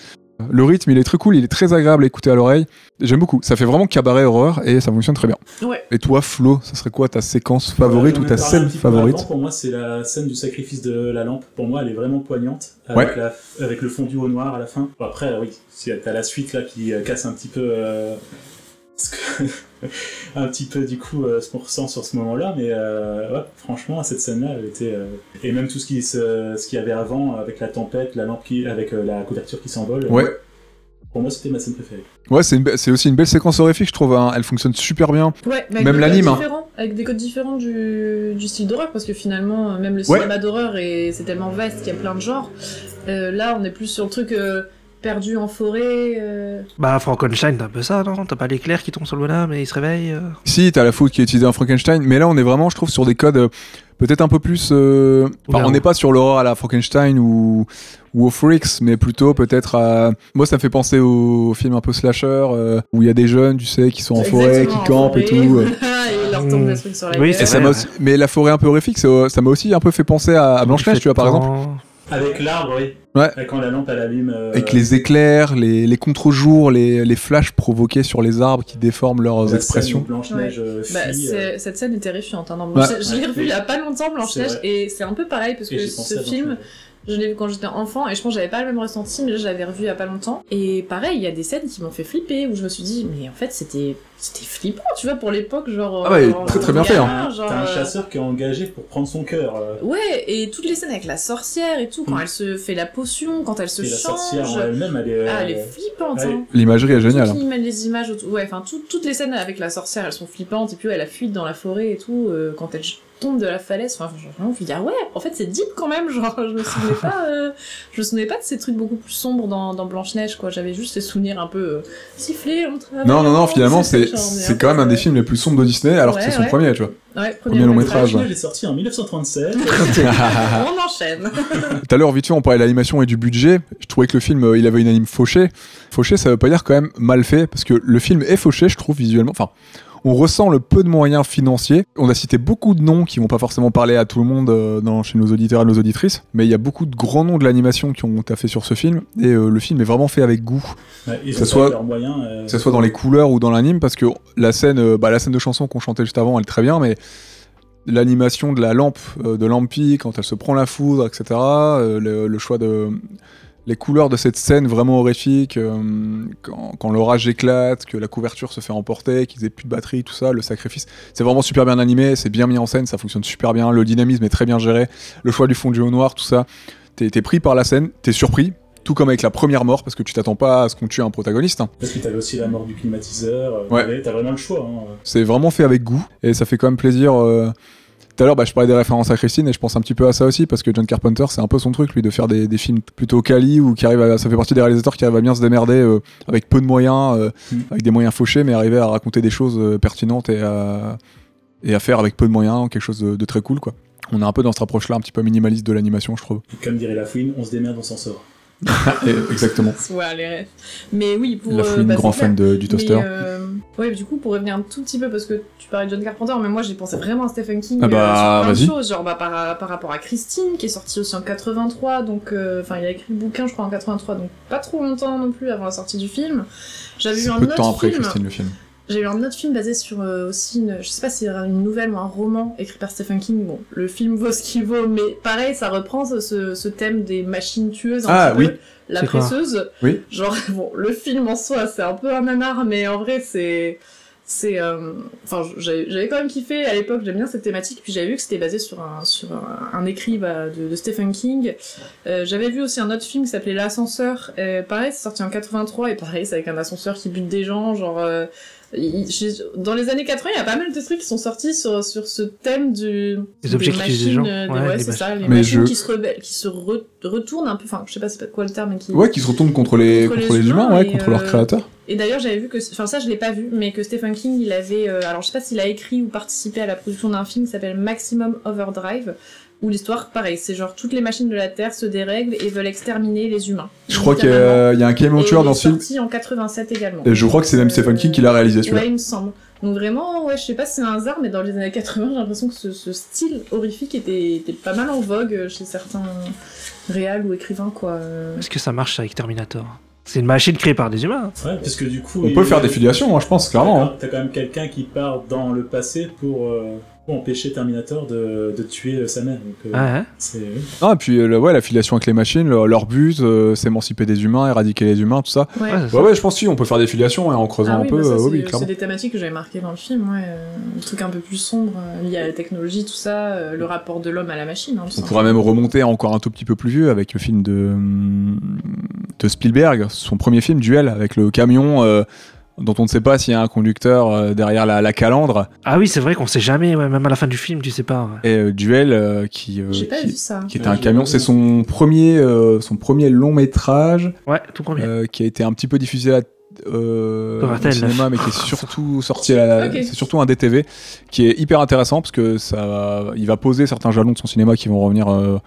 Le rythme, il est très cool, il est très agréable à écouter à l'oreille. J'aime beaucoup. Ça fait vraiment cabaret horreur et ça fonctionne très bien.
Ouais.
Et toi, Flo, ça serait quoi ta séquence favorite
J'en ai
ou ta
parlé un
scène
petit peu
favorite
avant, Pour moi, c'est la scène du sacrifice de la lampe. Pour moi, elle est vraiment poignante
Ouais.
avec, la- avec le fondu au noir à la fin. Bon, Après, oui, c'est- t'as la suite là qui euh, casse un petit peu. euh, (laughs) ce que- un petit peu du coup euh, ce qu'on ressent sur ce moment-là, mais euh, ouais, franchement, cette scène-là, elle était. euh, Et même tout ce qui se- ce qu'il y avait avant avec la tempête, la lampe qui, avec euh, la couverture qui s'envole. euh,
Ouais.
Pour moi, c'était ma scène préférée.
Ouais, c'est une be- c'est aussi une belle séquence horrifique, je trouve. hein. Elle fonctionne super bien.
Ouais, mais avec
Même
des
l'anime,
codes
hein.
différents, Avec des codes différents du, du style d'horreur, parce que finalement, euh, même le
Ouais.
cinéma d'horreur, est- c'est tellement vaste qu'il y a plein de genres. Euh, là, on est plus sur le truc euh, perdu en forêt. euh,
Bah, Frankenstein, t'as un peu ça, non T'as pas l'éclair qui tombe sur le bonhomme et il se réveille euh.
Si, t'as la foudre qui est utilisée en Frankenstein, mais là on est vraiment, je trouve, sur des codes euh, peut-être un peu plus. euh, enfin,
Oula,
on n'est
ouais.
pas sur l'horreur à la Frankenstein ou, ou aux Freaks, mais plutôt peut-être à. Moi, ça me fait penser au, au film un peu slasher euh, où il y a des jeunes, tu sais, qui sont en forêt, qui
exactement, en
campent et tout. euh.
forêt. (laughs) et il leur tombe des trucs sur la
Oui,
Et
gueule.
ça
vrai,
m'a
ouais.
aussi- mais la forêt un peu horrifique, ça ça m'a aussi un peu fait penser à, à Blanche-Neige, tu vois, par exemple.
Avec l'arbre, oui.
Ouais.
Et Quand la lampe, elle allume. euh,
Avec les éclairs, les, les contre-jours, les, les flashs provoqués sur les arbres qui déforment
la
leurs
scène où
expressions.
Blanche-Neige euh,
Bah,
fuit, euh,
c'est- cette scène est terrifiante. Hein, dans
Ouais.
Blanche- Je l'ai revu il y a pas longtemps, Blanche-Neige,
C'est vrai.
et c'est un peu pareil parce
et
que
j'ai pensé à
ce film,
Blanche-Neige.
je l'ai vu quand j'étais enfant et je pense que j'avais pas le même ressenti, mais là j'avais revu il y a pas longtemps. Et pareil, il y a des scènes qui m'ont fait flipper où je me suis dit, mais en fait c'était c'était flippant, tu vois, pour l'époque, genre.
Ah ouais,
genre,
très, très
gamin,
bien fait, hein.
T'as
genre,
un
euh,
chasseur qui est engagé pour prendre son cœur. euh,
Ouais, et toutes les scènes avec la sorcière et tout, quand
Mm.
elle se fait la potion, quand elle se
et la sorcière
change.
en elle-même, elle est.
Ah, elle est
euh,
flippante,
ouais.
hein.
L'imagerie est géniale.
Toutes les images- les images autour- ouais, enfin tout- toutes les scènes avec la sorcière, elles sont flippantes. Et puis ouais, la fuite dans la forêt et tout, euh, quand elle tombe de la falaise, enfin genre, vraiment, je me dis ah ouais, en fait c'est deep quand même. (laughs) Genre je me souvenais pas, euh, je me souvenais pas de ces trucs beaucoup plus sombres dans, dans Blanche Neige quoi. J'avais juste ces souvenirs un peu euh, sifflés on travaille,
Non, non, non,
on
finalement, c'est
sait, genre, mais
c'est
en
quand
fait,
même un
euh,
des films les plus sombres de Disney, alors que
Ouais,
c'est son
ouais.
premier,
(laughs)
tu vois.
Ouais, premier
premier long
Ah,
métrage.
celui-là, j'ai sorti en
(laughs)
1937.
On enchaîne. (laughs)
Tout à l'heure, vite fait, on parlait de l'animation et du budget. Je trouvais que le film, euh, il avait une anime fauchée. Fauchée, ça veut pas dire quand même mal fait, parce que le film est fauché, je trouve, visuellement. Enfin, on ressent le peu de moyens financiers. On a cité beaucoup de noms qui vont pas forcément parler à tout le monde euh, dans, chez nos auditeurs et nos auditrices, mais il y a beaucoup de grands noms de l'animation qui ont taffé sur ce film, et euh, le film est vraiment fait avec goût.
Ouais, ils ont
Que ça
pas
soit-
eu leurs moyens. euh,
que ce soit dans les couleurs ou dans l'anime, parce que la scène, euh, bah, la scène de chanson qu'on chantait juste avant, elle est très bien, mais l'animation de la lampe, euh, de Lampi, quand elle se prend la foudre, etc., euh, le, le choix de... Les couleurs de cette scène vraiment horrifique, euh, quand, quand l'orage éclate, que la couverture se fait emporter, qu'ils aient plus de batterie, tout ça, le sacrifice, c'est vraiment super bien animé, c'est bien mis en scène, ça fonctionne super bien, le dynamisme est très bien géré, le choix du fond du haut noir, tout ça, t'es t'es pris par la scène, t'es surpris, tout comme avec la première mort, parce que tu t'attends pas à ce qu'on tue un protagoniste, hein.
Parce que t'avais aussi la mort du climatiseur. euh,
Ouais.
t'avais- T'as vraiment le choix. hein.
C'est vraiment fait avec goût et ça fait quand même plaisir. euh, Tout à l'heure, bah, je parlais des références à Christine et je pense un petit peu à ça aussi parce que John Carpenter, c'est un peu son truc, lui, de faire des, des films plutôt quali ou qui arrivent à. Ça fait partie des réalisateurs qui arrivent à bien se démerder euh, avec peu de moyens, euh,
Mm.
avec des moyens fauchés, mais arriver à raconter des choses euh, pertinentes et à, et à faire avec peu de moyens quelque chose de, de très cool, quoi. On est un peu dans cette approche-là, un petit peu minimaliste de l'animation, je trouve.
Et Comme dirait la fouine, on se démerde, on s'en sort.
Et- exactement.
Ouais, les rêves. Mais oui, pour
La
euh,
fouine,
bah,
grand
c'est clair.
fan de- du toaster.
Mais, euh, ouais, du coup, pour revenir un tout petit peu, parce que tu parlais de John Carpenter, mais moi j'ai pensé vraiment à Stephen King.
Ah bah,
euh, sur plein de
vas-y.
choses, genre bah, par, par rapport à Christine, qui est sortie aussi en 83, donc euh, enfin il a écrit le bouquin, je crois, en 83, donc pas trop longtemps non plus avant la sortie du film. J'avais
C'est
eu un
peu de temps
autre
après
film.
Christine, le film.
J'ai eu un autre film basé sur euh, aussi une, je sais pas si c'est une nouvelle ou un roman écrit par Stephen King. Bon, le film vaut ce qu'il vaut, mais pareil, ça reprend ce- ce, ce thème des machines tueuses. Un
Ah,
petit peu,
oui.
La
C'est quoi
presseuse.
Oui.
Genre, (laughs) bon, le film en soi, c'est un peu un nanar, mais en vrai, c'est. C'est. euh, Enfin, j'avais j'avais quand même kiffé à l'époque, j'aime bien cette thématique, puis j'avais vu que c'était basé sur un, sur un, un écrit bah, de, de Stephen King. Euh, j'avais vu aussi un autre film qui s'appelait L'Ascenseur. Euh, pareil, c'est sorti en 83, et pareil, c'est avec un ascenseur qui bute des gens, genre. euh, il- j'ai- dans les années 80, il y a pas mal de trucs qui sont sortis sur, sur ce thème du.
Des objets qui tuent des gens.
euh, des-
Ouais,
ouais,
des
c'est ça, les
Mais
machines
je-
qui se rebellent, qui se re- retournent un peu. Enfin, je sais pas c'est pas quoi le terme, mais qui.
Ouais, qui se retourne contre les,
Contre les
contre les humains,
humains
ouais,
et,
contre leurs
euh,
créateurs.
Et d'ailleurs, j'avais vu que. Enfin, ça, je l'ai pas vu, mais que Stephen King, il avait. euh, alors, je sais pas s'il a écrit ou participé à la production d'un film qui s'appelle Maximum Overdrive. où l'histoire, pareil, c'est genre toutes les machines de la Terre se dérèglent et veulent exterminer les humains.
Je crois qu'il y a, il y a un camion tueur dans ce film.
sorti en 87 également.
Et je crois que c'est même Stephen King qui l'a réalisé celui-là.
Ouais, il me semble. Donc vraiment, ouais, je sais pas si c'est un hasard, mais dans les années 80, j'ai l'impression que ce, ce style horrifique était, était pas mal en vogue chez certains réals ou écrivains, quoi. Euh,
Est-ce que ça marche avec Terminator C'est une machine créée par des humains.
Ouais, parce que du coup.
On
il-
peut faire des filiations, hein, je pense, clairement. hein.
T'as quand même quelqu'un qui part dans le passé pour, euh, pour empêcher Terminator de, de tuer euh, sa mère. Donc, euh,
hein. Ouais,
c'est.
Ah, et puis euh, le- ouais, la filiation avec les machines, leur, leur but, euh, s'émanciper des humains, éradiquer les humains, tout ça.
Ouais.
ouais, c'est ça.
Ouais, ouais, je pense si, on peut faire des filiations hein, en creusant
Ah
un
oui,
peu.
bah ça,
euh,
c'est-
oui,
c'est
clairement.
des thématiques que j'avais marquées dans le film, ouais. euh, un truc un peu plus sombre, euh, lié à la technologie, tout ça, euh, le rapport de l'homme à la machine. hein, tout
On
ça.
pourrait même remonter encore un tout petit peu plus vieux avec le film de, hum, de Spielberg, son premier film, Duel, avec le camion euh, dont on ne sait pas s'il y a un conducteur euh, derrière la, la calandre.
Ah oui, c'est vrai qu'on sait jamais, ouais, même à la fin du film, tu sais pas. hein. ouais.
Et euh, Duel euh, qui, euh,
J'ai pas vu
qui,
ça.
qui était un camion, c'est son, premier, euh, son premier long métrage
Ouais, tout premier.
euh, qui a été un petit peu diffusé à euh,
Comme un
au
tel.
cinéma mais qui est surtout sorti à la-
Ok.
c'est surtout un DTV qui est hyper intéressant parce que ça va- il va poser certains jalons de son cinéma qui vont revenir euh,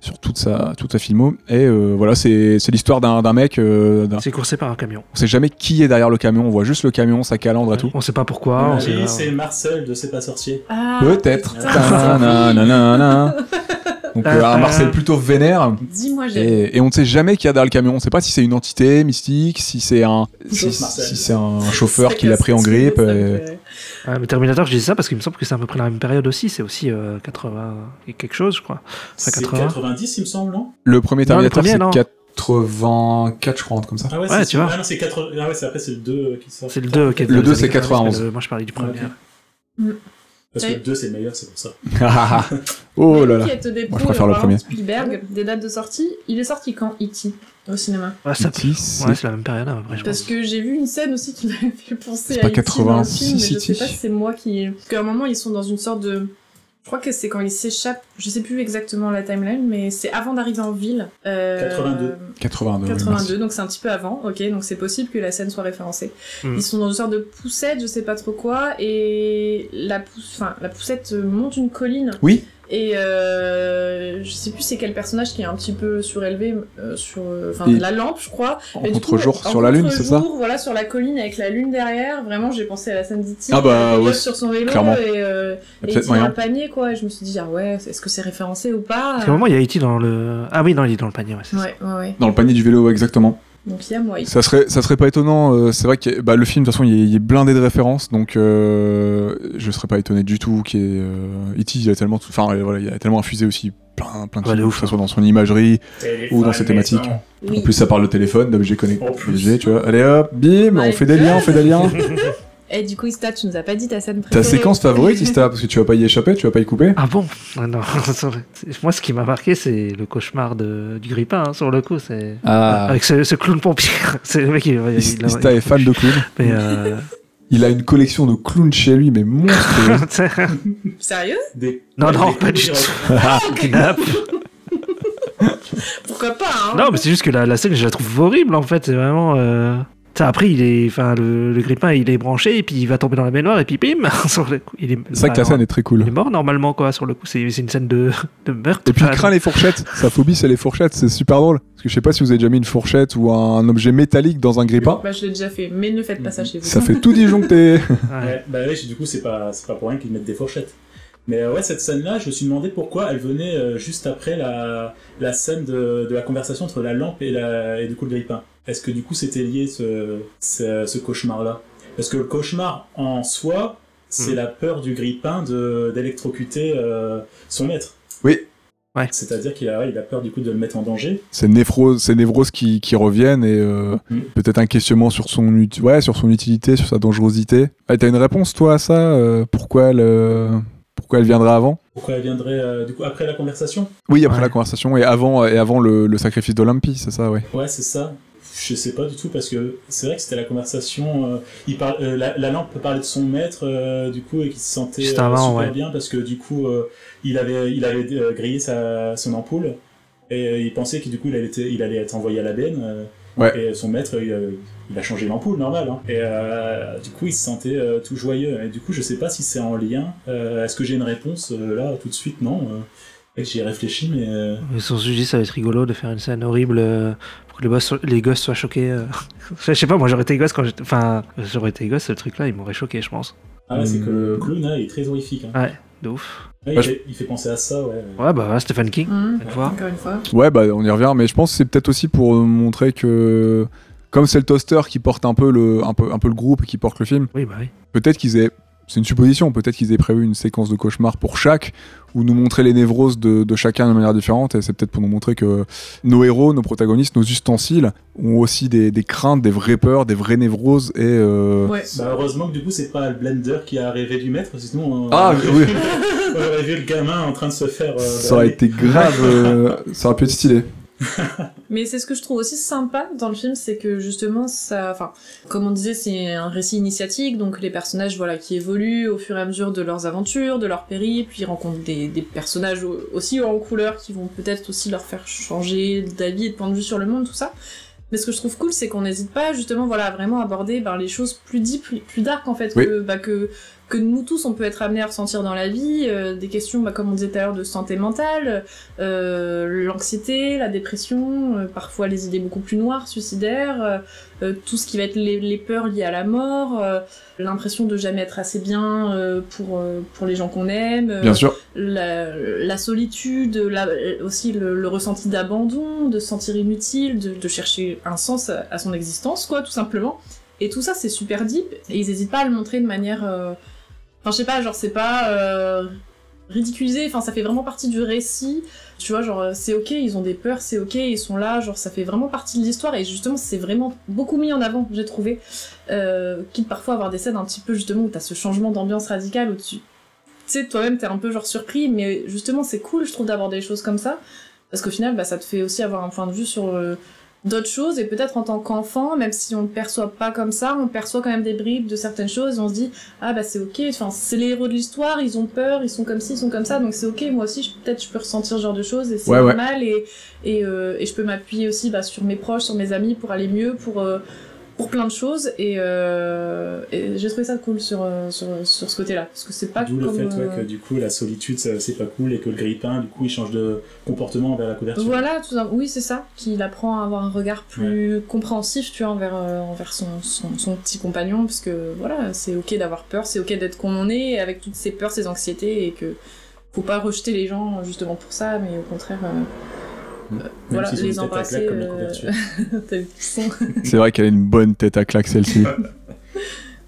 sur toute sa toute sa filmo et euh, voilà c'est c'est l'histoire d'un d'un mec euh, d'un-
C'est coursé par un camion.
on sait jamais qui est derrière le camion on voit juste le camion sa calandre et tout
On sait pas pourquoi. Ah, on sait
Et
pas-
c'est Marcel de C'est pas sorcier.
Ah,
peut-être
putain. Ah (laughs)
Ta-na-na-na-na. donc euh, un Marcel plutôt vénère
Dis-moi, j'ai.
Et, et on ne sait jamais qui y a derrière le camion. On ne sait pas si c'est une entité mystique, si c'est un, si,
Sauf Marcel.
si c'est un chauffeur
Ça
qui l'a pris en
casse-
grippe.
ça me
euh,
fait-
Ouais, mais Terminator, je disais ça parce qu'il me semble que c'est à peu près la même période aussi. C'est aussi euh, 80 et quelque chose, je crois.
C'est
80.
90, il me semble, non
Le premier
Non, le
Terminator,
premier, non.
c'est 84, je crois, un truc comme
(laughs)
ça.
Ah ouais,
Ouais,
c'est
tu
sûr.
vois.
Ah non, c'est 80... ah ouais, c'est après, c'est le 2 qui sort.
C'est le 2 qui est
Le
dans les
deux, c'est
années
91.
mais le- euh, Moi, je parlais du premier.
Ouais. Parce que le 2, c'est le meilleur, c'est pour ça.
oh là là.
Enquête des
Moi, je
pros,
préfère le
Laurent
premier.
euh, Spielberg, des dates de sortie. Il est sorti quand E.T. au cinéma
Ouais, Ah, ça-
E.T., c'est-
ouais, c'est la même période à peu près, je
Parce
pense.
que j'ai vu une scène aussi qui (laughs) m'avait fait penser
C'est
à
pas
E.T. dans le
86,
film, mais je sais
E.T..
pas si c'est moi qui. Parce qu'à un moment, ils sont dans une sorte de. Je crois que c'est quand ils s'échappent. Je sais plus exactement la timeline, mais c'est avant d'arriver en ville. Euh,
82.
82. oui, merci.
82, donc c'est un petit peu avant, ok, donc c'est possible que la scène soit référencée.
Hmm.
Ils sont dans une sorte de poussette, je sais pas trop quoi, et la, pousse, enfin, la poussette euh, monte une colline.
Oui.
Et euh, je sais plus c'est quel personnage qui est un petit peu surélevé euh, sur euh, enfin,
Et-
la lampe, je crois.
En
Et du coup,
contre-jour
en
sur la lune, c'est
contre-jour,
ça
Voilà, sur la colline avec la lune derrière. Vraiment, j'ai pensé à la scène d'E.T.
Ah bah,
Le gars
ouais,
sur son vélo
clairement.
et, euh,
Il y
et
a
il
peut-être
tire un
moyen.
panier quoi. Et je me suis dit ah ouais, est-ce que c'est référencé ou pas
Parce qu'à un moment, il y a E.T. dans le. Ah oui, non, il est dans le panier, ouais, c'est ça.
Ouais, ouais, ouais.
Dans le panier du vélo, ouais, exactement.
Donc il y a moyen.
Ça serait, ça serait pas étonnant. euh, c'est vrai que bah, le film, de toute façon, il est, il est blindé de références, donc euh, je serais pas étonné du tout. Qu'il y ait, euh, E.T., il a tellement, tout- enfin, euh, voilà, il a tellement infusé aussi plein, plein de
Ouais, de
trucs,
ouf,
que ce soit dans son imagerie ou dans
Téléphone,
ses thématiques.
maison.
Oui.
En plus, ça parle de téléphone, d'objets connectés.
En plus.
Obligé, tu vois. Allez hop, bim,
Ouais.
on fait des liens, on fait des
(laughs)
liens.
Et Eh, du coup, Ista, tu nous as pas dit ta scène préférée.
Ta séquence favorite, Ista, parce que tu vas pas y échapper, tu vas pas y couper.
Ah bon Ah Non, (laughs) c'est- moi ce qui m'a marqué c'est le cauchemar de, du grippin hein, sur le coup, c'est
Ah.
avec ce, ce clown pompier. (laughs) C'est le mec qui il, il-
Ista est fan de clowns.
mais, euh, (laughs)
Il a une collection de clowns chez lui, mais monstrueuse.
tu sais,
Sérieux
Des- (laughs)
Non,
ouais,
non,
des
pas du
coups directs.
Ah,
Pourquoi pas hein
Non, mais c'est juste que la, la scène je la trouve horrible en fait, c'est vraiment. euh, tu sais, après, il est, enfin, le, le grippin, il est branché et puis il va tomber dans la baignoire et puis bim. (laughs) Sur le coup, il est. bah,
C'est vrai que la scène est très
Il
cool.
est mort normalement quoi. Sur le coup, c'est c'est une scène de, (laughs) de meurtre. Ah,
Et puis il
Enfin,
craint les fourchettes. Sa phobie, c'est les fourchettes. C'est super drôle. Parce que je sais pas si vous avez déjà mis une fourchette ou un objet métallique dans un grippin.
Bah, je l'ai déjà fait, mais ne faites pas ça chez vous.
Mm. Ça fait tout disjoncter.
ouais.
Ouais, bah oui, du coup, c'est pas, c'est pas pour rien qu'ils mettent des fourchettes. Mais euh, ouais, cette scène-là, je me suis demandé pourquoi elle venait euh, juste après la, la scène de, de la conversation entre la lampe et, la, et du coup le grippin. Est-ce que du coup c'était lié ce, ce, ce cauchemar-là Parce que le cauchemar en soi, c'est
Mhm.
la peur du grippin de- d'électrocuter euh, son maître.
Oui.
Ouais.
C'est-à-dire qu'il a, ouais, il a peur du coup de le mettre en danger.
(laughs) C'est névrose, c'est névrose qui, qui reviennent et euh,
Mm.
peut-être un questionnement sur son, ut- ouais, sur son utilité, sur sa dangerosité. Ah, T'as une réponse toi à ça euh, Pourquoi elle, euh, pourquoi elle viendrait avant
Pourquoi elle viendrait euh, du coup après la conversation
Oui, après
Ouais.
la conversation et avant et avant le, le sacrifice d'Olympie, c'est ça, ouais.
Ouais, c'est ça. Je sais pas du tout parce que c'est vrai que c'était la conversation. euh, il parle, euh, la, la lampe parlait de son maître euh, du coup et qui se sentait
Juste
euh,
avant,
super
ouais.
bien parce que du coup euh, il avait il avait euh, grillé sa son ampoule et euh, il pensait que du coup il allait être, il allait être envoyé à la benne. euh,
Ouais.
Et son maître il, euh, il a changé l'ampoule normal. hein. et euh, du coup il se sentait euh, tout joyeux. Et du coup je sais pas si c'est en lien. Euh, Est-ce que j'ai une réponse euh, là tout de suite non. euh, Et J'y ai réfléchi, mais. euh,
Ils se sont juste dit ça va être rigolo de faire une scène horrible euh, pour que les, boss soient- les gosses soient choqués. euh. (laughs) je sais pas, moi j'aurais été gosse quand j'étais. Enfin, j'aurais été gosse, ce truc là, il m'aurait choqué, je pense.
Ah ouais, c'est que le clown, là, il est très horrifique. hein.
Ouais, de ouf.
Ouais,
Bah,
il, fait, il fait penser à ça, ouais.
Ouais, bah Stephen King,
Hum,
on va voir.
Encore une fois.
Ouais, bah on y revient, mais je pense que c'est peut-être aussi pour euh, montrer que comme c'est le toaster qui porte un peu le, un peu, un peu le groupe et qui porte le film,
Oui, bah oui.
peut-être qu'ils aient, c'est une supposition, peut-être qu'ils aient prévu une séquence de cauchemar pour chaque, ou nous montrer les névroses de, de chacun de manière différente, et c'est peut-être pour nous montrer que nos héros, nos protagonistes, nos ustensiles ont aussi des, des craintes, des vraies peurs, des vraies névroses, et... euh,
Ouais.
Bah, heureusement que du coup, c'est pas le blender qui a rêvé du maître, sinon. on-
Ah,
on
oui.
(laughs) aurait vu le gamin en train de se faire. euh,
Ça aurait
balayer.
été grave, euh, ça aurait pu être stylé.
Mais c'est ce que je trouve aussi sympa dans le film, c'est que justement, ça, enfin, comme on disait, c'est un récit initiatique, donc les personnages, voilà, qui évoluent au fur et à mesure de leurs aventures, de leur périple, ils rencontrent des, des personnages au- aussi en couleur qui vont peut-être aussi leur faire changer d'avis et de point de vue sur le monde, tout ça. Mais ce que je trouve cool, c'est qu'on n'hésite pas justement, voilà, à vraiment aborder ben, les choses plus deep, plus, plus dark en fait,
Oui.
que, bah, que que nous tous on peut être amenés à ressentir dans la vie, euh, des questions, bah, comme on disait tout à l'heure, de santé mentale, euh, l'anxiété, la dépression, euh, parfois les idées beaucoup plus noires, suicidaires, euh, euh, tout ce qui va être les, les peurs liées à la mort, euh, l'impression de jamais être assez bien euh, pour, euh, pour les gens qu'on aime, euh,
Bien sûr.
la, la solitude, la- aussi le, le ressenti d'abandon, de se sentir inutile, de, de chercher un sens à, à son existence, quoi, tout simplement. Et tout ça, c'est super deep, et ils hésitent pas à le montrer de manière... euh, Enfin, je sais pas, genre, c'est pas euh, ridiculisé, enfin, ça fait vraiment partie du récit, tu vois, genre, euh, c'est ok, ils ont des peurs, c'est ok, ils sont là, genre, ça fait vraiment partie de l'histoire, et justement, c'est vraiment beaucoup mis en avant, j'ai trouvé, euh, quitte parfois à avoir des scènes un petit peu, justement, où t'as ce changement d'ambiance radicale, où tu, tu sais, toi-même, t'es un peu genre surpris, mais justement, c'est cool, je trouve, d'avoir des choses comme ça. Parce qu'au final, bah, ça te fait aussi avoir un point de vue sur euh, d'autres choses. Et peut-être en tant qu'enfant, même si on le perçoit pas comme ça, on perçoit quand même des bribes de certaines choses. Et on se dit, ah bah c'est ok, enfin, c'est les héros de l'histoire, ils ont peur, ils sont comme ci, ils sont comme ça. Donc c'est ok, moi aussi, je- peut-être je peux ressentir ce genre de choses. Et c'est
Ouais, ouais.
normal. Et, et, euh, et je peux m'appuyer aussi bah, sur mes proches, sur mes amis pour aller mieux, pour. euh, pour plein de choses et, euh, et j'ai trouvé ça cool sur, euh, sur, sur ce côté-là parce que c'est pas
D'où
comme
le fait ouais,
euh,
que du coup, la solitude, ça, c'est pas cool, et que le grippin, du coup, il change de comportement envers la couverture.
Voilà, tout ça. Oui, c'est ça, qu'il apprend à avoir un regard plus compréhensif, tu vois, envers, euh, envers son, son, son petit compagnon, parce que voilà, c'est ok d'avoir peur, c'est ok d'être qu'on en est, avec toutes ses peurs, ses anxiétés, et que faut pas rejeter les gens justement pour ça, mais au contraire, euh, (laughs)
Même
voilà,
s'ils ont
les
une tête à
embrasser.
claque comme la
euh, (laughs)
couverture.
T'as vu qui sont
C'est vrai qu'elle a une bonne tête à claque
(laughs)
celle-ci.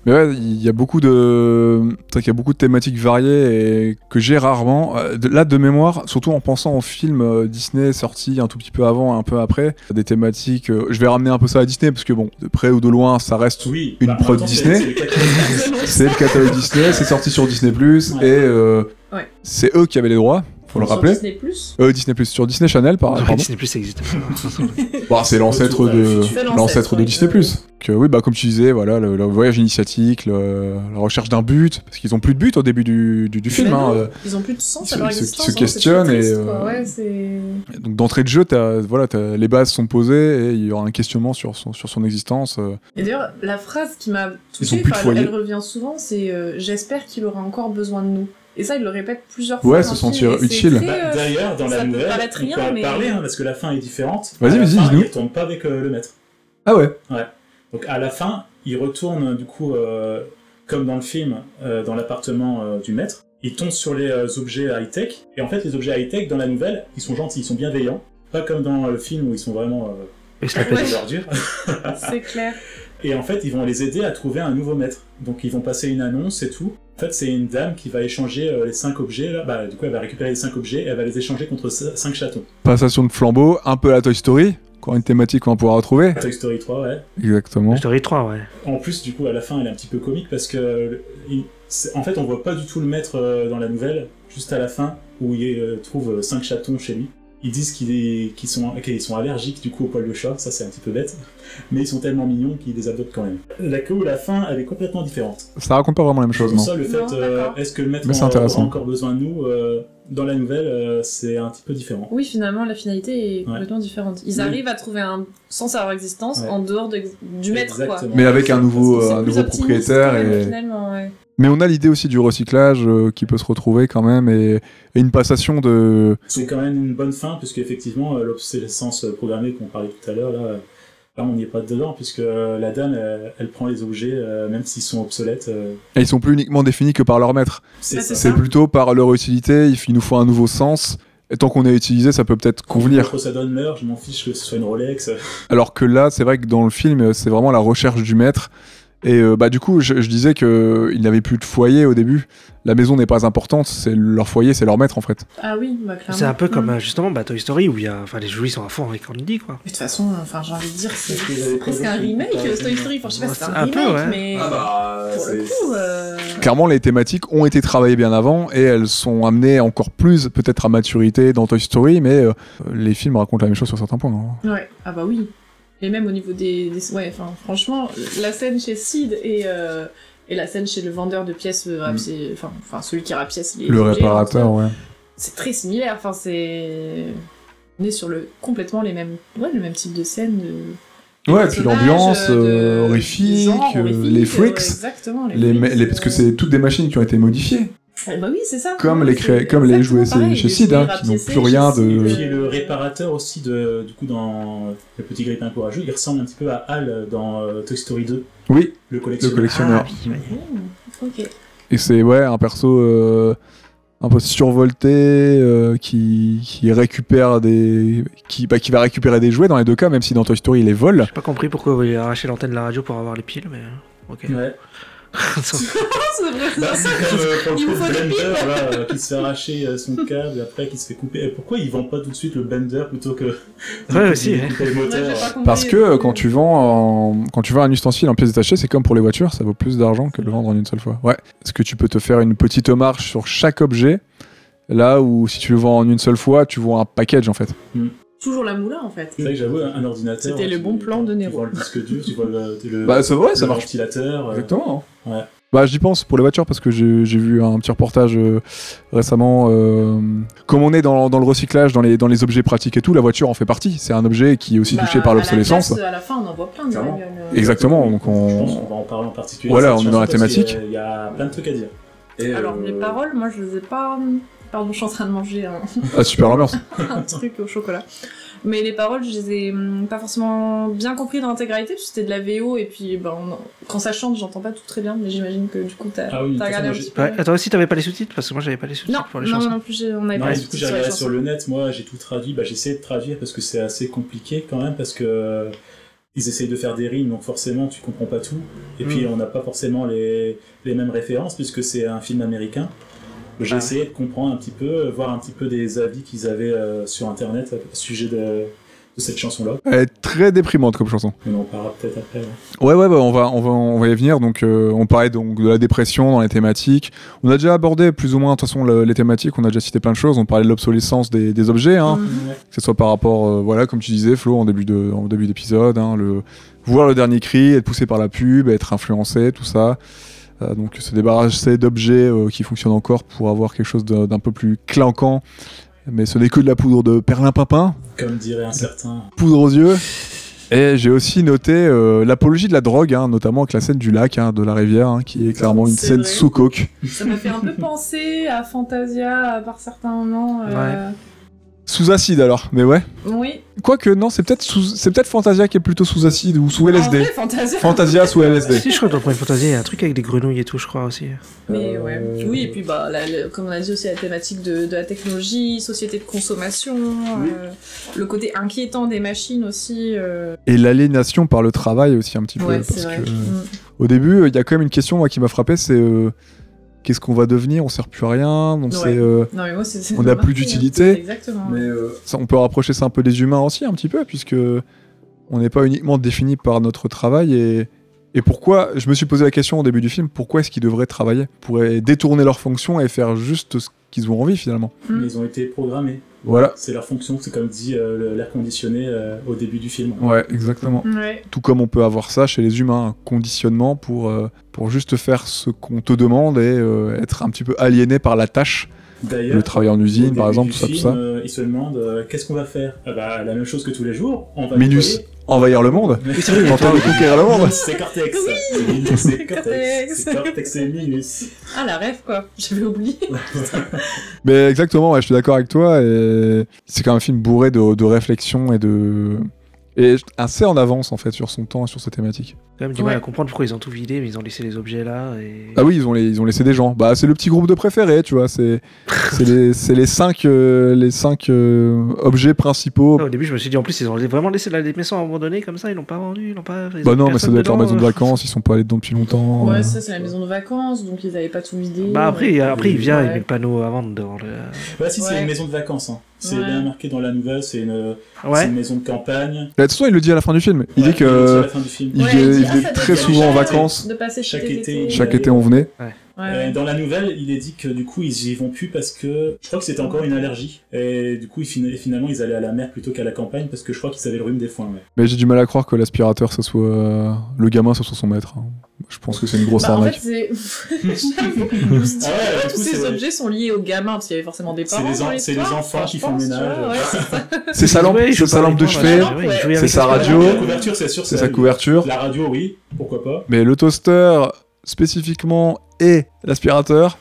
Mais ouais, il y a beaucoup de, c'est vrai qu'il y a beaucoup de thématiques variées et que j'ai rarement. Euh, de- Là, de mémoire, surtout en pensant aux films euh, Disney sortis un tout petit peu avant, un peu après, des thématiques. euh, Je vais ramener un peu ça à Disney parce que bon, de près ou de loin, ça reste.
Oui,
Une
bah, en même
prod
temps, c'est-
Disney.
c'est le catalogue.
(laughs)
(laughs)
C'est le catalogue Disney, c'est sorti sur Disney Plus
Ouais.
et euh,
Ouais.
c'est eux qui avaient les droits. Faut le
sur
rappeler.
Disney Plus.
Euh, Disney Plus sur Disney Channel, par-
Sur
pardon.
Disney Plus, ça existe.
Bah, c'est l'ancêtre
Retour vers le
de
futur.
C'est l'ancêtre,
l'ancêtre de
ouais.
Disney+. Que oui, bah comme tu disais, voilà, le, le voyage initiatique, le- la recherche d'un but, parce qu'ils ont plus de but au début du, du, du film.
Mais non,
hein, euh.
Ils ont plus de sens
ils
à
se-
leur
ils se- ils se
existence. hein, c'est
questionnent
très
et,
triste, quoi.
euh,
Ouais, c'est.
Donc d'entrée de jeu, t'as- voilà, t'as- les bases sont posées et il y aura un questionnement sur son, sur son existence. euh.
Et d'ailleurs, la phrase qui
Ils
m'a
ont
touchée,
plus de
enfin,
foyer.
elle revient souvent, c'est euh, j'espère qu'il aura encore besoin de nous. Et ça, il le répète plusieurs fois.
Ouais,
dans
se
le
sentir
film, et c'est
utile.
très,
Bah,
euh,
D'ailleurs, dans
ça
la
peut
nouvelle,
paraître
on
rien,
peut en
mais-
parler, hein, parce que la fin est différente.
Vas-y,
À la
vas-y,
fin,
dis-nous.
Il retourne pas avec euh, le maître.
Ah ouais.
Donc à la fin, il retourne euh, du coup, euh, comme dans le film, euh, dans l'appartement euh, du maître. Il tombe sur les euh, objets high-tech. Et en fait, les objets high-tech, dans la nouvelle, ils sont gentils, ils sont bienveillants. Pas comme dans euh, le film où ils sont vraiment euh,
Et ça
des
pète.
Ouais.
ordures.
(laughs) c'est clair.
Et en fait, ils vont les aider à trouver un nouveau maître. Donc ils vont passer une annonce et tout. En fait, c'est une dame qui va échanger euh, les cinq objets. Là. Bah, du coup, elle va récupérer les cinq objets et elle va les échanger contre c- cinq chatons.
Passation de flambeau, un peu à la Toy Story, encore une thématique qu'on pourra retrouver.
Toy Story 3, ouais.
Exactement.
Je t'aurais 3, ouais.
En plus, du coup, à la fin, elle est un petit peu comique parce que, euh, il- c'est- en fait, on voit pas du tout le maître euh, dans la nouvelle, juste à la fin, où il euh, trouve 5 chatons chez lui. Ils disent qu'ils qu'ils sont, qu'ils sont allergiques du coup au poil de chat, ça c'est un petit peu bête, (laughs) mais ils sont tellement mignons qu'ils les adoptent quand même. La queue ou la fin, elle est complètement différente.
Ça raconte pas vraiment la même chose,
Pour
non
ça, le fait,
Non,
euh,
d'accord.
est-ce que le maître
Mais c'est
en- aura
intéressant.
encore besoin de nous euh, Dans la nouvelle, euh, c'est un petit peu différent.
Oui, finalement, la finalité est
Ouais.
complètement différente.
Oui.
Ils arrivent à trouver un sens à leur existence
Ouais.
en dehors de- du maître, quoi.
Exactement.
Mais avec un nouveau,
Parce que
euh, un
c'est plus
nouveau
optimiste, quand
propriétaire
même,
et
Finalement, ouais.
Mais on a l'idée aussi du recyclage euh, qui peut se retrouver quand même et, et une passation de.
C'est quand même une bonne fin, puisque effectivement, euh, l'obsolescence programmée qu'on parlait tout à l'heure, là, euh, là, on n'y est pas dedans, puisque euh, la dame, elle, elle prend les objets, euh, même s'ils sont obsolètes. euh,
Et ils sont plus uniquement définis que par leur maître.
c'est
Bah,
ça.
C'est plutôt par leur utilité. Il f- il nous faut un nouveau sens. Et tant qu'on est utilisé, ça peut peut-être convenir.
Contre, ça donne meurt, je m'en fiche que ce soit une Rolex. euh, (laughs)
Alors que là, c'est vrai que dans le film, euh, c'est vraiment la recherche du maître. Et euh, bah du coup, je, je disais que euh, il n'avait plus de foyer au début. La maison n'est pas importante, c'est leur foyer, c'est leur maître en fait.
Ah oui, bah clairement.
C'est un peu comme
Mm.
euh, justement bah, Toy Story où il y a, enfin, les jouets sont à fond avec Andy quoi.
Ah
Mais De toute façon, enfin, j'ai envie de dire, c'est
Parce qu'ils avaient
presque
pas
un
beaucoup de
remake,
temps.
euh, Toy Story. Enfin, je sais pas si c'est un,
Un peu,
remake,
ouais.
mais
bah,
pour le coup, euh,
Clairement, les thématiques ont été travaillées bien avant et elles sont amenées encore plus peut-être à maturité dans Toy Story, mais euh, les films racontent la même chose sur certains points. hein.
ouais. Ah bah oui. Et même au niveau des, des- ouais, enfin, franchement, la scène chez Sid et euh, et la scène chez le vendeur de pièces, euh,
Mm.
c'est- enfin, enfin, celui qui rapièce les
Le
objets,
réparateur, ouais.
c'est très similaire. Enfin, c'est on est sur le complètement les mêmes, ouais, le même type de scène de
Ouais,
de
et puis
personnages,
l'ambiance
euh,
euh,
de-
horrifique,
du genre
euh,
horrifique,
les
euh,
freaks,
exactement, les,
les, ma-
freaks,
les- parce que
euh,
c'est toutes des machines qui ont été modifiées.
Eh Bah oui, c'est ça.
Comme les cré-
C'est
comme les
exactement
jouets
pareil,
chez
les
Sid, hein,
jouets
qui n'ont
rapiécés
plus rien
chez
de-
Et
Sid,
puis
euh,
le réparateur aussi, de, du coup, dans Le Petit Grépin Courageux, il ressemble un petit peu à Hal dans euh, Toy Story 2,
Oui,
le
le
collectionneur.
collectionneur.
oui, ouais.
Ok. Ah,
Et c'est ouais, un perso euh, un peu survolté euh, qui, qui récupère des qui, bah, qui va récupérer des jouets dans les deux cas, même si dans Toy Story il les vole.
J'ai pas compris pourquoi vous voulez arracher l'antenne de la radio pour avoir les piles, mais euh, ok.
Ouais.
(laughs)
C'est vrai, c'est
Bah,
ça.
c'est comme euh, pour le
Il
coup,
vous faut des
Blender,
piles.
là, euh, qui se fait arracher euh, son câble, après qui se fait couper. Et pourquoi il vend pas tout de suite le Blender plutôt que.
Ouais,
(laughs)
aussi,
de
hein.
ouais.
couper le
Moi, j'ai
moteur
pas compris.
Parce que euh, quand tu vends en- quand tu vends un ustensile en pièces détachées, c'est comme pour les voitures, ça vaut plus d'argent que de le vendre en une seule fois. Ouais. Parce que tu peux te faire une petite marge sur chaque objet. Là où si tu le vends en une seule fois, tu vends un package en fait.
Toujours la moula en fait.
C'est vrai que j'avoue, un ordinateur.
C'était le
tu-
bon plan de
Tu
Nero.
vois le disque dur, tu vois le, le,
Bah c'est vrai,
le
ça marche.
ventilateur. euh,
Exactement.
Ouais.
Bah, j'y pense pour les voitures parce que j'ai j'ai vu un petit reportage euh, récemment. euh, comme on est dans, dans le recyclage, dans les, dans les objets pratiques et tout, la voiture en fait partie. C'est un objet qui est aussi touché
Bah,
par
à la
l'obsolescence.
casse, À la fin, on en voit plein de
Clairement.
bagnoles, euh,
Exactement. Donc
Je pense
on...
qu'on va en parler en particulier.
Voilà,
cette
on est dans la
chanson, parce qu'il y a-
thématique.
Il y a plein de trucs à dire. Et,
Alors,
euh,
les paroles, moi, je les ai pas. hum, Pardon, je suis en train de manger un, (laughs)
Ah, super l'ambiance.
un truc au chocolat. Mais les paroles, je les ai hum, pas forcément bien compris dans l'intégralité, parce que c'était de la VO, et puis ben, on- quand ça chante, j'entends pas tout très bien, mais j'imagine que du coup, t'as
Ah oui,
t'as
de toute
regardé un
façon,
petit peu.
Ouais, et toi aussi, t'avais pas les sous-titres parce que moi j'avais pas les
Non,
sous-titres pour les
non,
chansons.
non plus, j'ai- on avait
Non,
pas
mais
les
du coup, j'ai
sous-titres
regardé
les
sur le net, moi j'ai tout traduit, bah, j'ai essayé de traduire parce que c'est assez compliqué quand même, parce que euh, ils essayent de faire des rimes, donc forcément tu comprends pas tout. Et puis on n'a pas forcément les, les mêmes références, puisque c'est un film américain. J'ai
Ah.
essayé de comprendre un petit peu, euh, voir un petit peu des avis qu'ils avaient euh, sur internet euh, au sujet de, de cette chanson-là.
Elle est très déprimante comme chanson.
Mais on en parlera peut-être après. hein.
Ouais, ouais, bah, on, va, on, va, on va y venir. Donc, euh, on parlait donc de la dépression dans les thématiques. On a déjà abordé plus ou moins, de toute façon, le- les thématiques. On a déjà cité plein de choses. On parlait de l'obsolescence des, des objets. Hein. que ce soit par rapport, euh, voilà, comme tu disais, Flo, en début de, en début d'épisode, hein, le voir le dernier cri, être poussé par la pub, être influencé, tout ça. Euh, donc se débarrasser d'objets euh, qui fonctionnent encore pour avoir quelque chose de- d'un peu plus clinquant. Mais ce n'est que de la poudre de perlimpinpin,
Comme dirait un certain.
poudre aux yeux. Et j'ai aussi noté euh, l'apologie de la drogue, hein, notamment avec la scène du lac, hein, de la rivière, hein, qui est clairement une
C'est
scène
vrai.
sous coke.
Ça m'a fait un peu penser à Fantasia par certains moments. euh,
Sous acide alors, mais ouais.
Oui.
Quoique non, c'est peut-être sous- c'est peut-être Fantasia qui est plutôt sous acide ou sous
En
LSD.
vrai, Fantasia.
Fantasia sous LSD.
Si je crois que dans Premier Fantasy, il y a un truc avec des grenouilles et tout, je crois aussi.
Mais ouais.
Euh,
Oui, et puis bah, la- la- comme on a dit aussi, la thématique de, de la technologie, société de consommation, euh, le côté inquiétant des machines aussi. euh,
Et l'aliénation par le travail aussi un petit peu.
Ouais, c'est
parce
vrai.
que, euh,
Mm.
Au début, euh, il y a quand même une question moi, qui m'a frappé, c'est euh, qu'est-ce qu'on va devenir On sert plus à rien, donc
Ouais.
c'est, euh,
Non, mais moi, c'est- c'est
on a
marqué,
plus
hein.
d'utilité.
Exactement.
mais, euh, ça, on peut rapprocher ça un peu des humains aussi un petit peu, puisque on n'est pas uniquement défini par notre travail et et pourquoi Je me suis posé la question au début du film pourquoi est-ce qu'ils devraient travailler Pour euh, détourner leurs fonctions et faire juste ce qu'ils ont envie finalement.
Mm.
Mais ils ont été programmés.
Voilà.
C'est leur fonction, c'est comme dit euh, le- l'air conditionné euh, au début du film.
Ouais, exactement.
Ouais.
Tout comme on peut avoir ça chez les humains, un conditionnement pour, euh, pour juste faire ce qu'on te demande et euh, être un petit peu aliéné par la tâche.
D'ailleurs,
Le travail en
au
usine,
début
par exemple,
du
tout ça, tout
film,
ça.
euh, ils se demandent euh, qu'est-ce qu'on va faire Ah bah, La même chose que tous les jours, on va
Minus,
nettoyer.
envahir le monde
Mais-
Tenter de conquérir le
(laughs)
monde
C'est Cortex Minus, C'est Cortex
Cortex.
C'est Cortex et
(laughs)
Minus
Ah, la rêve, quoi. J'avais oublié.
Mais exactement, ouais, je suis d'accord avec toi. Et c'est quand même un film bourré de, de réflexion et de. Et assez en avance, en fait, sur son temps et sur ses thématiques.
quand même du mal à
Ouais.
comprendre pourquoi ils ont tout vidé, mais ils ont laissé les objets là. Et...
Ah oui, ils ont, les- ils ont laissé des gens. Bah, c'est le petit groupe de préférés, tu vois. C'est c'est les, c'est les cinq, euh, les cinq euh, objets principaux.
Ouais, au début, je me suis dit, en plus, ils ont vraiment laissé la les maisons abandonnées comme ça, ils l'ont pas vendu, ils l'ont pas. ils
Bah
ont
non, mais ça
personne
doit être leur
dedans,
maison de
euh.
vacances, ils sont pas allés dedans depuis longtemps.
Ouais, ça, c'est la maison de vacances, donc ils avaient pas tout vidé.
Bah après, après il vient, il
Ouais.
met le panneau à vendre devant le.
Bah si, c'est
Ouais.
une maison de vacances. hein. C'est
Ouais.
bien marqué dans la nouvelle, c'est une, c'est
Ouais.
une maison de campagne.
De toute façon, il le dit à la fin du film. Il
Ouais,
dit
le dit à
que
la fin du film.
il
Ouais,
venait-
dit,
il
ah,
venait
ça doit
très
être
souvent en
cher
vacances.
De passer chez
Chaque
TTT.
été,
chaque
Ouais.
été, on venait.
Ouais.
Euh, dans la nouvelle, il est dit que du coup ils y vont plus parce que je crois que c'était encore une allergie. Et du coup, ils fin- finalement, ils allaient à la mer plutôt qu'à la campagne parce que je crois qu'ils avaient le rhume des foins.
(laughs)
ouais.
Mais j'ai du mal à croire que l'aspirateur, ça soit. euh, Le gamin, ça soit son maître. hein. Je pense que c'est une grosse
Bah, en fait,
arnaque. (laughs)
c'est. J'avoue, je me suis dit,
Ah ouais,
pourquoi
du
tous
coup,
ces
c'est-
objets sont liés aux gamins, parce qu'il y avait forcément des
C'est
parents.
les en-
dans
c'est
l'histoire,
les enfants
enfin, je
qui font
pense,
le
tu
ménage.
vois, ouais,
(laughs)
c'est ça.
c'est sa lampe,
Ouais, il
c'est
joue
sa
pas
lampe de
avec moi,
chevet,
ouais, il joue
c'est
avec
sa
les
radio,
parents.
La couverture, c'est sûr.
c'est
ça,
sa
oui.
couverture.
La radio, oui. Pourquoi pas
Mais le toaster, spécifiquement, et
(laughs)
l'aspirateur,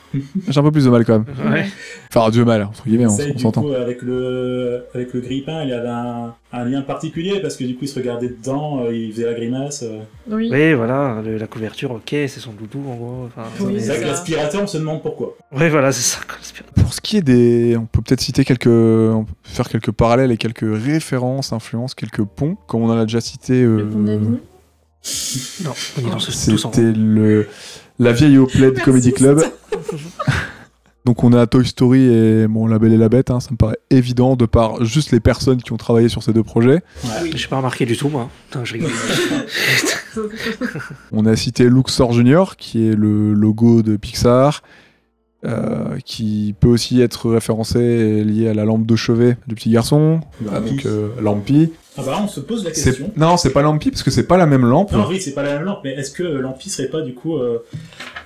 j'ai un peu plus de mal quand même.
Ouais.
Enfin, du mal, entre guillemets, on,
Ça,
on
du
s'entend.
coup, avec le, avec le grippin, il avait un, un lien particulier parce que du coup, il se regardait dedans, euh, il faisait la grimace. euh.
Oui.
Oui, voilà, le- la couverture, ok, c'est son doudou en gros. enfin,
Oui,
mais-
C'est vrai que
ça.
l'aspirateur, on se demande pourquoi.
Ouais, voilà, c'est ça. quoi, c'est bien.
Pour ce qui est des. On peut peut-être citer quelques. on peut faire quelques parallèles et quelques références, influences, quelques ponts, comme on en a déjà cité.
Le pont de
euh,
Davigny.
Non, on est dans ce tous en
C'était le la vieille au plaid
Merci,
comedy club. (laughs) Donc on a Toy Story et bon La Belle et la Bête, hein, ça me paraît évident de par juste les personnes qui ont travaillé sur ces deux projets.
J'ai pas remarqué du tout, moi. Putain, je rigole.
On a cité Luxor Junior qui est le logo de Pixar, euh, qui peut aussi être référencé et lié à la lampe de chevet du petit garçon,
Bah,
avec
oui.
euh, Lampi.
Ah bah, on se pose la question.
C'est- Non, c'est pas Lampi parce que c'est pas la même lampe.
Non, oui, c'est pas la même lampe, mais est-ce que euh, l'Ampi serait pas du coup euh,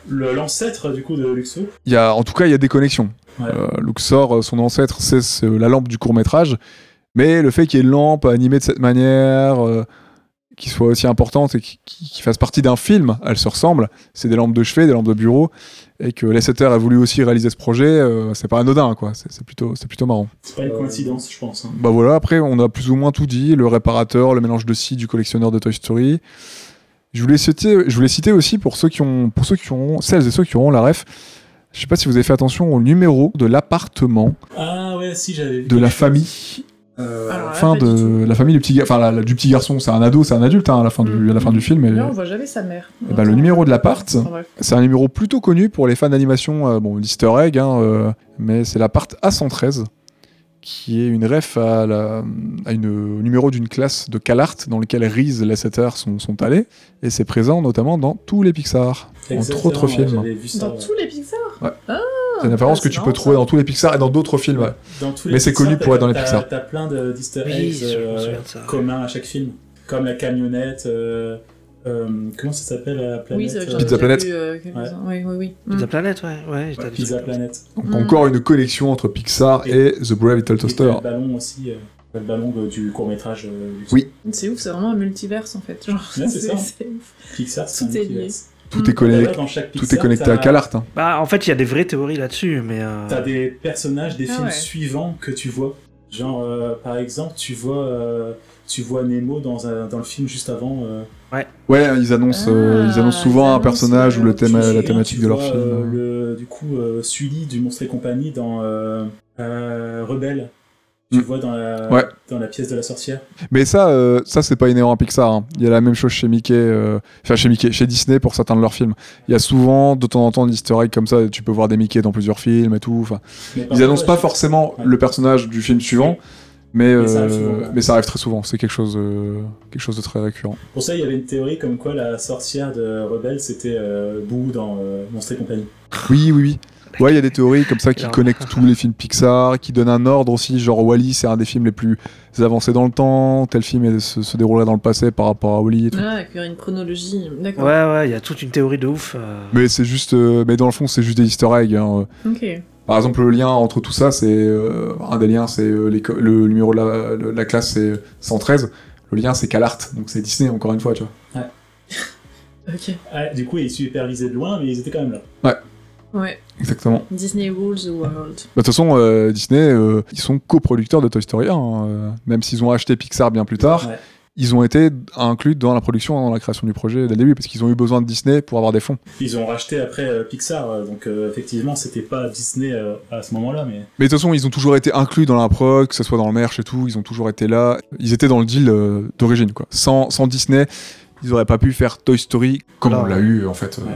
le- l'ancêtre du coup de Luxo
Il y a, en tout cas, il y a des connexions.
Ouais.
Euh, Luxor, euh, son ancêtre, c'est ce- la lampe du court métrage, mais le fait qu'il y ait une lampe animée de cette manière, euh, qui soit aussi importante et qui, qui- qui fasse partie d'un film, elles se ressemblent. C'est des lampes de chevet, des lampes de bureau, et que Lasseter a voulu aussi réaliser ce projet. euh, c'est pas anodin, quoi. C'est c'est plutôt, c'est plutôt marrant.
C'est pas une
Euh,
coïncidence, je pense. hein.
Bah voilà. Après, on a plus ou moins tout dit. Le réparateur, le mélange de scie du collectionneur de Toy Story. Je voulais citer, je voulais citer aussi pour ceux qui ont, pour ceux qui ont, celles et ceux qui auront la ref. Je sais pas si vous avez fait attention au numéro de l'appartement
Ah ouais, si, j'avais vu.
de la famille,
Alors, là,
fin
pas du tout.
de la famille du petit, gar- enfin la- la- du petit garçon. C'est un ado, c'est un adulte hein, à la fin du, à la fin du film. Et,
Là, on voit jamais sa mère.
et ben, le numéro de l'appart,
Enfin, bref.
c'est un numéro plutôt connu pour les fans d'animation, euh, bon, d'Easter egg, hein, euh, mais c'est l'appart A113, qui est une ref à, la, à une, au numéro d'une classe de Calart dans lequel Reese et Lasseter sont, sont allés, et c'est présent notamment dans tous les Pixar, entre
Exactement,
autres
ouais,
films. hein.
j'avais vu ça,
Dans
ouais.
tous les Pixar
Ouais.
Ah,
c'est une référence que
c'est
tu peux
marrant,
trouver
ça.
dans tous les Pixar et dans d'autres films. ouais.
Dans tous
Mais c'est
Pixar,
connu pour
t'as-
être dans les
t'as-
Pixar.
T'as plein de d'easter
Oui,
eggs
je me
euh,
souviens de ça.
communs à chaque film. Comme la camionnette, euh, euh, comment ça s'appelle la
Oui,
planète
c'est vrai que
euh,
j'en ai
Pizza
déjà
Planet.
vu, euh, quelques-uns. Oui, oui, oui. Mm.
Pizza Planet, ouais. ouais, t'as
ouais, Pizza
des trucs comme ça.
Planet.
Donc
Mm.
encore une connexion entre Pixar et The Brave Little
Et t'as
Toaster.
le ballon aussi, euh, le ballon euh, du court-métrage euh, Luxo.
Oui.
C'est ouf, c'est vraiment un multiverse en fait. Genre,
Ouais, c'est ça.
c'est-
Pixar, c'est un
Tout est lié.
multiverse.
Tout est
D'ailleurs,
connecté,
dans chaque
tout est
Pixar,
connecté
t'as-
à Calart. hein.
Bah, en fait, il y a des vraies théories là-dessus, mais. euh,
T'as des personnages des
Ah
films
ouais.
suivants que tu vois. Genre, euh, par exemple, tu vois, euh, tu vois Nemo dans, un- dans le film juste avant. euh,
Ouais, ils annoncent, euh,
Ah,
ils annoncent
ils
souvent un
annoncent,
personnage
euh,
ou le
tu
thème,
tu te
la
souviens,
thématique
tu
de leur
vois,
film. hein.
euh, le- du coup, euh, Sully du Monstre et Compagnie dans euh, euh, Rebelle. Tu
Mm.
vois dans la,
Ouais.
dans la pièce de la sorcière.
Mais ça, euh, ça c'est pas inhérent à Pixar. hein. Il y a la même chose chez Mickey, euh, enfin chez Mickey, chez Disney pour certains de leurs films. Il y a souvent de temps en temps des easter eggs comme ça. Tu peux voir des Mickey dans plusieurs films et tout. Enfin,
Mais par
ils
contre,
annoncent pas
je-
forcément
Ouais.
le personnage du film suivant, mais
Mais ça arrive
euh,
souvent, ouais.
mais ça arrive très souvent. C'est quelque chose, euh, quelque chose de très récurrent.
Pour ça, il y avait une théorie comme quoi la sorcière de Rebelle, c'était euh, Boo dans euh, Monstre et Compagnie.
Oui, oui, oui. Ouais, il y a des théories comme ça qui
Alors-
connectent tous les films Pixar, qui donnent un ordre aussi, genre Wally, c'est un des films les plus avancés dans le temps, tel film est- se, se déroulerait dans le passé par rapport à Wally et tout.
Ah, avec une chronologie.
Ouais,
D'accord.
ouais, il y a toute une théorie de ouf. euh.
Mais c'est juste, euh, mais dans le fond, c'est juste des easter eggs. hein.
Ok.
Par exemple, le lien entre tout ça, c'est euh, un des liens, c'est euh, l'éco- le numéro de la, de la classe, c'est 113. Le lien, c'est Calarte, donc c'est Disney encore une fois, tu vois.
Ok.
Ouais, Ah, du coup, ils supervisaient de loin, mais ils étaient quand même là.
Ouais.
Exactement. Bah,
Disney rules the world.
De toute façon, euh, Disney, euh, ils sont coproducteurs de Toy Story 1, hein, euh, même s'ils ont acheté Pixar bien plus tard.
Ouais.
Ils ont été inclus dans la production, dans la création du projet dès le début, parce qu'ils ont eu besoin de Disney pour avoir des fonds.
Ils ont racheté après euh, Pixar, euh, donc euh, effectivement, c'était pas Disney euh, à ce moment-là, mais.
Mais de toute façon, ils ont toujours été inclus dans la prod, que ce soit dans le merch et tout, ils ont toujours été là. Ils étaient dans le deal euh, d'origine, quoi. Sans, sans Disney, ils auraient pas pu faire Toy Story comme
Là,
on l'a
ouais.
eu, en fait, euh,
Ouais.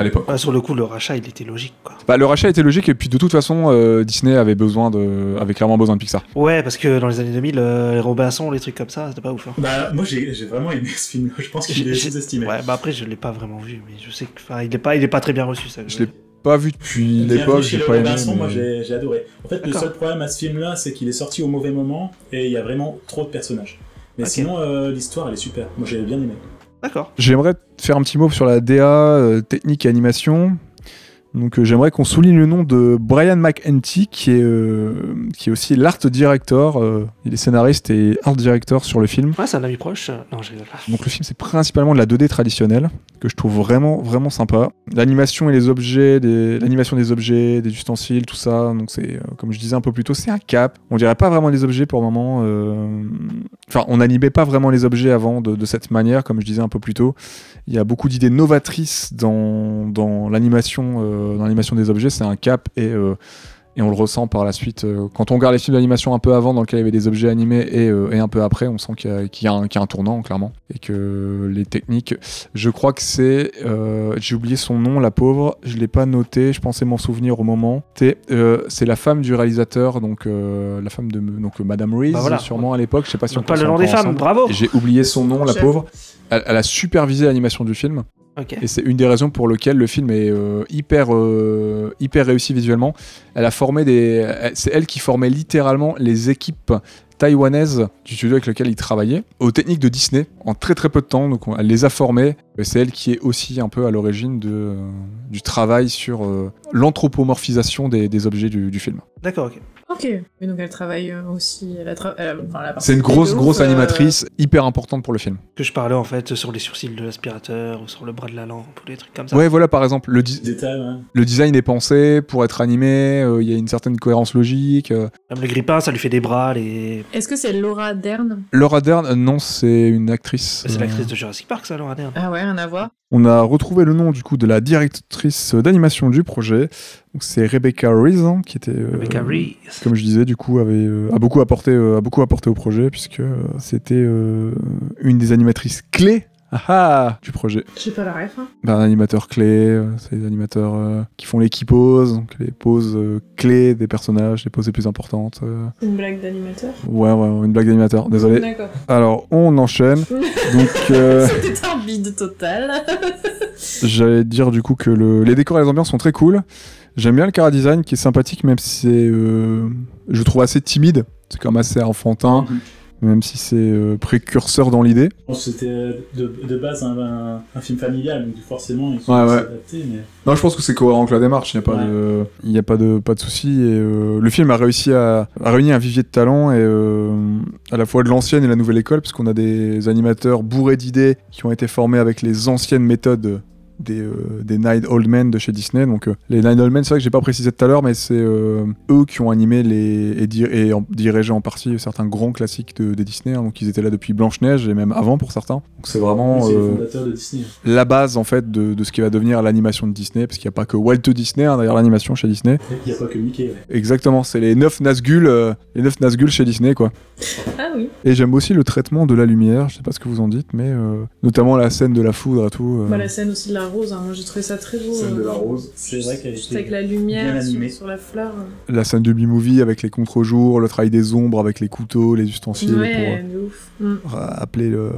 à l'époque.
Ouais, Bah, sur le coup, le rachat, il était logique, quoi.
Bah, le rachat était logique, et puis de toute façon, euh, Disney avait besoin de... avait clairement besoin de Pixar.
Ouais, parce que dans les années 2000, euh, les Robinson, les trucs comme ça, c'était pas ouf. hein.
Bah, moi, j'ai j'ai vraiment aimé ce film. Je pense qu'il
J'ai-
est
j'ai-
sous-estimé.
Ouais, bah après, je l'ai pas vraiment vu, mais je sais que, enfin, il est pas, il est pas très bien reçu, ça.
Je l'ai Pas vu depuis l'époque,
Bienvenue chez
j'ai
le
pas aimé.
Robinson, moi
mais-
j'ai j'ai adoré. En fait, le
D'accord.
seul problème à ce film-là, c'est qu'il est sorti au mauvais moment et il y a vraiment trop de personnages. Mais
Ok.
sinon, euh, l'histoire, elle est super. Moi, j'ai bien aimé.
D'accord.
J'aimerais te faire un petit mot sur la DA, euh, technique et animation. Donc euh, j'aimerais qu'on souligne le nom de Brian McEntee, qui est, euh, qui est aussi l'art director, euh, il est scénariste et art director sur le film.
Ouais, c'est un ami proche. euh, Non, je rigole.
Donc le film c'est principalement de la 2D traditionnelle que je trouve vraiment vraiment sympa. L'animation et les objets, des- l'animation des objets, des ustensiles, tout ça. Donc c'est euh, comme je disais un peu plus tôt, c'est un cap. On dirait pas vraiment les objets pour le moment. euh, Enfin, on n'animait pas vraiment les objets avant de, de cette manière, comme je disais un peu plus tôt. Il y a beaucoup d'idées novatrices dans, dans l'animation euh, dans l'animation des objets. C'est un cap et euh, et on le ressent par la suite. euh, Quand on regarde les films d'animation un peu avant, dans lequel il y avait des objets animés, et, euh, et un peu après, on sent qu'il y, a- qu'il y a un- qu'il y a un tournant, clairement. Et que les techniques. Je crois que c'est. euh, J'ai oublié son nom, la pauvre. Je l'ai pas noté. Je pensais m'en souvenir au moment. C'est, euh, c'est la femme du réalisateur, donc euh, la femme de donc, euh, Madame Reese,
Bah voilà.
sûrement à l'époque. Je sais pas si on
Donc, pas
pense
le nom
encore
des femmes,
ensemble.
bravo.
J'ai oublié son nom, la
Chef.
pauvre. Elle, elle a supervisé l'animation du film.
Ok.
Et c'est une des raisons pour lesquelles le film est euh, hyper, euh, hyper réussi visuellement. Elle a formé des. elle- C'est elle qui formait littéralement les équipes taïwanaises du studio avec lequel il travaillait aux techniques de Disney en très très peu de temps. Donc on- elle les a formées. Et c'est elle qui est aussi un peu à l'origine de, euh, du travail sur euh, l'anthropomorphisation des, des objets du, du film.
D'accord, ok.
Ok. Mais donc elle travaille euh, aussi. Elle a tra- elle a- enfin, elle a
C'est une
participé
grosse
de
grosse
ouf, euh,
animatrice hyper importante pour le film.
Que je parlais en fait sur les sourcils de l'aspirateur ou sur le bras de la lampe ou des trucs comme ça.
Ouais voilà par exemple le, di-
Détail, hein.
le design est pensé pour être animé. euh, Il y a une certaine cohérence logique. euh,
Même le grippin, ça lui fait des bras, les.
Est-ce que c'est Laura Dern
Laura Dern, euh, non, c'est une actrice.
C'est
euh,
l'actrice de Jurassic Park, ça, Laura Dern.
Ah ouais, rien à voir.
On a retrouvé le nom du coup de la directrice d'animation du projet. Donc c'est Rebecca Rees, hein, qui était. euh,
Rebecca Rees.
Comme je disais, du coup, avait, euh, a, beaucoup apporté, euh, a beaucoup apporté au projet, puisque euh, c'était euh, une des animatrices clés ah ah, du projet.
J'ai pas la ref. Hein.
Ben, un animateur clé, euh, c'est les animateurs euh, qui font les key poses, donc les poses euh, clés des personnages, les poses les plus importantes. euh.
Une blague d'animateur.
Ouais, ouais, une blague d'animateur, désolé.
D'accord.
Alors, on enchaîne. Donc. euh,
(laughs) C'était un bide total. (laughs)
J'allais dire du coup que le- les décors et les ambiances sont très cool. J'aime bien le cara design qui est sympathique, même si c'est, euh, je le trouve assez timide. C'est quand même assez enfantin,
Mhm.
même si c'est euh, précurseur dans l'idée.
Je pense que c'était euh, de, de base un, un- un film familial, donc forcément, ils
Ouais,
sont
ouais.
adaptés. Mais...
Non, je pense que c'est cohérent avec la démarche. Il n'y a pas
Ouais.
de, il n'y a pas de, pas de souci. Et euh, le film a réussi à, à réunir un vivier de talents et euh, à la fois de l'ancienne et la nouvelle école, parce qu'on a des animateurs bourrés d'idées qui ont été formés avec les anciennes méthodes des, euh, des Nine Old Men de chez Disney. Donc euh, les Nine Old Men, c'est vrai que j'ai pas précisé tout à l'heure, mais c'est euh, eux qui ont animé les et, dir- et en- dirigé en partie certains grands classiques de, des Disney. hein. donc ils étaient là depuis Blanche Neige et même avant pour certains. Donc c'est vraiment
C'est
euh,
le fondateur de Disney.
la base en fait de, de ce qui va devenir l'animation de Disney, parce qu'il n'y a pas que Walt Disney, hein, d'ailleurs l'animation chez Disney.
Il n'y a pas que Mickey. ouais.
Exactement, c'est les 9 Nazgûl, euh, les 9 Nazgûl chez Disney quoi.
Ah oui.
Et j'aime aussi le traitement de la lumière, je sais pas ce que vous en dites, mais euh, notamment la scène de la foudre et tout. euh,
Bah, la scène aussi de la la rose, hein. moi j'ai trouvé ça très beau.
Scène de
euh,
la rose.
C'est vrai qu'elle
Juste avec
était
la lumière
bien
sur-
animée.
Sur, la fleur.
La scène du B-movie avec les contre-jours, le travail des ombres avec les couteaux, les ustensiles
ouais, de ouf. Mm.
pour euh, appeler le-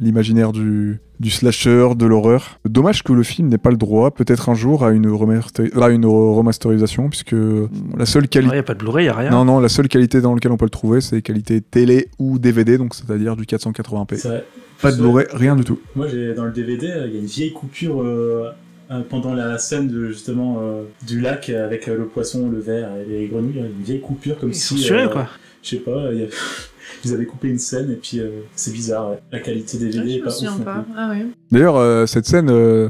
l'imaginaire du, du slasher, de l'horreur. Dommage que le film n'ait pas le droit, peut-être un jour, à une, remasteri- à une remasterisation, puisque euh, la seule
Il
qualité.
n'y a pas de Blu-ray, il n'y a rien.
Non, non, la seule qualité dans laquelle on peut le trouver, c'est qualité télé ou DVD, donc c'est-à-dire du 480p.
C'est vrai.
Pas de Blu-ray, rien du tout.
Moi, j'ai dans le DVD, euh, il y a une vieille coupure euh, euh, pendant la scène de justement euh, du lac avec euh, le poisson, le verre et les grenouilles. Il y a Une vieille coupure comme
Ils
si.
sont censurés,
euh,
quoi.
Je sais pas. euh, il y a- (laughs) Ils avaient coupé une scène et puis euh, c'est bizarre. ouais. La qualité des
Ah,
DVD est
je me
pas ouf. hein.
souviens
non
pas.
plus.
Ah ouais.
D'ailleurs, euh, cette scène, euh,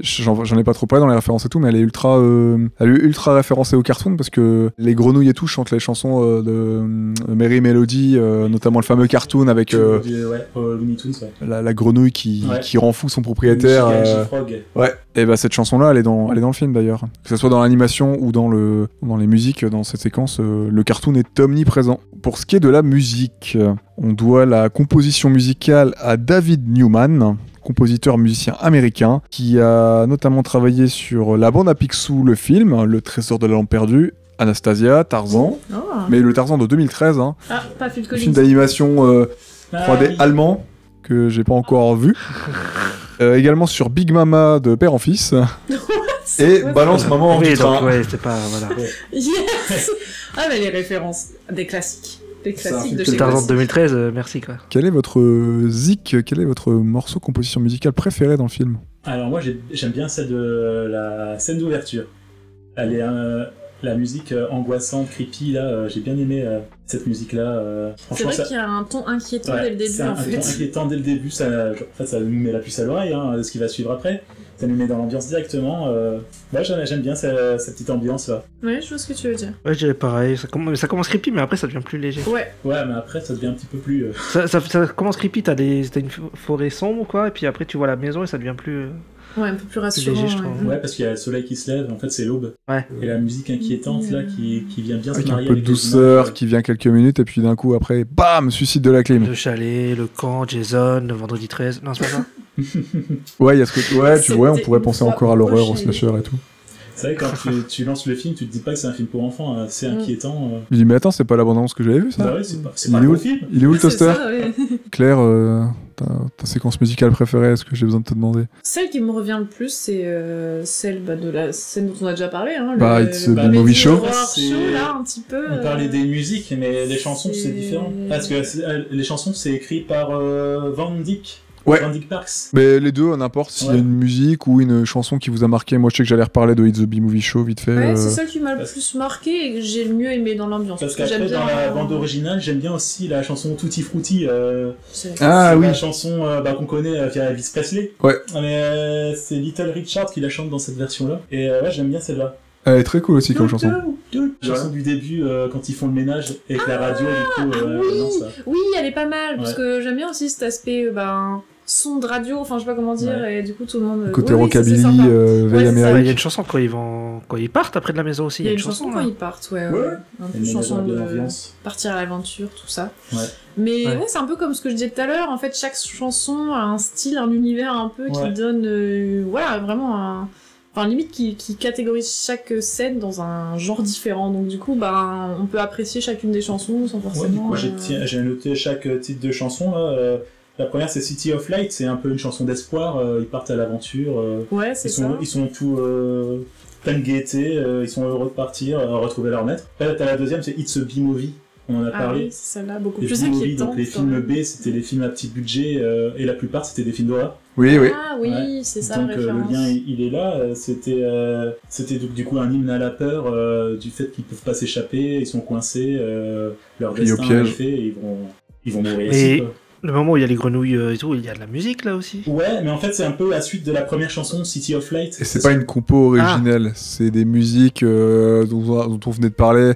j'en j'en ai pas trop parlé dans les références et tout, mais elle est ultra, euh, elle est ultra référencée au cartoon parce que les grenouilles et tout chantent les chansons euh, de euh, Mary Melody, euh, notamment le fameux cartoon avec euh,
Du- ouais, euh, Looney Tunes, ouais.
la, la grenouille qui,
Ouais.
qui rend fou son propriétaire.
Michigan
euh,
Frog.
ouais. Et bah cette chanson-là, elle est dans, elle est dans le film d'ailleurs. Que ce soit dans l'animation ou dans le, dans les musiques, dans cette séquence, euh, le cartoon est omniprésent. Pour ce qui est de la musique, euh, on doit la composition musicale à David Newman compositeur musicien américain qui a notamment travaillé sur La bande à Picsou, le film, Le trésor de la lampe perdue, Anastasia, Tarzan,
Ah.
mais le Tarzan de 2013, hein,
Ah, pas Phil
le
Collins.
film d'animation euh,
Ah,
3D
oui.
allemand que j'ai pas encore vu. Euh, également sur Big Mama de père en fils et Balance maman en hein.
Oui,
du
donc,
train.
ouais, c'était pas. Voilà.
Yes Ah, mais les références. Des classiques. Des classiques de
C'est
chez
Tarzan de
classique.
2013, euh, merci, quoi.
Quel est votre euh, zik, quel est votre morceau composition musicale préféré dans le film
Alors moi j'ai- j'aime bien celle de euh, la scène d'ouverture. Elle est euh, la musique euh, angoissante, creepy là. euh, j'ai bien aimé euh, cette euh, musique là.
C'est vrai qu'il y a un ton inquiétant
Ouais,
dès le début
c'est un,
en
un
fait.
ton inquiétant dès le début, ça, genre, en fait, ça nous met la puce à l'oreille, hein, ce qui va suivre après. Ça nous met dans l'ambiance directement. euh. Moi j'aime, j'aime bien cette, cette petite ambiance là.
Ouais, je vois ce que tu veux dire.
Ouais, je dirais pareil. Ça, commence- ça commence creepy, mais après, ça devient plus léger.
Ouais,
Ouais, mais après ça devient un petit peu plus. euh,
Ça, ça- ça commence creepy, t'as des- t'as une fo- forêt sombre, quoi, et puis après, tu vois la maison et ça devient plus. euh,
ouais, un peu plus rassurant.
léger, je
ouais.
trouve.
Ouais, parce qu'il y a le soleil qui se lève, en fait c'est l'aube.
Ouais.
Et la musique inquiétante là qui, qui vient bien
Avec
se
un
marier
peu de
avec les
douceur
images. euh,
qui vient quelques minutes et puis d'un coup après, bam, suicide de la clim.
Le chalet, le camp, Jason, le vendredi 13. Non, c'est pas ça.
Ouais, il y a ce côté- ouais, tu vois, on
C'était
pourrait
une
penser
fois
encore à l'horreur, au
prochaine.
slasher et tout.
C'est vrai quand tu, tu lances le film, tu te dis pas que c'est un film pour enfants, hein, c'est
Mm.
inquiétant. euh.
Je lui dis, mais attends, c'est pas l'abondance que j'avais vu ça
Bah ouais, c'est pas, c'est
Il
pas
est
un
où
gros film.
Il est où le
C'est
toaster
ça, ouais.
Claire, euh, ta, ta séquence musicale préférée, est-ce que j'ai besoin de te demander
Celle qui me revient le plus, c'est euh, celle bah, de la scène dont on a déjà parlé. Hein, le-
Bah, it's a
le
bah,
big
mais
movie
dis-
show.
horror
C'est-
show, là, un petit peu.
On
euh,
parlait des musiques, mais les chansons
c'est-
c'est différent. Parce que c'est- euh, les chansons c'est écrit par euh, Van Dyck.
Ouais.
Van Dyck Parks.
Mais les deux, n'importe, s'il y
Ouais.
a une musique ou une chanson qui vous a marqué. Moi, je sais que j'allais reparler de It's the B-Movie Show vite fait.
Ouais, c'est
euh,
celle qui m'a le
parce-
plus marqué et que j'ai le mieux aimé dans l'ambiance.
Parce
que
qu'après
j'aime
dans la
euh,
bande originale, j'aime bien aussi la chanson Tutti Frutti. euh,
c'est-
Ah
c'est
oui,
La chanson euh, bah, qu'on connaît euh, via Elvis Presley.
Ouais.
Mais euh, c'est Little Richard qui la chante dans cette version là. Et euh, ouais, j'aime bien celle-là.
elle est très cool aussi comme chanson.
La chanson du début euh, quand ils font le ménage et que la radio du coup.
ah
euh,
oui.
non, ça.
Oui, elle est pas mal, parce
Ouais.
que j'aime bien aussi cet aspect euh, ben, son de radio, enfin je sais pas comment dire, et du coup tout le monde.
Côté
Oui, oui, ça, c'est
rockabilly,
sympa.
euh,
Ouais,
veille
c'est ça.
Il
américaine.
y a une chanson quand ils, vont... quand ils partent après de la maison aussi.
Il y a une
chanson, hein.
chanson quand
là.
ils partent, ouais.
Ouais.
ouais. Un peu
Elle met
chanson
dans
de
l'ambiance.
partir à l'aventure, tout ça.
Ouais.
Mais
Ouais.
ouais, c'est un peu comme ce que je disais tout à l'heure, en fait, chaque chanson a un style, un univers un peu
Ouais.
qui donne, euh, voilà, vraiment un. Enfin, limite, qui, qui catégorise chaque scène dans un genre différent. Donc, du coup, ben, on peut apprécier chacune des chansons sans
Ouais,
forcément.
moi j'ai
euh,
ti- j'ai noté chaque euh, titre de chanson. Là. euh, la première c'est City of Light, c'est un peu une chanson d'espoir. euh, ils partent à l'aventure. euh,
Ouais, c'est
ils,
ça.
sont, ils sont tout euh, plein de gaieté. euh, ils sont heureux de partir, euh, retrouver leur maître. Là, t'as la deuxième, c'est It's a B-Movie. On en a
Ah
parlé.
oui, c'est celle-là, beaucoup
Les
plus
B-Movie,
inquiétante.
donc les
quand
films
même.
B, c'était les films à petit budget euh, et la plupart c'était des films d'horreur.
Oui, oui.
Ah oui,
Ouais.
c'est ça
Donc
la
euh,
référence.
le lien il il est là. euh, C'était euh, c'était donc du coup un hymne à la peur euh, du fait qu'ils peuvent pas s'échapper, ils sont coincés, euh, leur
Pris au
destin
piège.
est fait, et ils vont ils vont mourir.
Mais-
ici, quoi.
Le moment où il y a les grenouilles euh, et tout, il y a de la musique là aussi.
Ouais, mais en fait, c'est un peu la suite de la première chanson, City of Light.
Et c'est pas une compo
Ah.
originelle, c'est des musiques euh, dont, dont on venait de parler,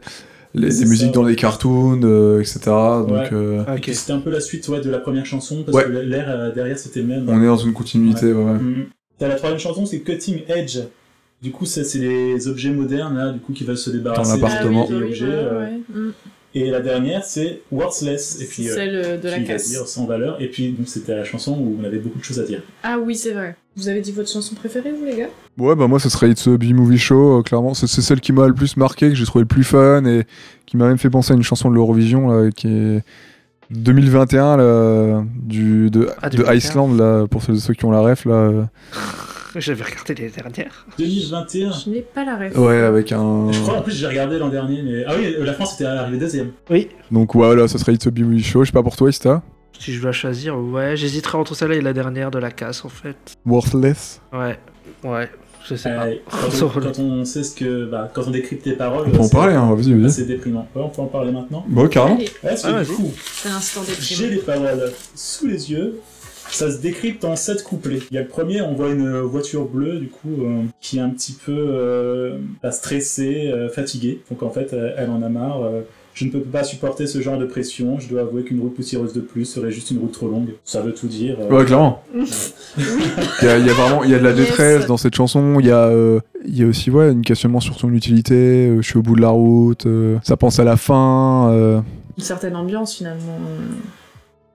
les,
C'est
des
ça,
musiques dans
ouais.
des cartoons, euh, etc. Donc
Ouais.
euh,
Ah,
Et C'était un peu la suite ouais, de la première chanson, parce
Ouais.
que l'air euh, derrière, c'était le même.
on est dans une continuité. ouais, ouais.
Mhm. T'as la troisième chanson, c'est Cutting Edge. Du coup, ça, c'est les objets modernes, là, du coup, qui veulent se débarrasser.
Ah
Dans l'appartement.
des objets,
ouais,
euh,
ouais. Mm.
Et la dernière, c'est Worthless. Et puis, euh,
Celle de la
qui veut dire
classe.
sans valeur. Et puis, donc, c'était la chanson où on avait beaucoup de choses à dire.
Ah oui, c'est vrai. Vous avez dit votre chanson préférée, vous, les gars
Ouais, bah moi, ce serait It's a B-Movie Show, euh, clairement. C'est c'est celle qui m'a le plus marqué, que j'ai trouvé le plus fun et qui m'a même fait penser à une chanson de l'Eurovision, là, qui est 2021, là, du, de,
Ah,
de
2021.
Iceland, là, pour ceux, ceux qui ont la ref, là. euh.
J'avais regardé les dernières.
2021.
Euh.
Je n'ai pas la ref.
Ouais, avec un.
Je crois, en plus, j'ai regardé l'an dernier, mais. Ah oui, euh, la France était arrivée deuxième.
Oui.
Donc, ouais, là, ce serait It's a B-Movie Show. Je sais pas pour toi, Ista.
Si je dois choisir, ouais, j'hésiterai entre celle-là et la dernière de la casse en fait.
Worthless.
Ouais, ouais, je sais
Ah,
Euh,
pas.
quand, on, quand on sait ce que. Bah, quand on décrypte tes paroles.
On peut en
c'est-
parler, hein, vas-y,
bah,
vas-y.
C'est déprimant. Ouais, on peut en parler maintenant.
Bon, carrément.
Allez,
Bah, Ouais, parce que
Ah,
du
vas-y.
coup,
C'est l'instant
J'ai
déprimé.
les paroles sous les yeux. Ça se décrypte en sept couplets. Il y a le premier, on voit une voiture bleue, du coup, euh, qui est un petit peu euh, bah, stressée, euh, fatiguée. Donc en fait, euh, elle en a marre. euh, je ne peux pas supporter ce genre de pression. Je dois avouer qu'une route poussiéreuse de plus serait juste une route trop longue. Ça veut tout dire. euh.
Ouais, clairement. Il y, a- il y a vraiment il y a de la
Yes.
détresse dans cette chanson. Il y, a, euh, il y a aussi ouais, un questionnement sur son utilité. euh, je suis au bout de la route. euh, ça pense à la fin. euh.
Une certaine ambiance, finalement. euh,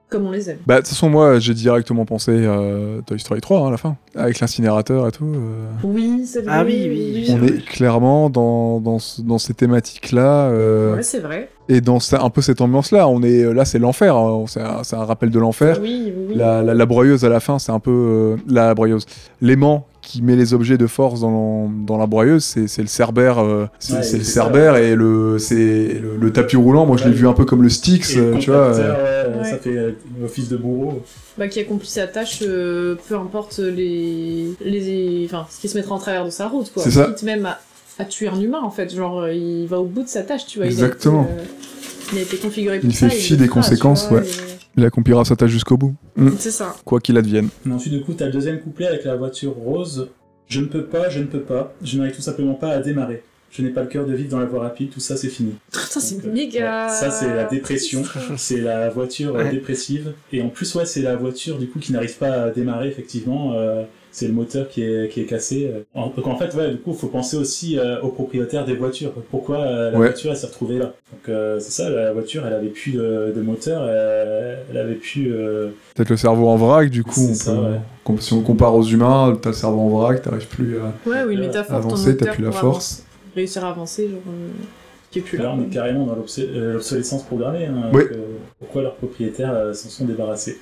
Comme on les aime.
Bah, de toute façon, moi, j'ai directement pensé à Toy Story 3 hein, à la fin. Avec l'incinérateur et tout. euh.
Oui, c'est vrai.
Ah oui, oui, oui.
On est clairement dans, dans, ce- dans ces thématiques-là. euh,
Ouais, c'est vrai.
Et dans ça- un peu cette ambiance-là. On est, là, c'est l'enfer. hein, C'est un, c'est un rappel de l'enfer.
Oui, oui, oui.
La, la- la broyeuse à la fin, c'est un peu. euh, la broyeuse. L'aimant qui met les objets de force dans, l'en- dans la broyeuse, c'est c'est le cerbère. euh, c'est
Ouais,
c'est
c'est
le
ça.
cerbère et le, c'est le, le tapis roulant. Moi, je l'ai vu un peu comme le Styx,
Et le
euh, tu vois. euh,
compacteur, ouais,
Ouais.
Ça fait euh, office de bourreau.
Bah, qui accomplit sa tâche, euh, peu importe les... les. Enfin, ce qui se mettra en travers de sa route, quoi.
C'est ça.
Quitte même à... à tuer un humain, en fait. Genre, euh, il va au bout de sa tâche, tu vois. il a été,
Exactement.
euh, Il a été configuré pour
Il
ça.
fait
et
fi
le
des
fera, tu
conséquences,
vois,
ouais. Il accomplira sa tâche jusqu'au bout,
et- C'est ça.
quoi qu'il advienne.
Mais ensuite, du coup, t'as le deuxième couplet avec la voiture rose. Je ne peux pas, je ne peux pas. Je n'arrive tout simplement pas à démarrer. Je n'ai pas le cœur de vivre dans la voie rapide. Tout ça, c'est fini.
Putain, c'est
Donc, euh,
méga.
ouais, Ça, c'est la dépression. (laughs) C'est la voiture euh,
Ouais.
dépressive. Et en plus, ouais, c'est la voiture du coup qui n'arrive pas à démarrer, effectivement. euh, c'est le moteur qui est, qui est cassé. euh. En- Donc en fait, ouais, du coup, faut penser aussi euh, aux propriétaires des voitures. Pourquoi euh, la
Ouais.
voiture elle s'est retrouvée là Donc euh, c'est ça, la voiture, elle avait plus de, de moteur, euh, elle avait plus. euh,
Peut-être le cerveau en vrac, du coup.
C'est
on
ça,
peut-
ouais.
com- Si on compare aux humains, t'as le cerveau en vrac, t'arrives plus à
Ouais, ou une
Euh,
métaphore. Ah, ton
avancer, t'as
moteur
plus la
pour
force.
avancer- Réussir à avancer, genre. euh, Qui est plus
Là,
là.
on est carrément dans l'obs- euh, l'obsolescence programmée. hein,
Oui.
donc, euh, pourquoi leurs propriétaires euh, s'en sont débarrassés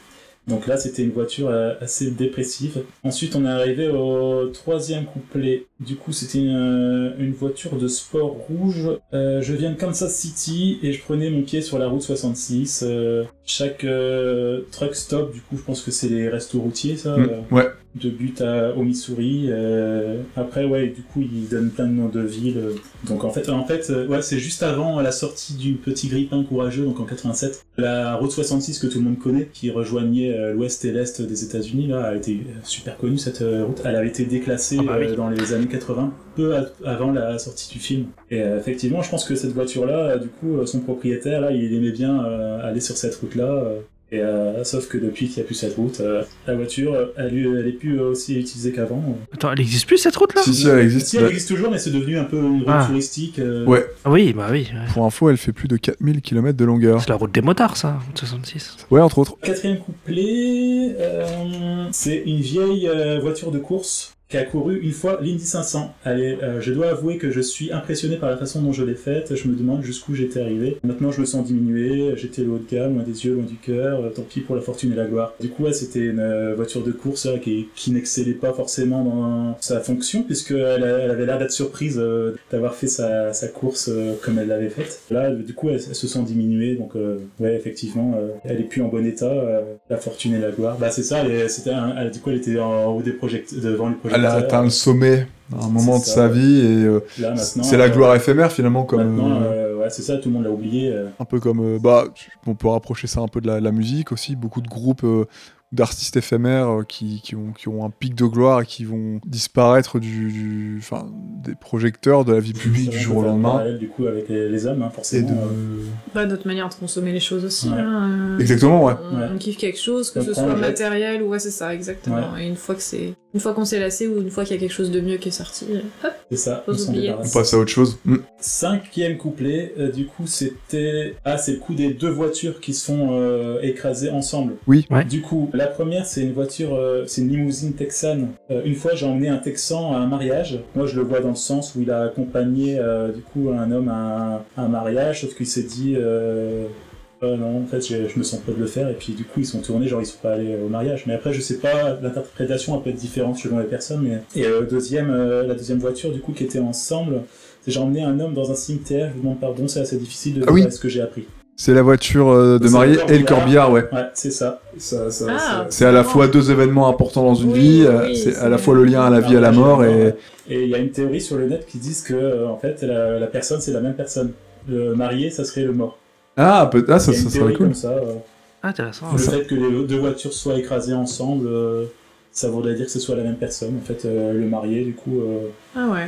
Donc là, c'était une voiture euh, assez dépressive. Ensuite, on est arrivé au troisième couplet. Du coup, c'était une, euh, une voiture de sport rouge. Euh, je viens de Kansas City et je prenais mon pied sur la route 66. Euh, chaque euh, truck stop, du coup, je pense que c'est les restos routiers, ça. euh,
Mm, Ouais.
de but à- au Missouri. euh, après, ouais, du coup, il donne plein de noms de villes. euh. Donc en fait, en fait, euh, ouais, c'est juste avant la sortie du Petit Grippin courageux, donc en 87. La route 66 que tout le monde connaît, qui rejoignait euh, l'ouest et l'est des États-Unis, là, a été super connue cette euh, route. Elle avait été déclassée
Ah bah oui.
euh, dans les années 80, peu a- avant la sortie du film. Et euh, effectivement, je pense que cette voiture-là, euh, du coup, euh, son propriétaire, là, il aimait bien euh, aller sur cette route-là. euh, et euh, sauf que depuis qu'il n'y a plus cette route, euh, la voiture, euh, elle, elle est plus euh, aussi utilisée qu'avant.
Attends, elle existe plus cette
Ah.
route là
Si, si, elle existe.
Si elle existe toujours, mais c'est devenu un peu une route
Ah.
touristique. euh,
Bah. Ouais.
Ah Oui, bah oui. ouais.
Pour info, elle fait plus de 4000 km de longueur.
C'est la route des motards ça, route 66.
Ouais, entre autres.
Quatrième couplet, euh, c'est une vieille euh, voiture de course qui a couru une fois l'Indy 500. Allez, euh, je dois avouer que je suis impressionné par la façon dont je l'ai faite. Je me demande jusqu'où j'étais arrivé. Maintenant, je me sens diminué. J'étais le haut de gamme, loin des yeux, loin du cœur. Euh, Tant pis pour la fortune et la gloire. Du coup, ouais, c'était une euh, voiture de course là, qui, qui n'excellait pas forcément dans sa fonction, puisqu'elle elle avait l'air d'être surprise euh, d'avoir fait sa, sa course euh, comme elle l'avait faite. Là, du coup, elle, elle se sent diminuée. Donc, euh, ouais, effectivement, euh, elle est plus en bon état. euh, la fortune et la gloire. Bah, c'est ça. Elle, est- c'était un- elle- du coup, elle était en haut des project- devant les
Elle a
projecteurs.
atteint le sommet à un moment de
ça.
sa vie et euh,
Là, maintenant,
c'est la
euh,
gloire éphémère finalement, comme
Maintenant,
euh,
euh, ouais, c'est ça, tout le monde l'a oublié. euh.
un peu comme euh, bah on peut rapprocher ça un peu de la, la musique aussi. Beaucoup de groupes euh, d'artistes éphémères euh, qui, qui ont, qui ont un pic de gloire et qui vont disparaître du, du- enfin, des projecteurs de la vie publique du
C'est
jour au
vrai qu'on peut faire
lendemain
parallèle, Du coup, avec les, les hommes, hein,
et
forcément.
de
euh,
Bah, notre manière de consommer les choses aussi.
Ouais.
hein, euh,
exactement ouais.
On,
Ouais.
on kiffe quelque chose, que
On
ce
prend,
soit
on jette.
matériel ou ouais, c'est ça, exactement. Et une fois que c'est, une fois qu'on s'est lassé ou une fois qu'il y a quelque chose de mieux qui est sorti, euh, hop,
C'est ça,
Faut
on s'en
oublier.
débarrasse.
On passe à autre chose. Mm.
Cinquième couplet, euh, du coup c'était... Ah c'est le coup des deux voitures qui se font euh, écraser ensemble.
Oui.
Ouais.
Du coup, la première c'est une voiture, euh, c'est une limousine texane. Euh, une fois j'ai emmené un texan à un mariage. Moi je le vois dans le sens où il a accompagné euh, du coup un homme à un, à un mariage, sauf qu'il s'est dit... euh, Euh, non, en fait, j'ai- je me sens pas de le faire, et puis du coup, ils sont tournés, genre ils sont pas allés au mariage. Mais après, je sais pas, l'interprétation peut être différente selon les personnes. Mais... Et euh, deuxième, euh, la deuxième voiture, du coup, qui était ensemble, c'est j'ai emmené un homme dans un cimetière, je vous demande pardon, c'est assez difficile de
Ah
dire
oui.
ce que j'ai appris.
C'est la voiture euh, de
C'est
mariée
le
et le corbillard, ouais.
Ouais, c'est ça.
Ça, ça,
Ah.
ça-
C'est à la fois deux événements importants dans une
Oui,
vie, euh,
oui,
c'est à
c'est
la
vrai.
fois le lien à la
Ah,
vie et à la mort, et
Et il y a une théorie sur le net qui disent que, euh, en fait, la, la personne, c'est la même personne. Le marié, ça serait le mort.
ah, peut- ah,
Il
ça,
y a une
ça serait
théorie
cool. Ah,
comme ça. euh,
Intéressant.
Le
hein.
fait que les deux voitures soient écrasées ensemble, euh, ça voudrait dire que ce soit la même personne. En fait, euh, le marié, du coup, euh,
Ah ouais.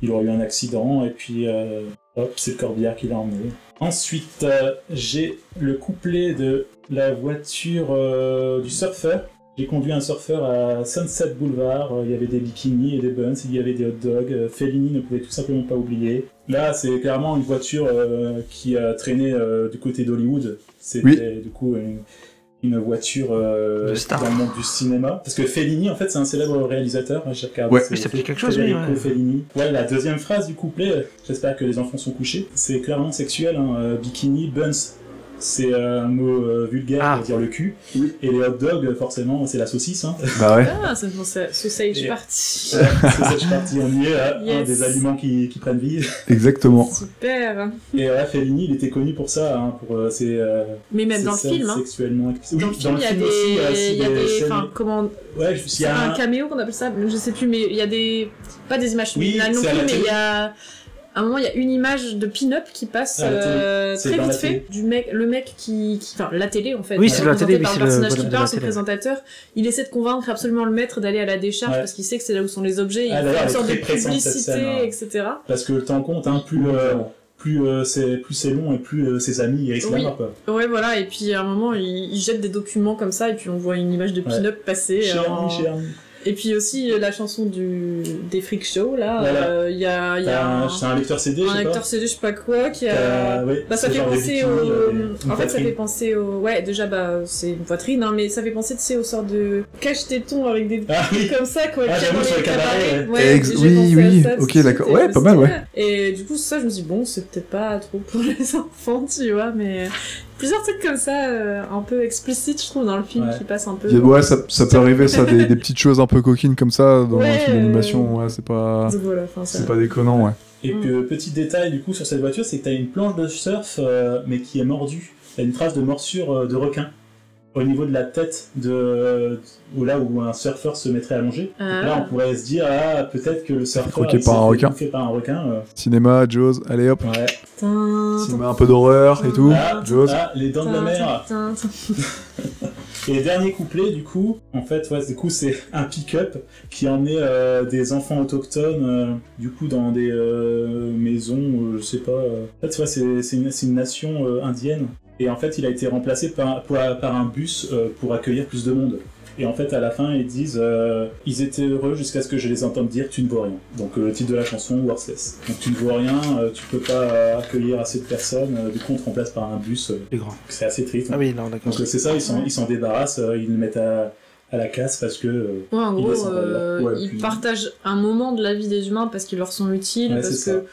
il aurait eu un accident et puis euh, hop, c'est le corbillard qui l'a emmené. Ensuite, euh, j'ai le couplet de la voiture euh, du surfeur. J'ai conduit un surfeur à Sunset Boulevard. Euh, Il y avait des bikinis et des buns, il y avait des hot dogs. Euh, Fellini ne pouvait tout simplement pas oublier. Là, c'est clairement une voiture euh, qui a traîné euh, du côté d'Hollywood. C'était du coup une, une voiture euh,
De star.
dans le monde du cinéma. Parce que Fellini, en fait, c'est un célèbre réalisateur. hein, J'ai regardé
Ouais.
ses-
Oui, ça me dit quelque chose,
Federico
oui, ouais.
Fellini. Ouais, la deuxième phrase du couplet, euh, j'espère que les enfants sont couchés, c'est clairement sexuel, hein, euh, bikini, buns. C'est euh, un mot euh, vulgaire
Ah.
pour dire le cul.
Oui.
Et les hot dogs, forcément, c'est la saucisse. Hein.
Bah ouais.
Ah, ça me pensait Sausage
Et-
Party.
c'est cette partie en y est, hein, un
Yes.
des aliments qui, qui prennent vie.
Exactement.
Super.
Et euh, Fellini, il était connu pour ça, hein, pour euh, ses, euh,
Mais même
ses
dans le
scènes
film, hein.
sexuellement explicites.
Dans le
Oui,
film, il y a des.
aussi, euh, c'est
il y a des-
scènes-
Enfin, comment.
Ouais, je- il y
C'est
a
un
un-
caméo qu'on appelle ça, je sais plus, mais il y a des. Pas des images
Oui,
subliminales non
c'est à
plus,
la
mais il
télé.
y a. À un moment, il y a une image de pin-up qui passe
À la télé.
euh,
C'est
très
dans
vite
la
fait.
télé.
Du mec, le mec qui, qui- Enfin, la télé en fait.
Oui, c'est la
représenté
télé, oui,
par
c'est
le
le
personnage qui
bonhomme de
parle,
la
son
télé.
présentateur. Il essaie de convaincre absolument le maître d'aller à la décharge
Ouais.
parce qu'il sait que c'est là où sont les objets. Il
Ah, d'ailleurs,
fait
elle
une
est
sorte de
très pressante, cette
publicité,
scène, hein.
etc.
Parce que le temps compte, hein, plus, euh, plus, euh, c'est, plus c'est long et plus euh, ses amis ils risquent
Oui.
la mort. Quoi.
Ouais, voilà, et puis à un moment, il, il jette des documents comme ça, et puis on voit une image de pin-up passer. euh,
Cher
en-
ami, cher ami.
Et puis aussi euh, la chanson du... des Freak Show, là,
Voilà.
euh, il y a, il y
T'as
a
un,
un,
c'est un lecteur CD, je
un
sais
acteur
pas.
CD, je sais pas quoi, qui
T'as-
a.
ouais,
Bah, ça
c'est
fait
genre des
penser
bikinis,
au.
euh, des- une
En fait, ça
poitrine.
fait penser au. Ouais, déjà, bah, c'est une poitrine, hein, mais ça fait penser, tu sais, aux sortes de cache-tétons avec des
Ah oui,
comme ça quoi.
Ah,
qui est
j'avoue,
dans
sur
les
les cabarets,
cabarets.
ouais.
Ouais,
Ex-
j'ai
oui,
pensé à
oui,
ça tout
ok,
de suite,
d'accord.
et
Ouais,
je me
pas
suis
mal,
dit,
ouais.
Et du coup, ça, je me suis dit, bon, c'est peut-être pas trop pour (laughs) les enfants, tu vois, mais plusieurs trucs comme ça, euh, un peu explicites, je trouve, dans le film,
Ouais.
qui passent un peu.
Il y a- Ouais, ça, ça peut arriver, ça, des, des petites choses un peu coquines comme ça dans un
Ouais,
film
euh,
d'animation, ouais, c'est pas,
Donc voilà, enfin, ça-
c'est pas déconnant, ouais.
Et
Mm.
que petit détail du coup sur cette voiture, c'est que t'as une planche de surf euh, mais qui est mordue. T'as une trace de morsure euh, de requin au niveau de la tête de ou là où un surfeur se mettrait allongé.
Ah.
Là, on pourrait se dire ah peut-être que le surfeur
croqué par
il s'est
un
fait
requin.
bouffer par un requin. euh.
Cinéma, Jaws, allez hop,
Ouais.
Tin, tin,
cinéma un peu d'horreur et tout,
Ah,
Jaws.
ah, les dents de la
tin,
mer.
tin, tin.
Et le dernier couplet, du coup, en fait, ouais, du coup, c'est un pick-up qui emmenait euh, des enfants autochtones, euh, du coup, dans des euh, maisons, euh, je sais pas. euh. En fait, ouais, c'est c'est une, c'est une nation euh, indienne. Et en fait, il a été remplacé par, pour- par un bus euh, pour accueillir plus de monde. Et en fait, à la fin, ils disent euh, Ils étaient heureux jusqu'à ce que je les entende dire Tu ne vois rien. Donc, euh, le titre de la chanson, Worthless. Donc, tu ne vois rien, euh, tu peux pas euh, accueillir assez de personnes, euh, du coup, on te remplace par un bus. euh.
Les grands.
c'est assez triste.
Ah oui, non, d'accord.
Donc euh, c'est ça, ils s'en ils s'en débarrassent, euh, ils le mettent à, à la casse parce que. euh,
Ouais, en
Il
gros,
descend pas
euh,
là. Ouais,
ils
puis-
partagent un moment de la vie des humains parce qu'ils leur sont utiles,
Ouais,
parce
c'est
que...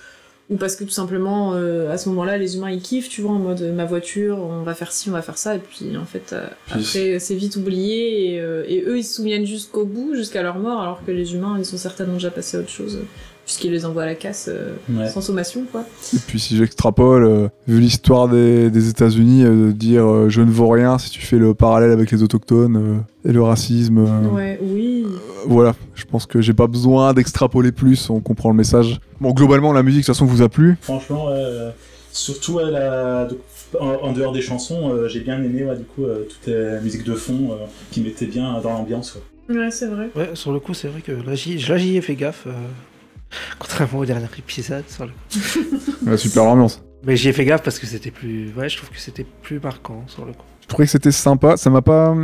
ou parce que tout simplement, euh, à ce moment-là, les humains ils kiffent, tu vois, en mode ma voiture, on va faire ci, on va faire ça, et puis en fait, euh,
Puis-
après, c'est vite oublié, et, euh, et eux ils se souviennent jusqu'au bout, jusqu'à leur mort, alors que les humains ils sont certainement déjà passés à autre chose, euh, puisqu'ils les envoient à la casse euh,
ouais.
sans sommation, quoi.
Et puis si j'extrapole, euh, vu l'histoire des, des États-Unis, euh, de dire euh, je ne vaux rien si tu fais le parallèle avec les autochtones euh, et le racisme, euh,
Mm.
Ouais, oui.
voilà, je pense que j'ai pas besoin d'extrapoler plus, on comprend le message. Bon, globalement, la musique de toute façon vous a plu.
Franchement, ouais, euh, surtout ouais, la- donc, en, en dehors des chansons, euh, j'ai bien aimé ouais, du coup euh, toute la musique de fond euh, qui mettait bien dans l'ambiance. quoi.
Ouais,
(laughs)
c'est vrai.
Ouais, sur le coup, c'est vrai que là, j'y là, j'y ai fait gaffe. euh, (laughs) Contrairement au dernier épisode, sur le coup.
Ouais, super ambiance.
Mais j'y ai fait gaffe parce que c'était plus. Ouais, je trouve que c'était plus marquant sur le coup.
Je trouvais que c'était sympa. Ça m'a pas.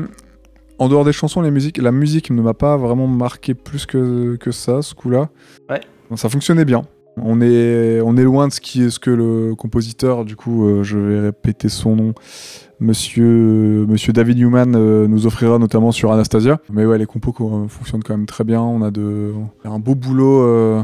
En dehors des chansons, les musiques, la musique ne m'a pas vraiment marqué plus que, que ça, ce coup-là.
Ouais.
Ça fonctionnait bien. On est, on est loin de ce, qui est, ce que le compositeur, du coup, euh, je vais répéter son nom, monsieur, euh, monsieur David Newman, euh, nous offrira notamment sur Anastasia. Mais ouais, les compos co- fonctionnent quand même très bien. On a de, un beau boulot euh,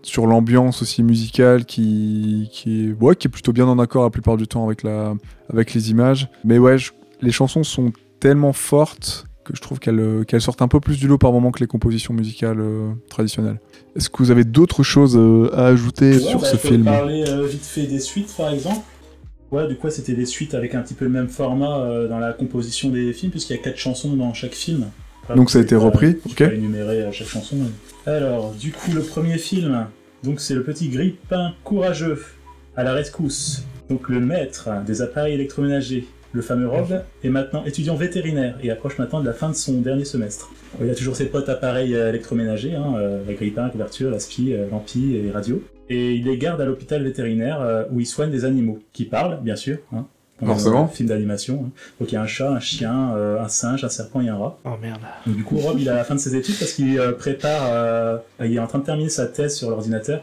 sur l'ambiance aussi musicale qui, qui, est- ouais, qui est plutôt bien en accord la plupart du temps avec, la, avec les images. Mais ouais, je- les chansons sont tellement fortes que je trouve qu'elles euh, qu'elles sortent un peu plus du lot par moment que les compositions musicales euh, traditionnelles. Est-ce que vous avez d'autres choses euh, à ajouter
Ouais,
sur
bah,
ce
je peux
film
parler euh, vite fait des suites, par exemple. Ouais, du coup, c'était des suites avec un petit peu le même format euh, dans la composition des films, puisqu'il y a quatre chansons dans chaque film. Enfin,
Donc, ça a
c'est
été
pas-
repris,
je
ok.
peux pas énumérer euh, chaque chanson. mais- Alors, du coup, le premier film, donc c'est le petit grippin courageux à la rescousse. Donc, le maître des appareils électroménagers, le fameux Rob, est maintenant étudiant vétérinaire et approche maintenant de la fin de son dernier semestre. Il a toujours ses potes appareils euh, électroménagers, hein, euh, la grippin, la couverture, la spi, euh, l'ampli et radio et il les garde à l'hôpital vétérinaire euh, où il soigne des animaux qui parlent, bien sûr. Hein, Dans
Forcément.
un film d'animation. hein. Donc il y a un chat, un chien, euh, un singe, un serpent et un rat.
Oh merde.
Donc, du coup, Rob, il est à la fin de ses études parce qu'il euh, prépare. euh, il est en train de terminer sa thèse sur l'ordinateur.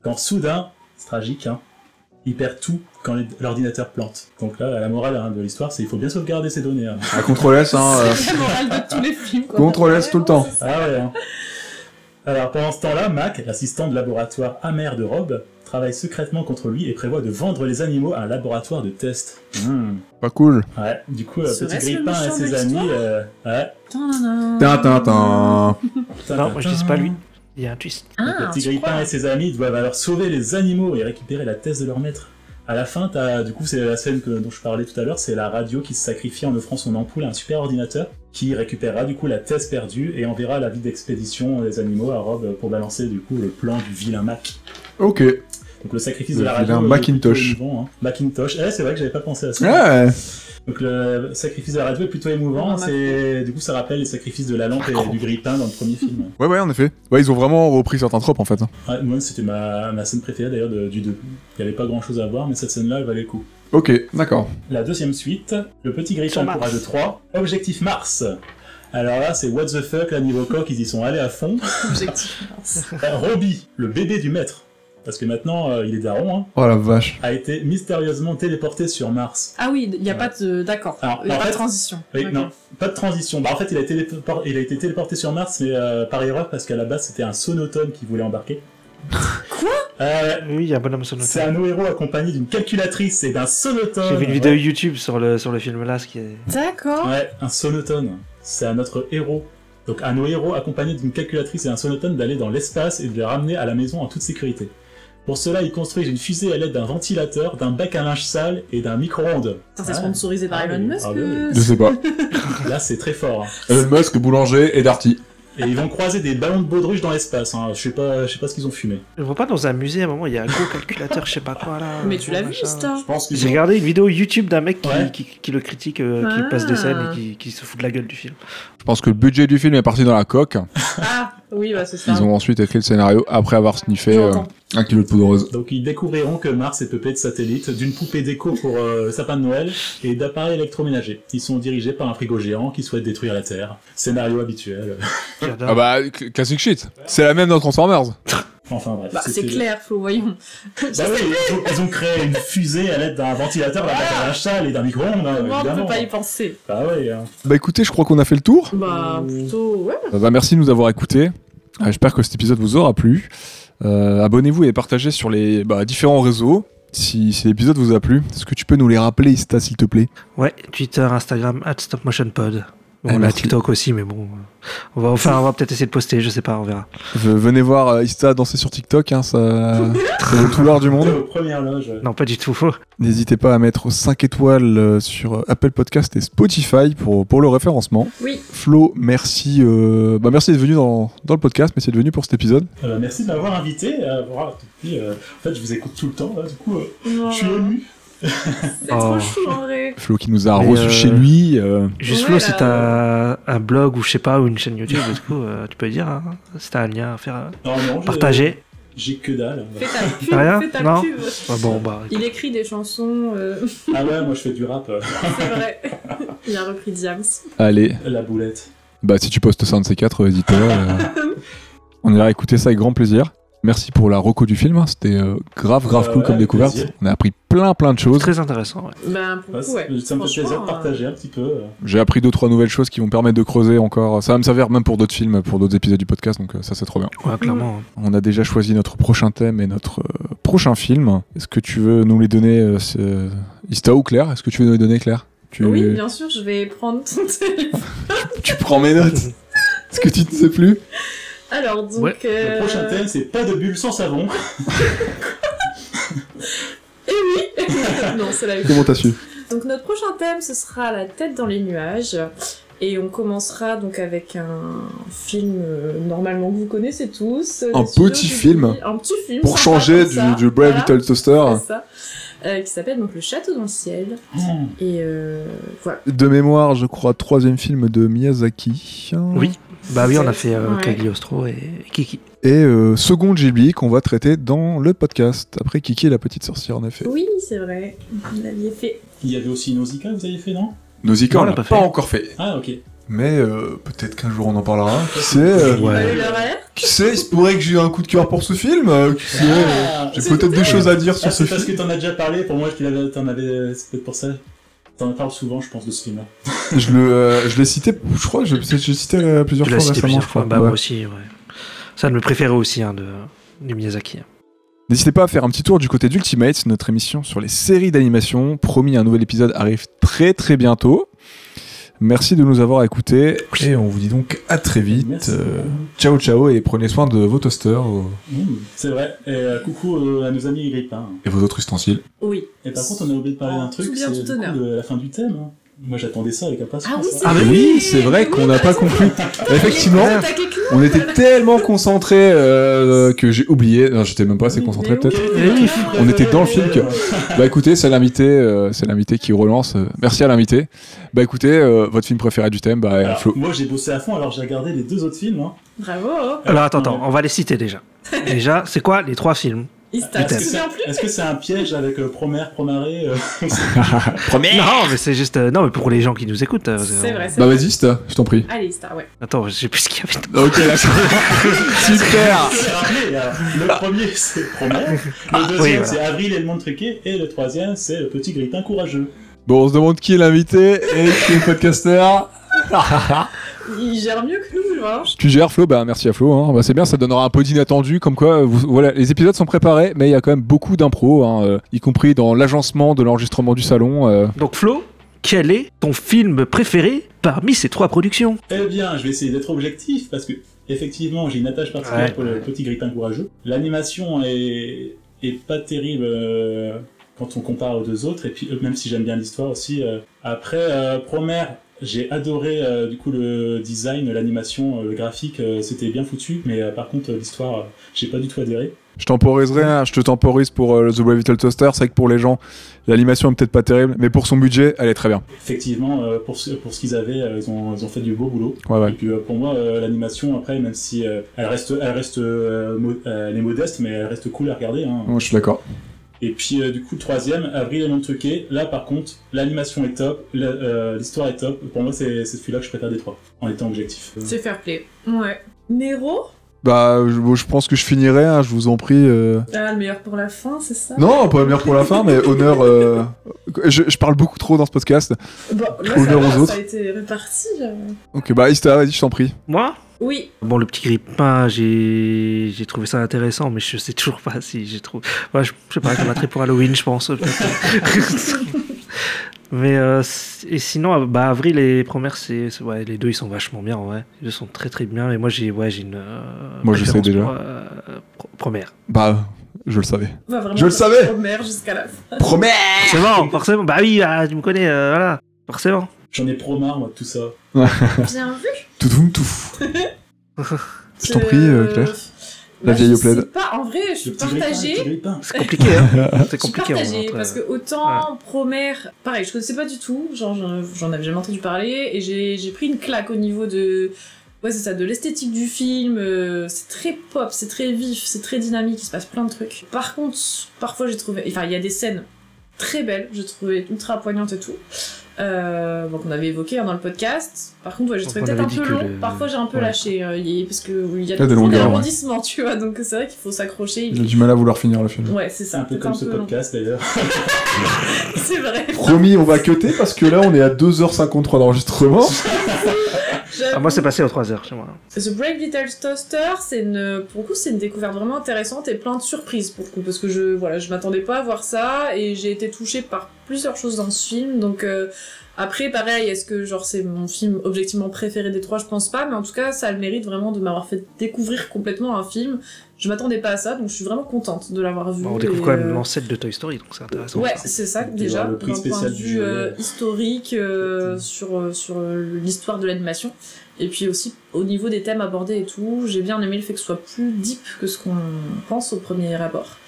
Quand soudain, c'est tragique, hein, il perd tout quand l'ordinateur plante. Donc là, la morale hein, de l'histoire, c'est qu'il faut bien sauvegarder ses données. hein.
Ah, Contrôle S, hein, euh,
C'est la morale de tous les films. quoi.
Contrôle S tout le temps.
Ah ouais. hein. Alors pendant ce temps-là, Mac, l'assistant de laboratoire amer de Rob, travaille secrètement contre lui et prévoit de vendre les animaux à un laboratoire de test.
Hmm.
Pas cool.
Ouais, du coup, euh,
Serait-ce
petit
le
grippin et
méchant
ses
de l'histoire
amis. euh, ouais,
Tadadam.
Tintin.
putain,
Non, moi je dis c'est pas lui. Il y a un twist.
Le
Ah,
petit
je
grippin
crois.
et ses amis doivent alors sauver les animaux et récupérer la thèse de leur maître. À la fin, t'as, du coup, c'est la scène que, dont je parlais tout à l'heure, c'est la radio qui se sacrifie en offrant son ampoule à un super ordinateur qui récupérera du coup la thèse perdue et enverra la vie d'expédition des animaux à Rob pour balancer du coup le plan du vilain Mac.
Ok.
Donc le sacrifice
Le
de la radio.
vilain
euh,
Macintosh. Ah
plutôt émouvant, hein. Macintosh. Eh, c'est vrai que j'avais pas pensé à ça.
Ouais.
Donc le sacrifice de la radio est plutôt émouvant.
Ah,
c'est du coup ça rappelle les sacrifices de la lampe et du grippin dans le premier film.
Ouais, ouais, en effet. Ouais, ils ont vraiment repris certains tropes en fait. hein.
Ouais, Ah, moi c'était ma, ma scène préférée d'ailleurs de- du 2. Il n'y avait pas grand chose à voir, mais cette scène-là elle valait le coup.
Ok, d'accord.
La deuxième suite, le petit grippin
Sur Mars.
courage de 3, Objectif Mars. Alors là, c'est what the fuck, là niveau coq, ils y sont allés à fond.
Objectif.
Euh, (laughs) Robbie, le bébé du maître, parce que maintenant euh, il est daron, hein,
Oh la vache.
a été mystérieusement téléporté sur Mars.
Ah oui, il n'y a pas de. D'accord.
Alors,
Il n'y a
en
pas
fait-
de transition.
Oui,
Ok.
non, pas de transition. Bah, en fait, il a, été télépor- il a été téléporté sur Mars, mais euh, par erreur, parce qu'à la base, c'était un sonotone qui voulait embarquer.
Quoi
Euh,
Oui, il y a un bonhomme sur
C'est un héros accompagné d'une calculatrice et d'un sonotone.
J'ai vu une
Ouais.
vidéo YouTube sur le, sur le film là, ce qui est.
D'accord.
Ouais, un sonotone. C'est à notre héros. Donc, à nos héros accompagnés d'une calculatrice et un sonotone d'aller dans l'espace et de les ramener à la maison en toute sécurité. Pour cela, ils construisent une fusée à l'aide d'un ventilateur, d'un bac à linge sale et d'un micro-ondes.
Putain, C'est
Ouais.
sponsorisé par
Ah
Elon
oui,
Musk.
ah oui.
euh,
Je sais (laughs) pas.
Là, c'est très fort. hein.
Elon Musk, Boulanger et Darty.
Et ils vont croiser des ballons de baudruche dans l'espace. hein. Je sais pas, je sais pas ce qu'ils ont fumé.
Je vois pas dans un musée à un moment, il y a
(laughs)
un gros calculateur, je sais pas quoi là.
Mais
un
tu
gros
l'as vu,
(laughs)
machin.
Star
Je pense
J'ai regardé une vidéo YouTube d'un mec qui,
Ouais.
qui, qui le critique, euh, qui
Ah.
passe des scènes et qui, qui se fout de la gueule du film.
Je pense que le budget du film est parti dans la coque.
Ah oui, bah c'est ça.
Ils ont ensuite écrit le scénario après avoir sniffé euh,
J'entends.
un kilo de poudreuse.
Donc ils découvriront que Mars est peuplé de satellites, d'une poupée d'écho pour euh, le sapin de Noël et d'appareils électroménagers. Ils sont dirigés par un frigo géant qui souhaite détruire la Terre. Scénario habituel.
J'adore.
Ah bah, cl- classic shit. C'est la même dans Transformers.
Enfin bref.
Bah, c'est
c'était-
clair, Flo, voyons.
Bah oui, ils ont, ils ont créé une fusée à l'aide d'un ventilateur, d'un bac à linge sale et d'un micro-ondes. hein,
Moi, on ne
évidemment.
peut pas y penser.
Bah oui. hein.
Bah écoutez, je crois qu'on a fait le tour.
Mmh.
Bah, plutôt, ouais.
Euh, Bah merci de nous avoir écoutés. Euh, J'espère que cet épisode vous aura plu. Euh, Abonnez-vous et partagez sur les bah, différents réseaux. Si, si l'épisode vous a plu, est-ce que tu peux nous les rappeler, Ista, s'il te plaît
Ouais, Twitter, Instagram, at StopMotionPod. Bon,
Eh,
on a
merci.
TikTok aussi, mais bon. euh, On va, enfin, on va peut-être essayer de poster, je sais pas, on verra.
V- Venez voir euh, Ista danser sur TikTok,
(laughs)
hein, ça... ça vaut tout l'or du monde.
Deux aux premières loges.
Non, pas du tout. (laughs) faux.
N'hésitez pas à mettre 5 étoiles euh, sur euh, Apple Podcast et Spotify pour, pour le référencement.
Oui.
Flo, merci, euh, bah merci d'être venu dans, dans le podcast, merci d'être venu pour cet épisode.
Euh, merci de m'avoir invité. euh, voilà, depuis, euh, en fait, je vous écoute tout le temps. là, du coup, euh,
Non,
je suis ému.
C'est trop
Oh.
chou, en vrai.
Flo qui nous a
Mais,
reçus
euh,
chez lui. euh,
Juste
Ouais,
Flo,
là,
si t'as un blog ou je sais pas, ou une chaîne YouTube, du coup, euh, tu peux dire, hein, si t'as un lien à faire, euh,
Non, non, je-
partager.
J'ai que dalle.
Fais ta
(laughs)
pub,
Rien
fais ta
Non.
pub.
Ah bon, bah.
Il écrit des chansons, euh, (laughs)
Ah ouais, moi je fais du rap. euh,
c'est vrai. Il a repris Diams.
Allez,
la boulette. (laughs)
bah si tu postes ça un de ces quatre, n'hésite pas. euh, on ira euh, écouter ça avec grand plaisir. Merci pour la reco du film. hein. C'était euh, grave, grave
Euh,
cool
ouais,
comme découverte.
plaisir.
On a appris plein, plein de choses.
Très intéressant, ouais.
Ben, pour le coup, ouais.
Ça me fait plaisir
Franchement,
de
euh,
partager un petit peu. euh.
J'ai appris deux, trois nouvelles choses qui vont me permettre de creuser encore. Ça va me servir même pour d'autres films, pour d'autres épisodes du podcast. Donc euh, ça, c'est trop bien.
Ouais, clairement.
Mm.
hein.
On a déjà choisi notre prochain thème et notre euh, prochain film. Est-ce que tu veux nous les donner, euh, ce- Ista ou Claire Est-ce que tu veux nous les donner, Claire tu,
euh, Oui, bien sûr, je vais prendre ton (laughs) téléphone.
tu prends mes notes
(laughs)
Est-ce que tu ne sais plus
Alors, donc.
Ouais,
Le
euh,
prochain thème, c'est pas de bulles sans savon.
Eh oui (laughs) Non, c'est la
Comment t'as su
Donc notre prochain thème, ce sera la tête dans les nuages. Et on commencera donc avec un film euh, normalement que vous connaissez tous. euh,
Un
des studios
petit
Ghibli.
film.
Un petit film.
Pour
sympa
changer
comme
du,
ça,
du Brave
voilà,
Little Toaster.
c'est ça. Euh, qui s'appelle donc Le Château dans le ciel.
Hmm.
Et euh, voilà.
De mémoire, je crois, troisième film de Miyazaki.
Oui. Bah oui, on a fait euh,
Ouais.
Cagliostro et et Kiki.
Et euh, second Ghibli qu'on va traiter dans le podcast. Après Kiki et la petite sorcière, en effet.
Oui, c'est vrai. Vous l'aviez fait.
Il y avait aussi Nausicaa, vous avez fait, non
Nausicaa,
Non,
on
on
l'a
l'a
pas,
pas fait.
encore fait.
Ah, ok.
Mais euh, peut-être qu'un jour on en parlera. Qui sait euh,
Ouais.
Pas eu l'horaire
Qui sait Il se pourrait que j'ai un coup de cœur pour ce film. euh, qui sait euh,
Ah,
J'ai peut-être des choses à dire sur
Ah,
ce
c'est parce
film.
que t'en as déjà parlé, pour moi, je te l'avais- t'en avais. C'est peut-être pour ça. T'en parles souvent, je pense, de ce film-là.
Je le, euh, je l'ai cité. Je crois, je, je l'ai cité euh, plusieurs
Tu
fois
l'as cité
récemment.
plusieurs
Je crois.
fois. Bah, moi
Ouais.
aussi, ouais. Ça, de mes préférés aussi, hein, de, du Miyazaki.
N'hésitez pas à faire un petit tour du côté d'Ultimate, notre émission sur les séries d'animation. Promis, un nouvel épisode arrive très très bientôt. Merci de nous avoir écoutés et on vous dit donc à très vite.
Merci.
Euh, ciao ciao et prenez soin de vos toasters euh,
Mmh, c'est vrai. Et euh, coucou euh, à nos amis grippins.
et vos autres ustensiles.
Oui.
Et par contre, on a oublié de parler d'un
Tout
truc,
bien,
c'est
Oh, tout
du coup,
honneur.
de la fin du thème. hein. Moi, j'attendais ça avec impatience.
Ah oui,
hein.
c'est Ah, mais
oui,
oui,
c'est vrai
mais
qu'on
oui,
n'a pas
t'as (laughs)
conclu. Effectivement,
Mais t'as quelques-
on
(laughs)
était tellement concentrés euh, que j'ai oublié. Non, j'étais même pas assez concentré
Mais oui.
peut-être.
On
Eh On était dans le film que- Bah écoutez, c'est l'invité, euh, c'est l'invité qui relance. euh, merci à l'invité. Bah écoutez, euh, votre film préféré du thème, bah
Alors,
Flo.
moi j'ai bossé à fond, alors j'ai regardé les deux autres films. Hein.
Bravo. hein.
Alors attends, attends, on va les citer déjà. Déjà, c'est quoi les trois films
Ista,
Est-ce
tu
que
te
c'est
souviens plus
est-ce que c'est un piège avec euh, Promer, Promaré euh,
Non, mais c'est juste. euh, non, mais pour les gens qui nous écoutent. euh,
C'est vrai, c'est
Bah
vrai.
vas-y, Sta, je t'en prie.
Allez, Ista, ouais.
Attends, je sais plus ce qu'il y avait. dedans.
Ok, d'accord. (laughs) Super.
Je l'ai rappelé, alors. Le premier c'est Promer,
Ah,
le deuxième
oui, voilà.
c'est Avril et le monde truqué, et le troisième c'est le petit grippin courageux.
Bon, on se demande qui est l'invité et qui est le podcasteur.
Il gère mieux que nous, je vois.
Tu gères Flo, bah merci à Flo. hein. Bah, c'est bien, ça donnera un peu d'inattendu. Comme quoi, vous- voilà, les épisodes sont préparés, mais il y a quand même beaucoup d'impro, hein, euh, y compris dans l'agencement de l'enregistrement du salon. euh.
Donc Flo, quel est ton film préféré parmi ces trois productions
Eh bien, je vais essayer d'être objectif parce que effectivement, j'ai une attache particulière
Ouais,
pour
ouais.
le petit grippin courageux. L'animation est... est pas terrible euh, quand on compare aux deux autres, et puis euh, même si j'aime bien l'histoire aussi. euh. Après, euh, Promer, j'ai adoré euh, du coup le design, l'animation, euh, le graphique, euh, c'était bien foutu, mais euh, par contre euh, l'histoire, euh, j'ai pas du tout adhéré.
Je temporiserai, hein, je te temporise pour euh, The Brave Little Toaster. C'est vrai que pour les gens, l'animation est peut-être pas terrible, mais pour son budget, elle est très bien.
Effectivement, euh, pour ce, pour ce qu'ils avaient, euh, ils ont, ils ont fait du beau boulot.
Ouais,
Et
ouais.
puis euh, pour moi, euh, l'animation, après, même si euh, elle reste, elle reste, euh, mo- euh, elle est modeste, mais elle reste cool à regarder. Hein.
Moi, je suis d'accord.
Et puis euh, du coup, le troisième, Avril et non truqué. Là, par contre, l'animation est top, la- euh, l'histoire est top. Pour moi, c'est c'est celui-là que je préfère des trois, en étant objectif.
C'est fair play. Ouais. Nero
Bah, je, bon, je pense que je finirai, hein, je vous en prie. euh.
Ah, le meilleur pour la fin, c'est ça
Non, pas meilleur pour la fin, mais honneur. euh, Je, je parle beaucoup trop dans ce podcast.
Bon, là,
Honneur
ça,
aux
va, ça
autres.
a été réparti. euh.
Ok, bah, Ista, vas-y, je t'en prie.
Moi
Oui,
Bon, le petit grippin, j'ai j'ai trouvé ça intéressant, mais je sais toujours pas si j'ai trouvé. Ouais, je, je sais pas, je m'attrais pour Halloween, je pense. peut-être. (laughs) mais euh, c- et sinon, euh, bah, avril et première, c'est c'est- ouais, les deux, ils sont vachement bien, ouais. Les deux sont très très bien. Et moi, j'ai ouais, j'ai une. euh,
Moi, je sais
préférence
déjà.
pour, euh, pro- première.
Bah, je le savais.
on va vraiment.
Je le
faire
savais.
Homer jusqu'à la fin.
Promets
Forcément, forcément. Bah oui, ah, tu me connais, euh, voilà. Forcément.
J'en ai pro marre, moi, de tout ça.
Bien vu.
Tout, tout, tout. Je t'en prie, euh, Claire. La
Bah,
vieille
je
au plaid.
sais Pas, en vrai, je suis
Le petit grippin, le petit
partagée.
grippin.
C'est compliqué,
(laughs)
hein. C'est
Je suis
compliqué.
partagée,
hein,
parce
entre-
que autant Promer, pareil, je connaissais pas du tout, genre j'en j'en avais jamais entendu parler, et j'ai j'ai pris une claque au niveau de. Ouais, c'est ça, de l'esthétique du film, euh, c'est très pop, c'est très vif, c'est très dynamique, il se passe plein de trucs. Par contre, parfois j'ai trouvé. Enfin, il y a des scènes très belle, je trouvais ultra poignante et tout. Euh, donc on avait évoqué hein, dans le podcast. Par contre, ouais, j'ai
Donc,
trouvé
on
peut-être un
avait
peu
dit que
long.
le-
Parfois, j'ai un peu
ouais.
lâché euh, il- parce que il y a
Ah,
y a des longueurs, ouais.
arrondissements, tu vois. Donc c'est vrai qu'il faut s'accrocher.
J'ai du mal à vouloir finir le film.
Ouais, c'est
C'est
ça.
un peu
peut-être
comme ce
long.
podcast d'ailleurs.
(laughs) C'est vrai.
Promis, on va cuter parce que là, on est à 2h53 d'enregistrement.
J'avoue.
Ah, moi, c'est passé aux 3 heures chez moi.
The Brave Little Toaster, c'est une, pour le coup, c'est une découverte vraiment intéressante et plein de surprises pour le coup, parce que je, voilà, je m'attendais pas à voir ça et j'ai été touchée par plusieurs choses dans ce film. Donc euh, après, pareil, est-ce que genre c'est mon film objectivement préféré des trois Je pense pas, mais en tout cas, ça a le mérite vraiment de m'avoir fait découvrir complètement un film. Je m'attendais pas à ça, donc je suis vraiment contente de l'avoir vu.
Bon, on
et,
découvre quand même
euh,
l'ancêtre de Toy Story, donc c'est intéressant.
Ouais, c'est ça
Et
déjà,
voir le prix
d'un point
spécial
de
du
vue
jury.
euh, historique euh, sur, euh, sur euh, l'histoire de l'animation. Et puis aussi au niveau des thèmes abordés et tout, j'ai bien aimé le fait que ce soit plus deep que ce qu'on pense au premier abord.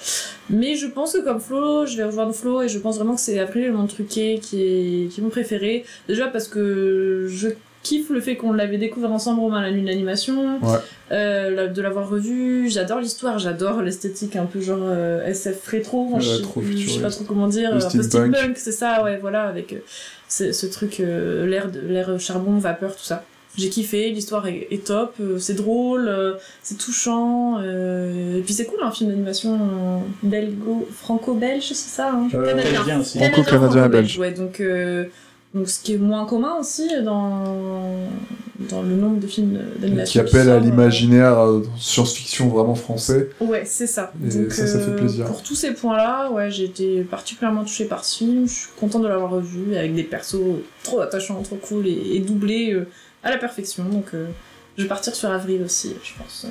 Mais je pense que comme Flo, je vais rejoindre Flo et je pense vraiment que c'est Avril et le monde truqué qui est, qui est mon préféré. Déjà parce que je kiffe le fait qu'on l'avait découvert ensemble au Main la Nuit de l'animation,
Ouais.
Euh, la- de l'avoir revu, j'adore l'histoire, j'adore l'esthétique un peu genre euh, SF rétro, Enfin,
Ouais,
je, sais-
trop
je sais pas
futuriste.
trop euh, comment dire,
Le
un peu
steampunk.
steampunk, c'est ça, ouais, voilà, avec euh, ce, ce truc, euh, l'air de- l'air charbon, vapeur, tout ça. J'ai kiffé, l'histoire est, est top, euh, c'est drôle, euh, c'est touchant, euh, et puis c'est cool un film d'animation euh, belgo, franco-belge, c'est ça hein Canadien.
Canadien aussi.
Euh, Franco-
Canadien,
Franco-canadien et
franco-belge, Ouais, donc, euh, donc ce qui est moins commun aussi dans, dans le nombre de films
Qui
d'animation.
appelle à
sortent, euh,
l'imaginaire euh, science-fiction vraiment français.
Ouais, c'est ça.
Et
Donc,
ça, ça fait
euh,
plaisir.
Pour tous ces points-là, ouais, j'ai été particulièrement touchée par ce film. Je suis contente de l'avoir revu avec des persos trop attachants, trop cool et, et doublés euh, à la perfection. Donc, euh, je vais partir sur Avril aussi, je pense.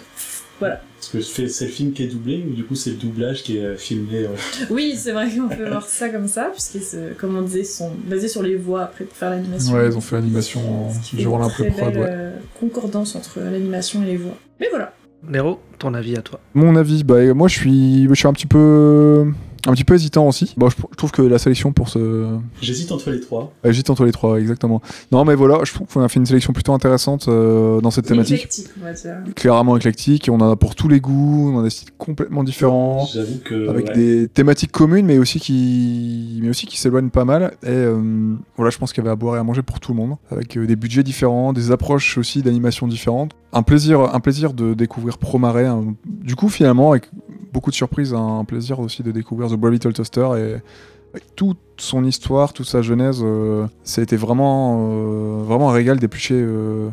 Parce que c'est c'est le film qui est doublé ou du coup c'est le doublage qui est euh, filmé. euh,
Oui, c'est vrai qu'on peut voir ça comme ça, puisque, c'est- comme on disait, ils sont basés sur les voix après pour faire l'animation.
Ouais, ils ont fait l'animation en
Ce qui fait
durant
une très
l'après-prod.
belle,
ouais.
euh, concordance entre l'animation et les voix. Mais voilà.
Nero, ton avis à toi.
Mon avis, bah, euh, moi je suis, je suis un petit peu, un petit peu hésitant aussi. Bon, je, je trouve que la sélection pour ce,
J'hésite entre les trois.
agite entre les trois, exactement. Non, mais voilà, je trouve qu'on a fait une sélection plutôt intéressante euh, dans cette thématique,
Éclectique, on va dire.
clairement éclectique. et On en a pour tous les goûts, on en a des styles complètement différents,
J'avoue que.
avec
ouais.
des thématiques communes, mais aussi qui, mais aussi qui s'éloignent pas mal. Et euh, voilà, je pense qu'il y avait à boire et à manger pour tout le monde, avec euh, des budgets différents, des approches aussi d'animation différentes. Un plaisir, un plaisir de découvrir Promarais. hein. Du coup, finalement, avec beaucoup de surprises, hein, un plaisir aussi de découvrir The Brave Little Toaster et avec toute son histoire, toute sa genèse, euh, ça a été vraiment, euh, vraiment un régal d'éplucher, euh,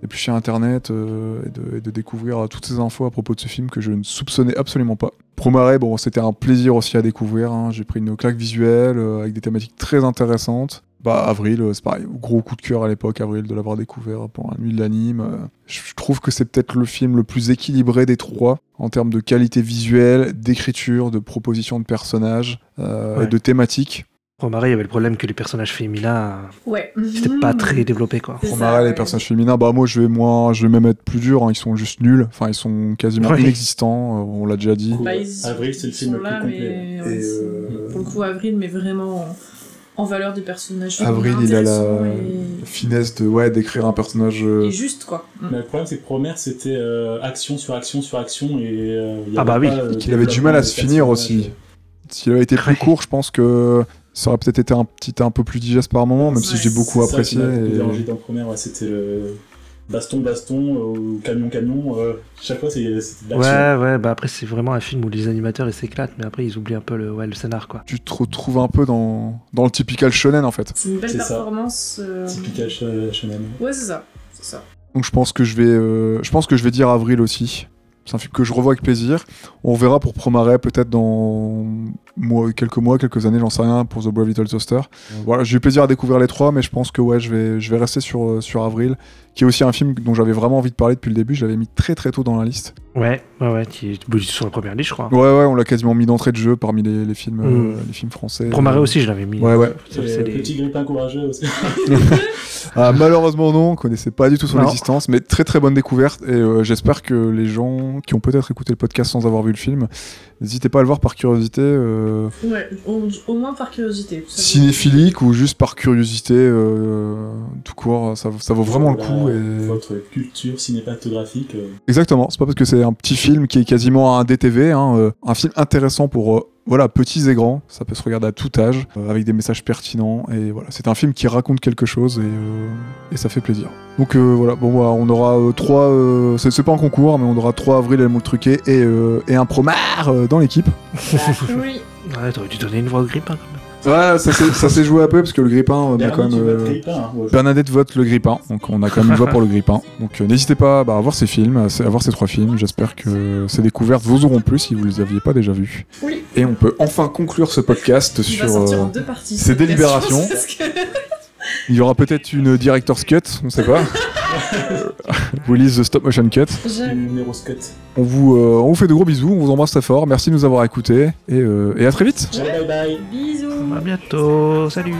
d'éplucher Internet euh, et, de, et de découvrir toutes ces infos à propos de ce film que je ne soupçonnais absolument pas. Promarais, bon, c'était un plaisir aussi à découvrir. hein. J'ai pris une claque visuelle euh, avec des thématiques très intéressantes. Bah, Avril, euh, c'est pareil, gros coup de cœur à l'époque, Avril, de l'avoir découvert pendant la nuit de l'anime. Euh, je je trouve que c'est peut-être le film le plus équilibré des trois en termes de qualité visuelle, d'écriture, de proposition de personnages euh, et
Ouais.
de thématiques.
Romaré, il y avait le problème que les personnages féminins,
Ouais.
c'était
Hmm.
pas très développé, quoi.
C'est ça,
Romarais, les
ouais.
personnages féminins, bah moi je vais moins, je vais même être plus dur, hein, ils sont juste nuls, enfin ils sont quasiment
Ouais.
inexistants, euh, on l'a déjà dit.
Cool.
Bah, ils-
Avril, c'est le
ils
film
sont
le
là,
plus complet.
mais,
Et,
ouais, c'est-
euh,
Pour le coup, Avril, mais vraiment en, en valeur du personnage.
Avril,
vraiment
il a la
intéressant
finesse de ouais d'écrire un personnage. euh,
Et, et juste, quoi. Mm.
Mais le problème, c'est que Promare, c'était euh, action sur action sur action et. euh, il y
Ah bah
avait
oui.
pas, euh,
Et qu'il avait du mal à se finir
développement des
aussi.
personnages.
S'il avait été plus
Ouais.
court, je pense que ça aurait peut-être été un petit un peu plus digeste par moment, même si
Ouais,
j'ai
C'est
beaucoup
ça qui
apprécié.
m'a beaucoup
et-
dérangé dans Promare, ouais, c'était le baston, baston, euh, camion, camion. euh, chaque fois, c'est- c'était de l'action.
Ouais, ouais, bah après, c'est vraiment un film où les animateurs, ils s'éclatent, mais après, ils oublient un peu le, ouais, le scénar, quoi.
Tu te retrouves un peu dans, dans le typical shonen en fait.
C'est une belle
C'est ça.
performance. euh,
Typical sh- shonen.
Ouais, c'est ça. C'est ça.
Donc je pense que je vais euh, je pense que je vais dire avril aussi. C'est un film que je revois avec plaisir. On verra pour Promaret peut-être dans mois- quelques mois, quelques années, j'en sais rien, pour The Brave Little Toaster. Voilà, j'ai eu plaisir à découvrir les trois, mais je pense que ouais, je vais, je vais rester sur, euh, sur Avril, qui est aussi un film dont j'avais vraiment envie de parler depuis le début. Je l'avais mis très très tôt dans la liste.
Ouais, ouais, ouais, qui est bah, sur la première liste, je crois.
Ouais, ouais, on l'a quasiment mis d'entrée de jeu parmi les, les films,
Mm.
euh, les films français.
Romaré aussi, je l'avais mis.
Ouais, ouais.
Ça,
Et,
c'est
euh,
des-
Petit grippin courageux aussi.
Ah, malheureusement, non, on connaissait pas du tout son
Non.
existence, mais très très bonne découverte. Et euh, j'espère que les gens qui ont peut-être écouté le podcast sans avoir vu le film, n'hésitez pas à le voir par curiosité, euh,
Ouais, au, au moins par curiosité. Ça-
cinéphilique ou juste par curiosité, euh, tout court. Ça, ça vaut vraiment le
Voilà,
coup. et-
Votre culture cinématographique. euh,
Exactement, c'est pas parce que c'est un petit film qui est quasiment un DTV, hein, euh, un film intéressant pour euh, voilà petits et grands, ça peut se regarder à tout âge, euh, avec des messages pertinents et voilà, c'est un film qui raconte quelque chose et, euh, et ça fait plaisir. Donc euh, voilà, bon bah, on aura euh, trois, euh, c'est c'est pas un concours, mais on aura 3 avril et le moule truqué et, euh, et un promard euh, dans l'équipe.
(laughs) oui.
Ouais, t'aurais dû donner une voix au hein. grippin quand même.
Ouais, ça s'est ça s'est joué à peu parce que le grippin euh, m'a quand
Bernard,
même.
tu vas
euh,
te payer pas, hein, ouais.
Bernadette vote le grippin, donc on a quand même une voix pour le grippin. Donc euh, n'hésitez pas bah, à voir ces films, à à voir ces trois films. J'espère que ces découvertes vous auront plu si vous les aviez pas déjà vus.
Oui.
Et on peut enfin conclure ce podcast
Il
sur.
va sortir
euh,
en deux parties.
c'est délibération.
C'est ce que- (laughs)
il y aura peut-être une director's cut, on sait
(laughs)
pas. Release the stop motion cut.
J'aime.
Numéro Scott.
On vous, euh, on vous fait de gros bisous, on vous embrasse très fort. Merci de nous avoir écoutés et, euh, et à très vite.
Ciao, bye bye.
Bisous.
À bientôt, salut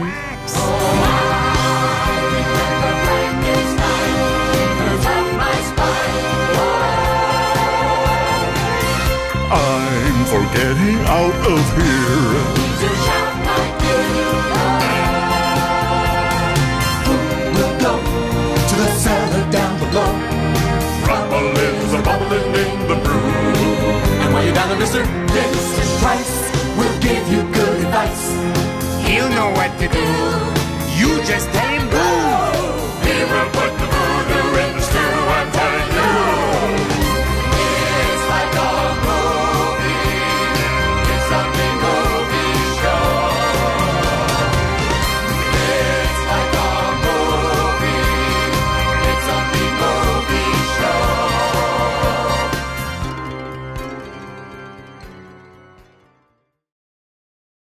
I'm for getting out of here.
We'll go to the cellar down below.
Rumbling, the bubbling in the brew.
And while you're down there, Mr. Mr. Price will give you good advice.
He'll know what to do. You just tell him go. Here, but